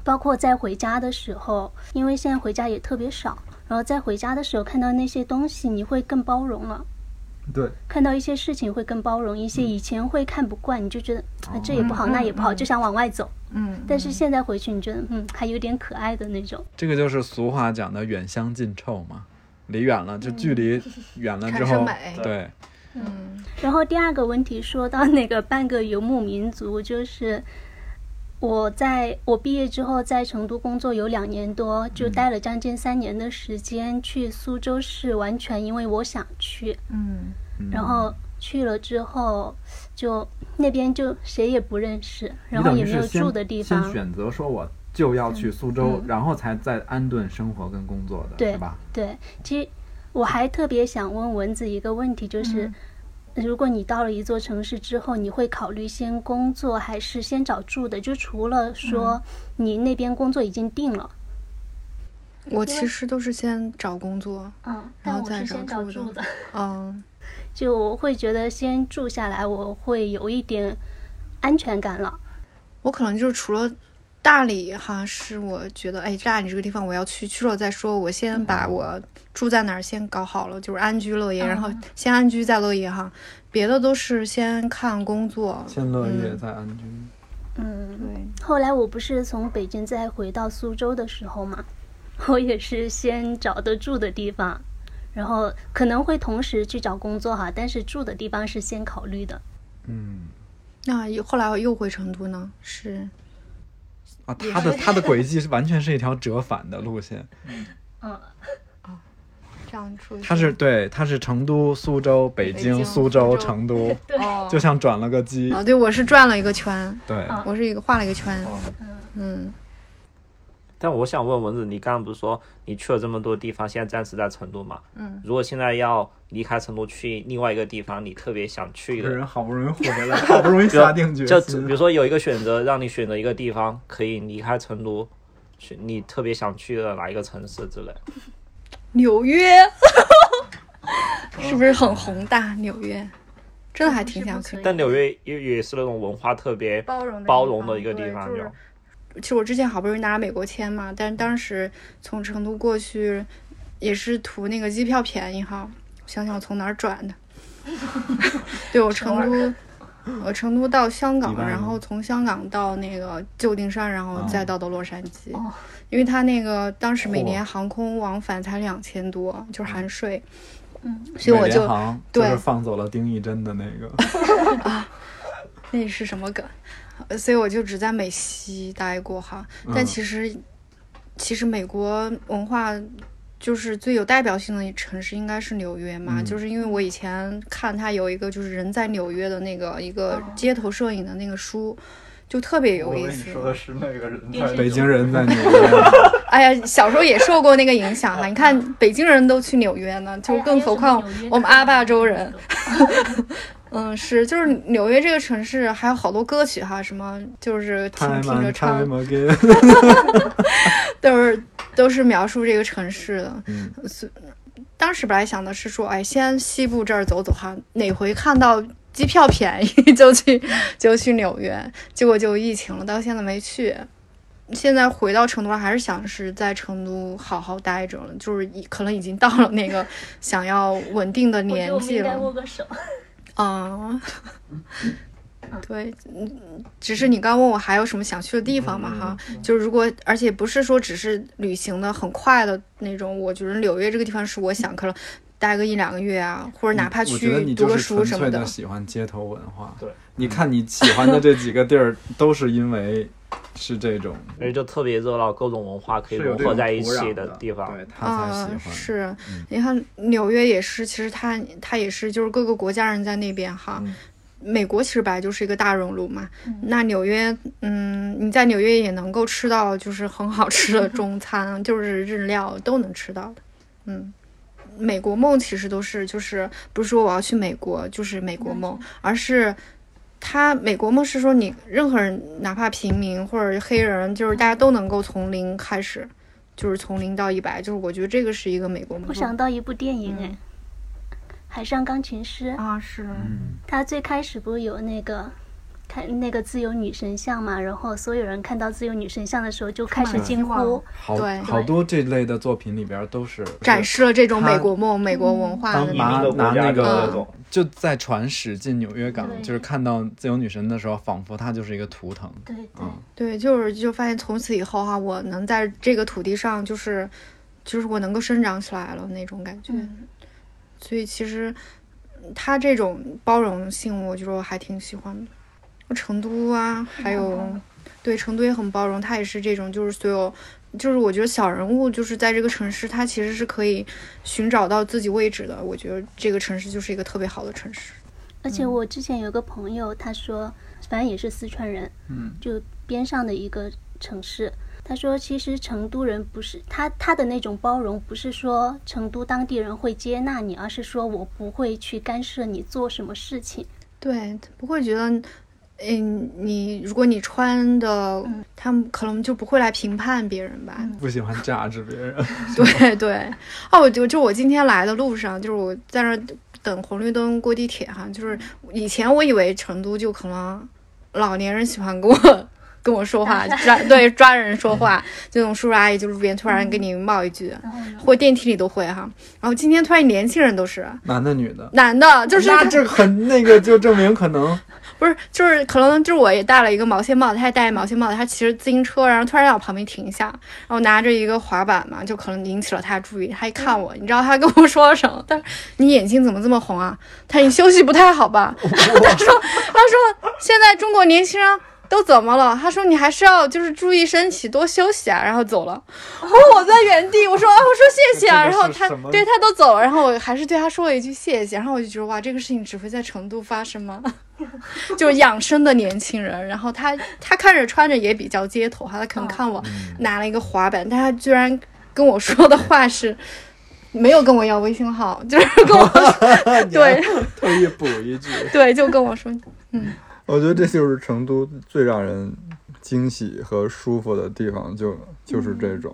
[SPEAKER 4] 包括在回家的时候，因为现在回家也特别少，然后在回家的时候看到那些东西，你会更包容了。
[SPEAKER 5] 对，
[SPEAKER 4] 看到一些事情会更包容一些，以前会看不惯，你就觉得啊这也不好，那也不好，就想往外走。嗯，但是现在回去，你觉得嗯还有点可爱的那种。
[SPEAKER 2] 这个就是俗话讲的远香近臭嘛，离远了就距离远了
[SPEAKER 1] 嗯
[SPEAKER 2] 之
[SPEAKER 1] 产
[SPEAKER 2] 后
[SPEAKER 1] 生美，
[SPEAKER 2] 对，
[SPEAKER 4] 然后第二个问题说到那个半个游牧民族，就是我在我毕业之后在成都工作有两年多，
[SPEAKER 2] 嗯
[SPEAKER 4] 就待了将近三年的时间。去苏州市完全因为我想去，
[SPEAKER 9] 嗯，
[SPEAKER 4] 然后去了之后就那边就谁也不认识，然
[SPEAKER 2] 你
[SPEAKER 4] 后
[SPEAKER 2] 等
[SPEAKER 4] 也
[SPEAKER 2] 于
[SPEAKER 4] 没
[SPEAKER 2] 是
[SPEAKER 4] 有
[SPEAKER 2] 先
[SPEAKER 4] 住的地方
[SPEAKER 2] 先。选择说我就要去苏州，
[SPEAKER 1] 嗯
[SPEAKER 2] 然后才在安顿生活跟工作的，
[SPEAKER 4] 对
[SPEAKER 2] 是吧？
[SPEAKER 4] 对，其实我还特别想问蚊子一个问题，就是、如果你到了一座城市之后，你会考虑先工作还是先找住的？就除了说你那边工作已经定了，
[SPEAKER 1] 我其实都是先找工作，
[SPEAKER 4] 嗯，
[SPEAKER 1] 然
[SPEAKER 4] 但
[SPEAKER 1] 后
[SPEAKER 4] 我
[SPEAKER 1] 再
[SPEAKER 4] 是
[SPEAKER 1] 找
[SPEAKER 4] 先找
[SPEAKER 1] 住
[SPEAKER 4] 住的，
[SPEAKER 1] 嗯，
[SPEAKER 4] 就我会觉得先住下来，我会有一点安全感了。
[SPEAKER 1] 我可能就是除了大理哈，是我觉得哎，大理这个地方我要去，去了再说。我先把我住在哪儿先搞好了，就是安居乐业，然后先安居再乐业哈。别的都是先看工作，
[SPEAKER 2] 先乐业
[SPEAKER 1] 嗯
[SPEAKER 2] 再安居，
[SPEAKER 4] 嗯，
[SPEAKER 9] 对，
[SPEAKER 4] 后来我不是从北京再回到苏州的时候嘛， 我也是先找的住的地方，然后可能会同时去找工作哈，但是住的地方是先考虑的。
[SPEAKER 2] 嗯
[SPEAKER 1] 那又后来又回成都呢？是
[SPEAKER 2] 啊，他的他的轨迹是完全是一条折返的路线，
[SPEAKER 4] 嗯，
[SPEAKER 1] 这样出去？
[SPEAKER 2] 他是对，他是成都、苏州、北
[SPEAKER 1] 嗯北
[SPEAKER 2] 京、
[SPEAKER 1] 京
[SPEAKER 2] 苏
[SPEAKER 1] 苏州
[SPEAKER 2] 州、成 都，
[SPEAKER 4] 对，
[SPEAKER 1] 哦
[SPEAKER 2] 就像转了个机
[SPEAKER 1] 啊，。对，我是转了一个圈，
[SPEAKER 2] 对，
[SPEAKER 4] 啊
[SPEAKER 1] 我是一个画了一个圈，
[SPEAKER 6] 哦
[SPEAKER 1] 嗯，
[SPEAKER 6] 但我想问蚊子，你刚刚不是说你去了这么多地方，现在暂时在成都嘛？嗯，如果现在要离开成都去另外一个地方，你特别想去
[SPEAKER 2] 一个
[SPEAKER 6] 的
[SPEAKER 2] 人，好不容易回 来，好不容易
[SPEAKER 6] 比如
[SPEAKER 2] 下定决
[SPEAKER 6] 就比
[SPEAKER 2] 心
[SPEAKER 6] 如，说有一个选择，让你选择一个地方可以离开成都，去你特别想去的哪一个城市之类？
[SPEAKER 1] 纽约 是不是很宏大？纽约真的还挺想去，
[SPEAKER 6] 但纽约也也是那种文化特别
[SPEAKER 1] 包容
[SPEAKER 6] 包容的一个地方，
[SPEAKER 1] 对
[SPEAKER 6] 就
[SPEAKER 1] 就是其实我之前好不容易拿了美国签嘛，但当时从成都过去也是图那个机票便宜哈。我想想我从哪儿转的？ 对我成都，我成都到香港
[SPEAKER 2] 迪拜，吗哦
[SPEAKER 1] 然后从香港到那个旧金山，然后再到的洛杉矶。因为它那个当时每年航空往返才两千多，就是含税。嗯，所以我
[SPEAKER 2] 美联
[SPEAKER 1] 就
[SPEAKER 2] 航就是
[SPEAKER 1] 对
[SPEAKER 2] 放走了丁义珍的那个，
[SPEAKER 1] 那是什么梗？呃所以我就只在美西待过哈，但
[SPEAKER 2] 嗯
[SPEAKER 1] 其实、其实美国文化就是最有代表性的城市应该是纽约嘛，
[SPEAKER 2] 嗯
[SPEAKER 1] 就是因为我以前看它有一个就是人在纽约的那个一个街头摄影的那个书。就特别有
[SPEAKER 5] 我以
[SPEAKER 1] 意
[SPEAKER 5] 为你
[SPEAKER 1] 思，
[SPEAKER 5] 说的是那个人
[SPEAKER 9] 电
[SPEAKER 5] 在
[SPEAKER 9] 视
[SPEAKER 2] 北
[SPEAKER 9] 剧
[SPEAKER 2] 京人在 纽约。
[SPEAKER 1] 哎呀，小时候也受过那个影响哈。你看，北京人都去纽约呢，
[SPEAKER 4] 哎
[SPEAKER 1] 就更何况我们阿坝州 人。嗯，是，就是纽约这个城市还有好多歌曲哈，什么就是听
[SPEAKER 2] Time
[SPEAKER 1] 听着
[SPEAKER 2] and
[SPEAKER 1] 唱，
[SPEAKER 2] time again，
[SPEAKER 1] 都是都是描述这个城市的。
[SPEAKER 2] 嗯
[SPEAKER 1] 当时本来想的是说，哎，先西部这儿走走哈，哪回看到机票便宜 就去就去纽约，结果就疫情了，到现在没去。现在回到成都了，还是想是在成都好好待着了，就是已可能已经到了那个想要稳定的年
[SPEAKER 4] 我觉
[SPEAKER 1] 纪
[SPEAKER 4] 得我们应该握
[SPEAKER 1] 了。
[SPEAKER 4] 个手。
[SPEAKER 1] 嗯， 对，嗯，只是你刚问我还有什么想去的地方
[SPEAKER 2] 嗯
[SPEAKER 1] 嘛哈，就是如果而且不是说只是旅行的很快的那种，我觉得纽约这个地方是我想可能待个一两个月啊，或者哪怕
[SPEAKER 2] 嗯我觉得
[SPEAKER 1] 去
[SPEAKER 2] 你
[SPEAKER 1] 读
[SPEAKER 2] 就
[SPEAKER 1] 个
[SPEAKER 2] 是
[SPEAKER 1] 书
[SPEAKER 2] 纯
[SPEAKER 1] 什
[SPEAKER 2] 粹
[SPEAKER 1] 么
[SPEAKER 2] 的
[SPEAKER 1] 的。
[SPEAKER 2] 喜欢街头文化。
[SPEAKER 6] 对，
[SPEAKER 2] 你看你喜欢的这几个地儿，都是因为是这种
[SPEAKER 6] 而且就特别热闹，各种文化可以
[SPEAKER 2] 是有
[SPEAKER 6] 融
[SPEAKER 2] 这
[SPEAKER 6] 合
[SPEAKER 2] 种
[SPEAKER 6] 在一
[SPEAKER 2] 土
[SPEAKER 6] 起
[SPEAKER 2] 壤
[SPEAKER 6] 的
[SPEAKER 2] 的
[SPEAKER 6] 地方。
[SPEAKER 2] 对他才
[SPEAKER 1] 啊、
[SPEAKER 2] 喜欢。
[SPEAKER 1] 是
[SPEAKER 2] 嗯，
[SPEAKER 1] 你看纽约也是，其实它它也是，就是各个国家人在那边哈。
[SPEAKER 6] 嗯
[SPEAKER 1] 美国其实本来就是一个大熔炉嘛，那纽约，嗯，你在纽约也能够吃到就是很好吃的中餐，就是日料都能吃到的，嗯。美国梦其实都是，就是不是说我要去美国就是美国梦，而是他美国梦是说你任何人，哪怕平民或者黑人，就是大家都能够从零开始，就是从零到一百，就是我觉得这个是一个美国梦。
[SPEAKER 4] 我想到一部电影
[SPEAKER 1] 嗯
[SPEAKER 4] 哎，海上钢琴师》，
[SPEAKER 1] 啊，是，
[SPEAKER 2] 嗯
[SPEAKER 4] 它最开始不是有那个。看那个自由女神像嘛，然后所有人看到自由女神像的时候就开始
[SPEAKER 1] 充满希
[SPEAKER 4] 惊呼
[SPEAKER 1] 望，
[SPEAKER 2] 好
[SPEAKER 1] 对
[SPEAKER 2] 好多这类的作品里边都是
[SPEAKER 1] 展示了这种
[SPEAKER 2] 他
[SPEAKER 1] 美国梦、美国文化
[SPEAKER 2] 当
[SPEAKER 1] 的
[SPEAKER 6] 移
[SPEAKER 1] 那
[SPEAKER 6] 民
[SPEAKER 1] 种
[SPEAKER 2] 拿
[SPEAKER 6] 的国
[SPEAKER 2] 拿
[SPEAKER 6] 家
[SPEAKER 2] 那
[SPEAKER 6] 的
[SPEAKER 2] 个
[SPEAKER 6] 那种，
[SPEAKER 2] 就在船驶进纽约港，
[SPEAKER 4] 对
[SPEAKER 2] 就是看到自由女神的时候，仿佛她就是一个图腾。
[SPEAKER 4] 对对
[SPEAKER 2] 嗯，
[SPEAKER 1] 对，就是就发现从此以后哈、我能在这个土地上，就是就是我能够生长起来了那种感觉。
[SPEAKER 4] 嗯
[SPEAKER 1] 所以其实他这种包容性，我觉得我还挺喜欢的。成都啊，还有对成都也很包容，它也是这种，就是所有。就是我觉得小人物就是在这个城市，他其实是可以寻找到自己位置的。我觉得这个城市就是一个特别好的城市。
[SPEAKER 4] 而且我之前有个朋友，他说，反正也是四川人，嗯，就边上的一个城市。他说，其实成都人不是他他的那种包容，不是说成都当地人会接纳你，而是说我不会去干涉你做什么事情。
[SPEAKER 1] 对，不会觉得，嗯，你如果你穿的，他们可能就不会来评判别人吧。
[SPEAKER 2] 不喜欢榨制别人，
[SPEAKER 1] 对对，哦，我就就我今天来的路上，就是我在那儿等红绿灯过地铁哈，就是以前我以为成都就可能老年人喜欢跟我跟我说话，抓对抓人说话，这种叔叔阿姨就路边突然给你冒一句，或电梯里都会哈。然后今天突然年轻人都是
[SPEAKER 2] 男的女的，
[SPEAKER 1] 男的，就是
[SPEAKER 2] 那这很那个就证明可能
[SPEAKER 1] 不是，就是可能就是我也戴了一个毛线帽子，他也戴毛线帽子，他骑着自行车，然后突然让我旁边停下，然后拿着一个滑板嘛，就可能引起了他注意。他一看我，你知道他跟我说了什么？他说你眼睛怎么这么红啊？他说你休息不太好 吧？ 他说他说现在中国年轻人。都怎么了？他说你还是要就是注意身体，多休息啊，然后走了。我说我在原地，我说啊，我说谢谢啊，
[SPEAKER 3] 这
[SPEAKER 1] 然
[SPEAKER 3] 个是
[SPEAKER 1] 后他
[SPEAKER 3] 什么
[SPEAKER 1] 对他都走了，然后我还是对他说了一句谢谢，然后我就觉得哇，这个事情只会在成都发生吗？就是养生的年轻人，然后他他看着穿着也比较街头哈，他可能看我
[SPEAKER 3] 嗯
[SPEAKER 1] 拿了一个滑板，但他居然跟我说的话是。没有跟我要微信号， 就是跟我说，对
[SPEAKER 3] 特意补一句，
[SPEAKER 1] 对，就跟我说，
[SPEAKER 5] 我觉得这就是成都最让人惊喜和舒服的地方，就就是这种，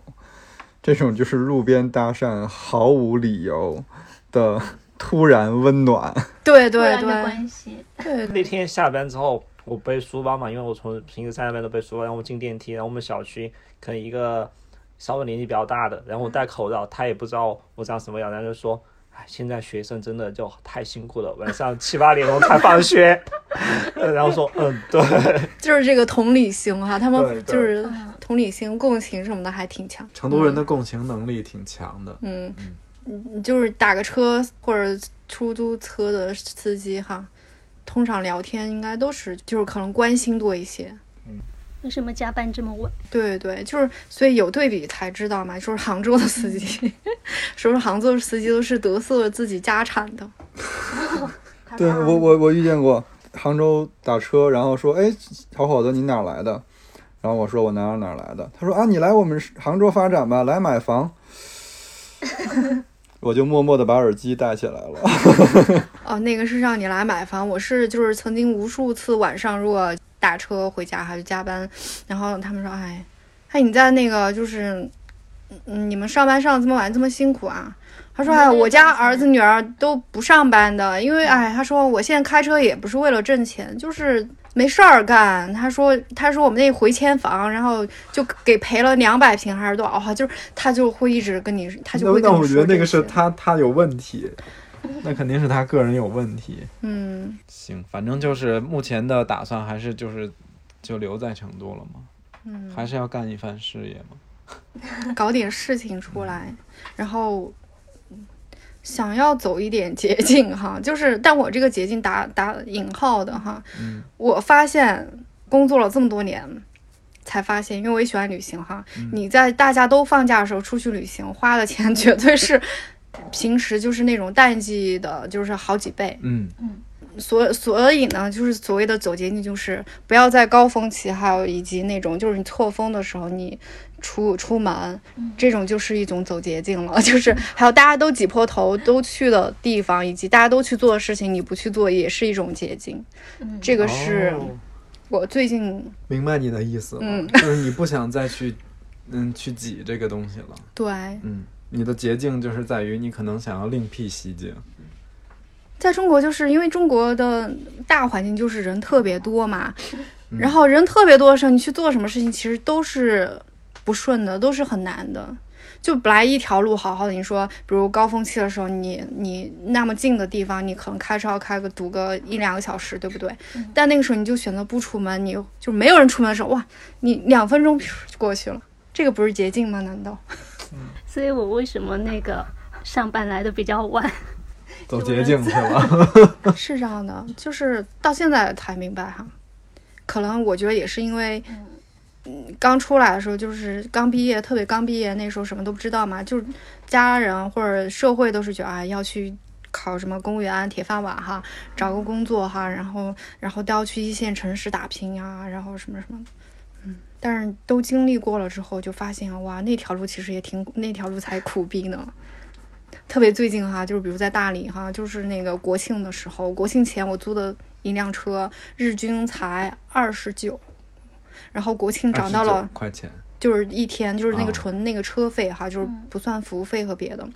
[SPEAKER 5] 这种就是路边搭讪毫无理由的突然温暖。
[SPEAKER 1] 对
[SPEAKER 9] 突
[SPEAKER 1] 对
[SPEAKER 9] 然的
[SPEAKER 1] 对
[SPEAKER 9] 关系，
[SPEAKER 1] 对
[SPEAKER 6] 那天下班之后，我背书包嘛，因为我从平时上班都背书包，然后我进电梯，然后我们小区可能一个稍微年纪比较大的，然后我戴口罩，他也不知道我长什么样，然后就说。哎，现在学生真的就太辛苦了，晚上七八点钟才放学， 然后说，嗯，对，
[SPEAKER 1] 就是这个同理心哈，他
[SPEAKER 2] 对
[SPEAKER 1] 们
[SPEAKER 2] 对
[SPEAKER 1] 就是同理心、共情什么的还挺强。
[SPEAKER 2] 成都人的共情能力挺强的。
[SPEAKER 1] 嗯，嗯，就是打个车或者出租车的司机哈，通常聊天应该都是就是可能关心多一些。
[SPEAKER 4] 为什么加班这么晚？
[SPEAKER 1] 对对，就是所以有对比才知道嘛，就是杭州的司机， 说是杭州的司机都是得瑟了自己家产的。
[SPEAKER 5] 对我我我遇见过杭州打车，然后说，哎，小伙子你哪儿来的？然后我说我哪儿哪儿来的。他说啊，你来我们杭州发展吧，来买房。 我就默默地把耳机戴起来了。
[SPEAKER 1] 哦，那个是让你来买房，我是就是曾经无数次晚上如果打车回家还是加班，然后他们说，哎，哎你在那个就是，嗯，你们上班上得这么晚这么辛苦啊？他说，
[SPEAKER 9] 你
[SPEAKER 1] 哎，
[SPEAKER 9] 们为了
[SPEAKER 1] 我家
[SPEAKER 9] 挣钱
[SPEAKER 1] 儿子女儿都不上班的，因为哎，他说我现在开车也不是为了挣钱，就是。没事儿干，他说，他说我们那回迁房，然后就给赔了两百平还是多少，哦就是他就会一直跟你，他就
[SPEAKER 2] 那
[SPEAKER 1] 会
[SPEAKER 2] 那
[SPEAKER 1] 跟你
[SPEAKER 2] 我
[SPEAKER 1] 说
[SPEAKER 2] 觉得那
[SPEAKER 1] 这
[SPEAKER 2] 个是
[SPEAKER 1] 些，
[SPEAKER 2] 他他有问题，那肯定是他个人有问题。
[SPEAKER 1] 嗯，
[SPEAKER 2] 行，反正就是目前的打算还是就是就留在成都了嘛，嗯，还是要干一番事业嘛。
[SPEAKER 1] 搞点事情出来，然后嗯想要走一点捷径哈，就是但我这个捷径打打引号的哈，我发现工作了这么多年。才发现，因为我也喜欢旅行哈。你在大家都放假的时候出去旅行，花的钱 绝对是平时就是那种淡季的，就是好几倍。
[SPEAKER 2] 嗯，
[SPEAKER 1] 所所以呢，就是所谓的走捷径，就是不要在高峰期，还有以及那种就是你错峰的时候，你出出门，这种就是一种走捷径了。 就是还有大家都挤破头都去的地方，以及大家都去做的事情，你不去做也是一种捷径。
[SPEAKER 9] 嗯
[SPEAKER 1] 这个是
[SPEAKER 2] 哦
[SPEAKER 1] 我最近
[SPEAKER 2] 明白你的意思了，
[SPEAKER 1] 嗯
[SPEAKER 2] 就是你不想再去嗯去挤这个东西了，
[SPEAKER 1] 对
[SPEAKER 2] 嗯，你的捷径就是在于你可能想要另辟蹊径。
[SPEAKER 1] 在中国，就是因为中国的大环境就是人特别多嘛，然后人特别多的时候，你去做什么事情其实都是不顺的，都是很难的。就本来一条路好好的，你说，比如高峰期的时候，你你那么近的地方，你可能开车要开个堵个一两个小时，对不对？但那个时候你就选择不出门，你就没有人出门的时候，哇，你两分钟就过去了，这个不是捷径吗？难道？
[SPEAKER 4] 所以我为什么那个上班来的比较晚？
[SPEAKER 2] 走捷径去了，
[SPEAKER 1] 是这样的，就是到现在才明白哈，可能我觉得也是因为，嗯，刚出来的时候就是刚毕业，特别刚毕业那时候什么都不知道嘛，就是家人或者社会都是觉得啊要去考什么公务员、铁饭碗哈，找个工作哈，然后然后都要去一线城市打拼呀、然后什么什么的。嗯，但是都经历过了之后，就发现哇，那条路其实也挺，那条路才苦逼呢。特别最近哈，就是比如在大理哈，就是那个国庆的时候，国庆前我租的一辆车，日均才二十九，然后国庆涨到 了
[SPEAKER 2] 29块钱，
[SPEAKER 1] 就是一天，就是那个
[SPEAKER 2] 哦
[SPEAKER 1] 纯那个车费哈，就是不算服务费和别的。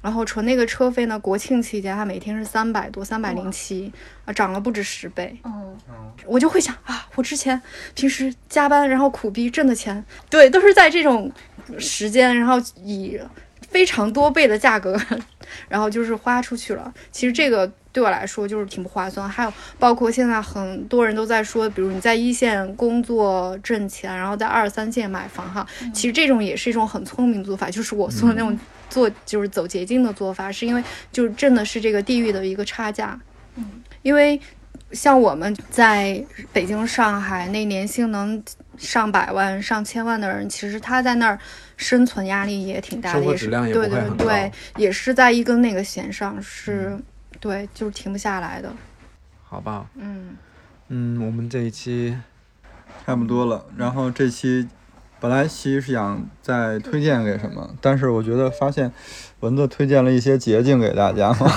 [SPEAKER 1] 然后纯那个车费呢，国庆期间它每天是三百多，三百零七啊，涨了不止十倍。
[SPEAKER 9] 嗯，
[SPEAKER 1] 我就会想啊，我之前平时加班然后苦逼挣的钱，对，都是在这种时间，然后 以非常多倍的价格，然后就是花出去了。其实这个对我来说就是挺不划算。还有包括现在很多人都在说，比如你在一线工作挣钱，然后在二三线买房哈，其实这种也是一种很聪明做法，就是我说的那种
[SPEAKER 2] 嗯
[SPEAKER 1] 做就是走捷径的做法，是因为就是挣的是这个地域的一个差价，
[SPEAKER 9] 嗯，
[SPEAKER 1] 因为。像我们在北京、上海那年薪能上百万、上千万的人，其实他在那儿生存压力也挺大的，
[SPEAKER 2] 生活
[SPEAKER 1] 也
[SPEAKER 2] 质
[SPEAKER 1] 是
[SPEAKER 2] 量也不
[SPEAKER 1] 对
[SPEAKER 2] 会
[SPEAKER 1] 对
[SPEAKER 2] 很
[SPEAKER 1] 对
[SPEAKER 2] 高，嗯
[SPEAKER 1] 也是在一根那个弦上，是，对，就是停不下来的。
[SPEAKER 2] 好吧，
[SPEAKER 1] 嗯，
[SPEAKER 2] 嗯，我们这一期
[SPEAKER 5] 差不多了。然后这期本来其实是想再推荐给什么，但是我觉得发现蚊子推荐了一些捷径给大家嘛。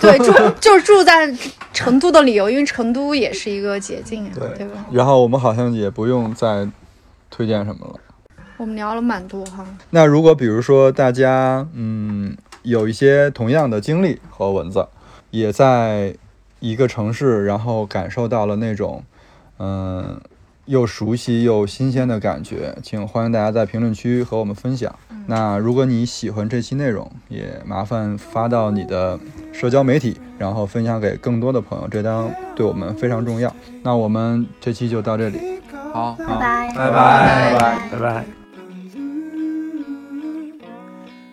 [SPEAKER 1] 对，住就是住在成都的理由，因为成都也是一个捷径呀、
[SPEAKER 5] 对
[SPEAKER 1] 对吧？
[SPEAKER 5] 然后我们好像也不用再推荐什么了。
[SPEAKER 1] 我们聊了蛮多哈，
[SPEAKER 5] 那如果比如说大家嗯有一些同样的经历和蚊子，也在一个城市，然后感受到了那种嗯又熟悉又新鲜的感觉，请欢迎大家在评论区和我们分享。那如果你喜欢这期内容，也麻烦发到你的社交媒体，然后分享给更多的朋友，这当对我们非常重要。那我们这期就到这里。
[SPEAKER 2] 好，
[SPEAKER 4] 拜嗯拜。
[SPEAKER 2] 拜拜。
[SPEAKER 6] 拜拜。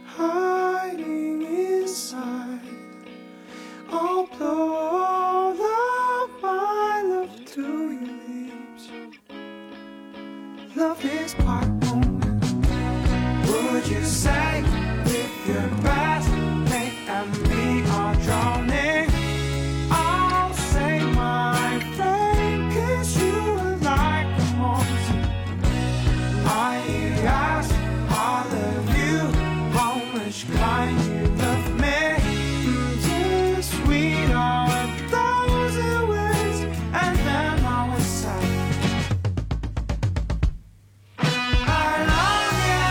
[SPEAKER 12] hiding inside. I'll blow all of my love to your lips. Love is part moment. Would you say with your best mate and me are drowning? I'll say my friend, cause you are like a monster. I ask all of you how much kind you love me. Just sweet are a thousand words, and then I was sad. I love you.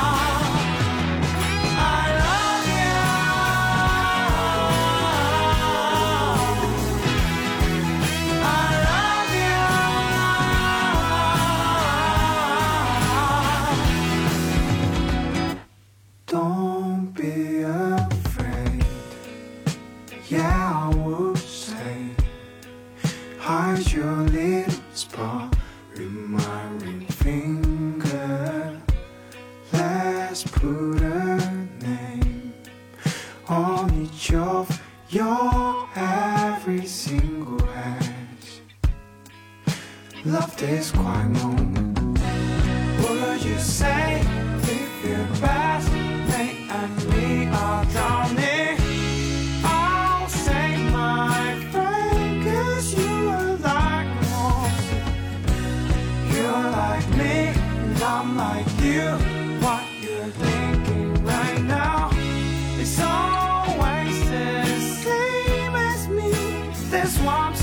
[SPEAKER 12] I love you. I love you. I love you. Don't be afraid. Yeah, I would say, hide your little spot in my ring finger. Let's put a name on each of your every single edge. Love this quiet moment. Would you say if your best mate and me are drowning? I'll say my friend, cause you are like a monster. You're like me, and I'm like you. What you're thinking right now is always the same as me. That's why I'm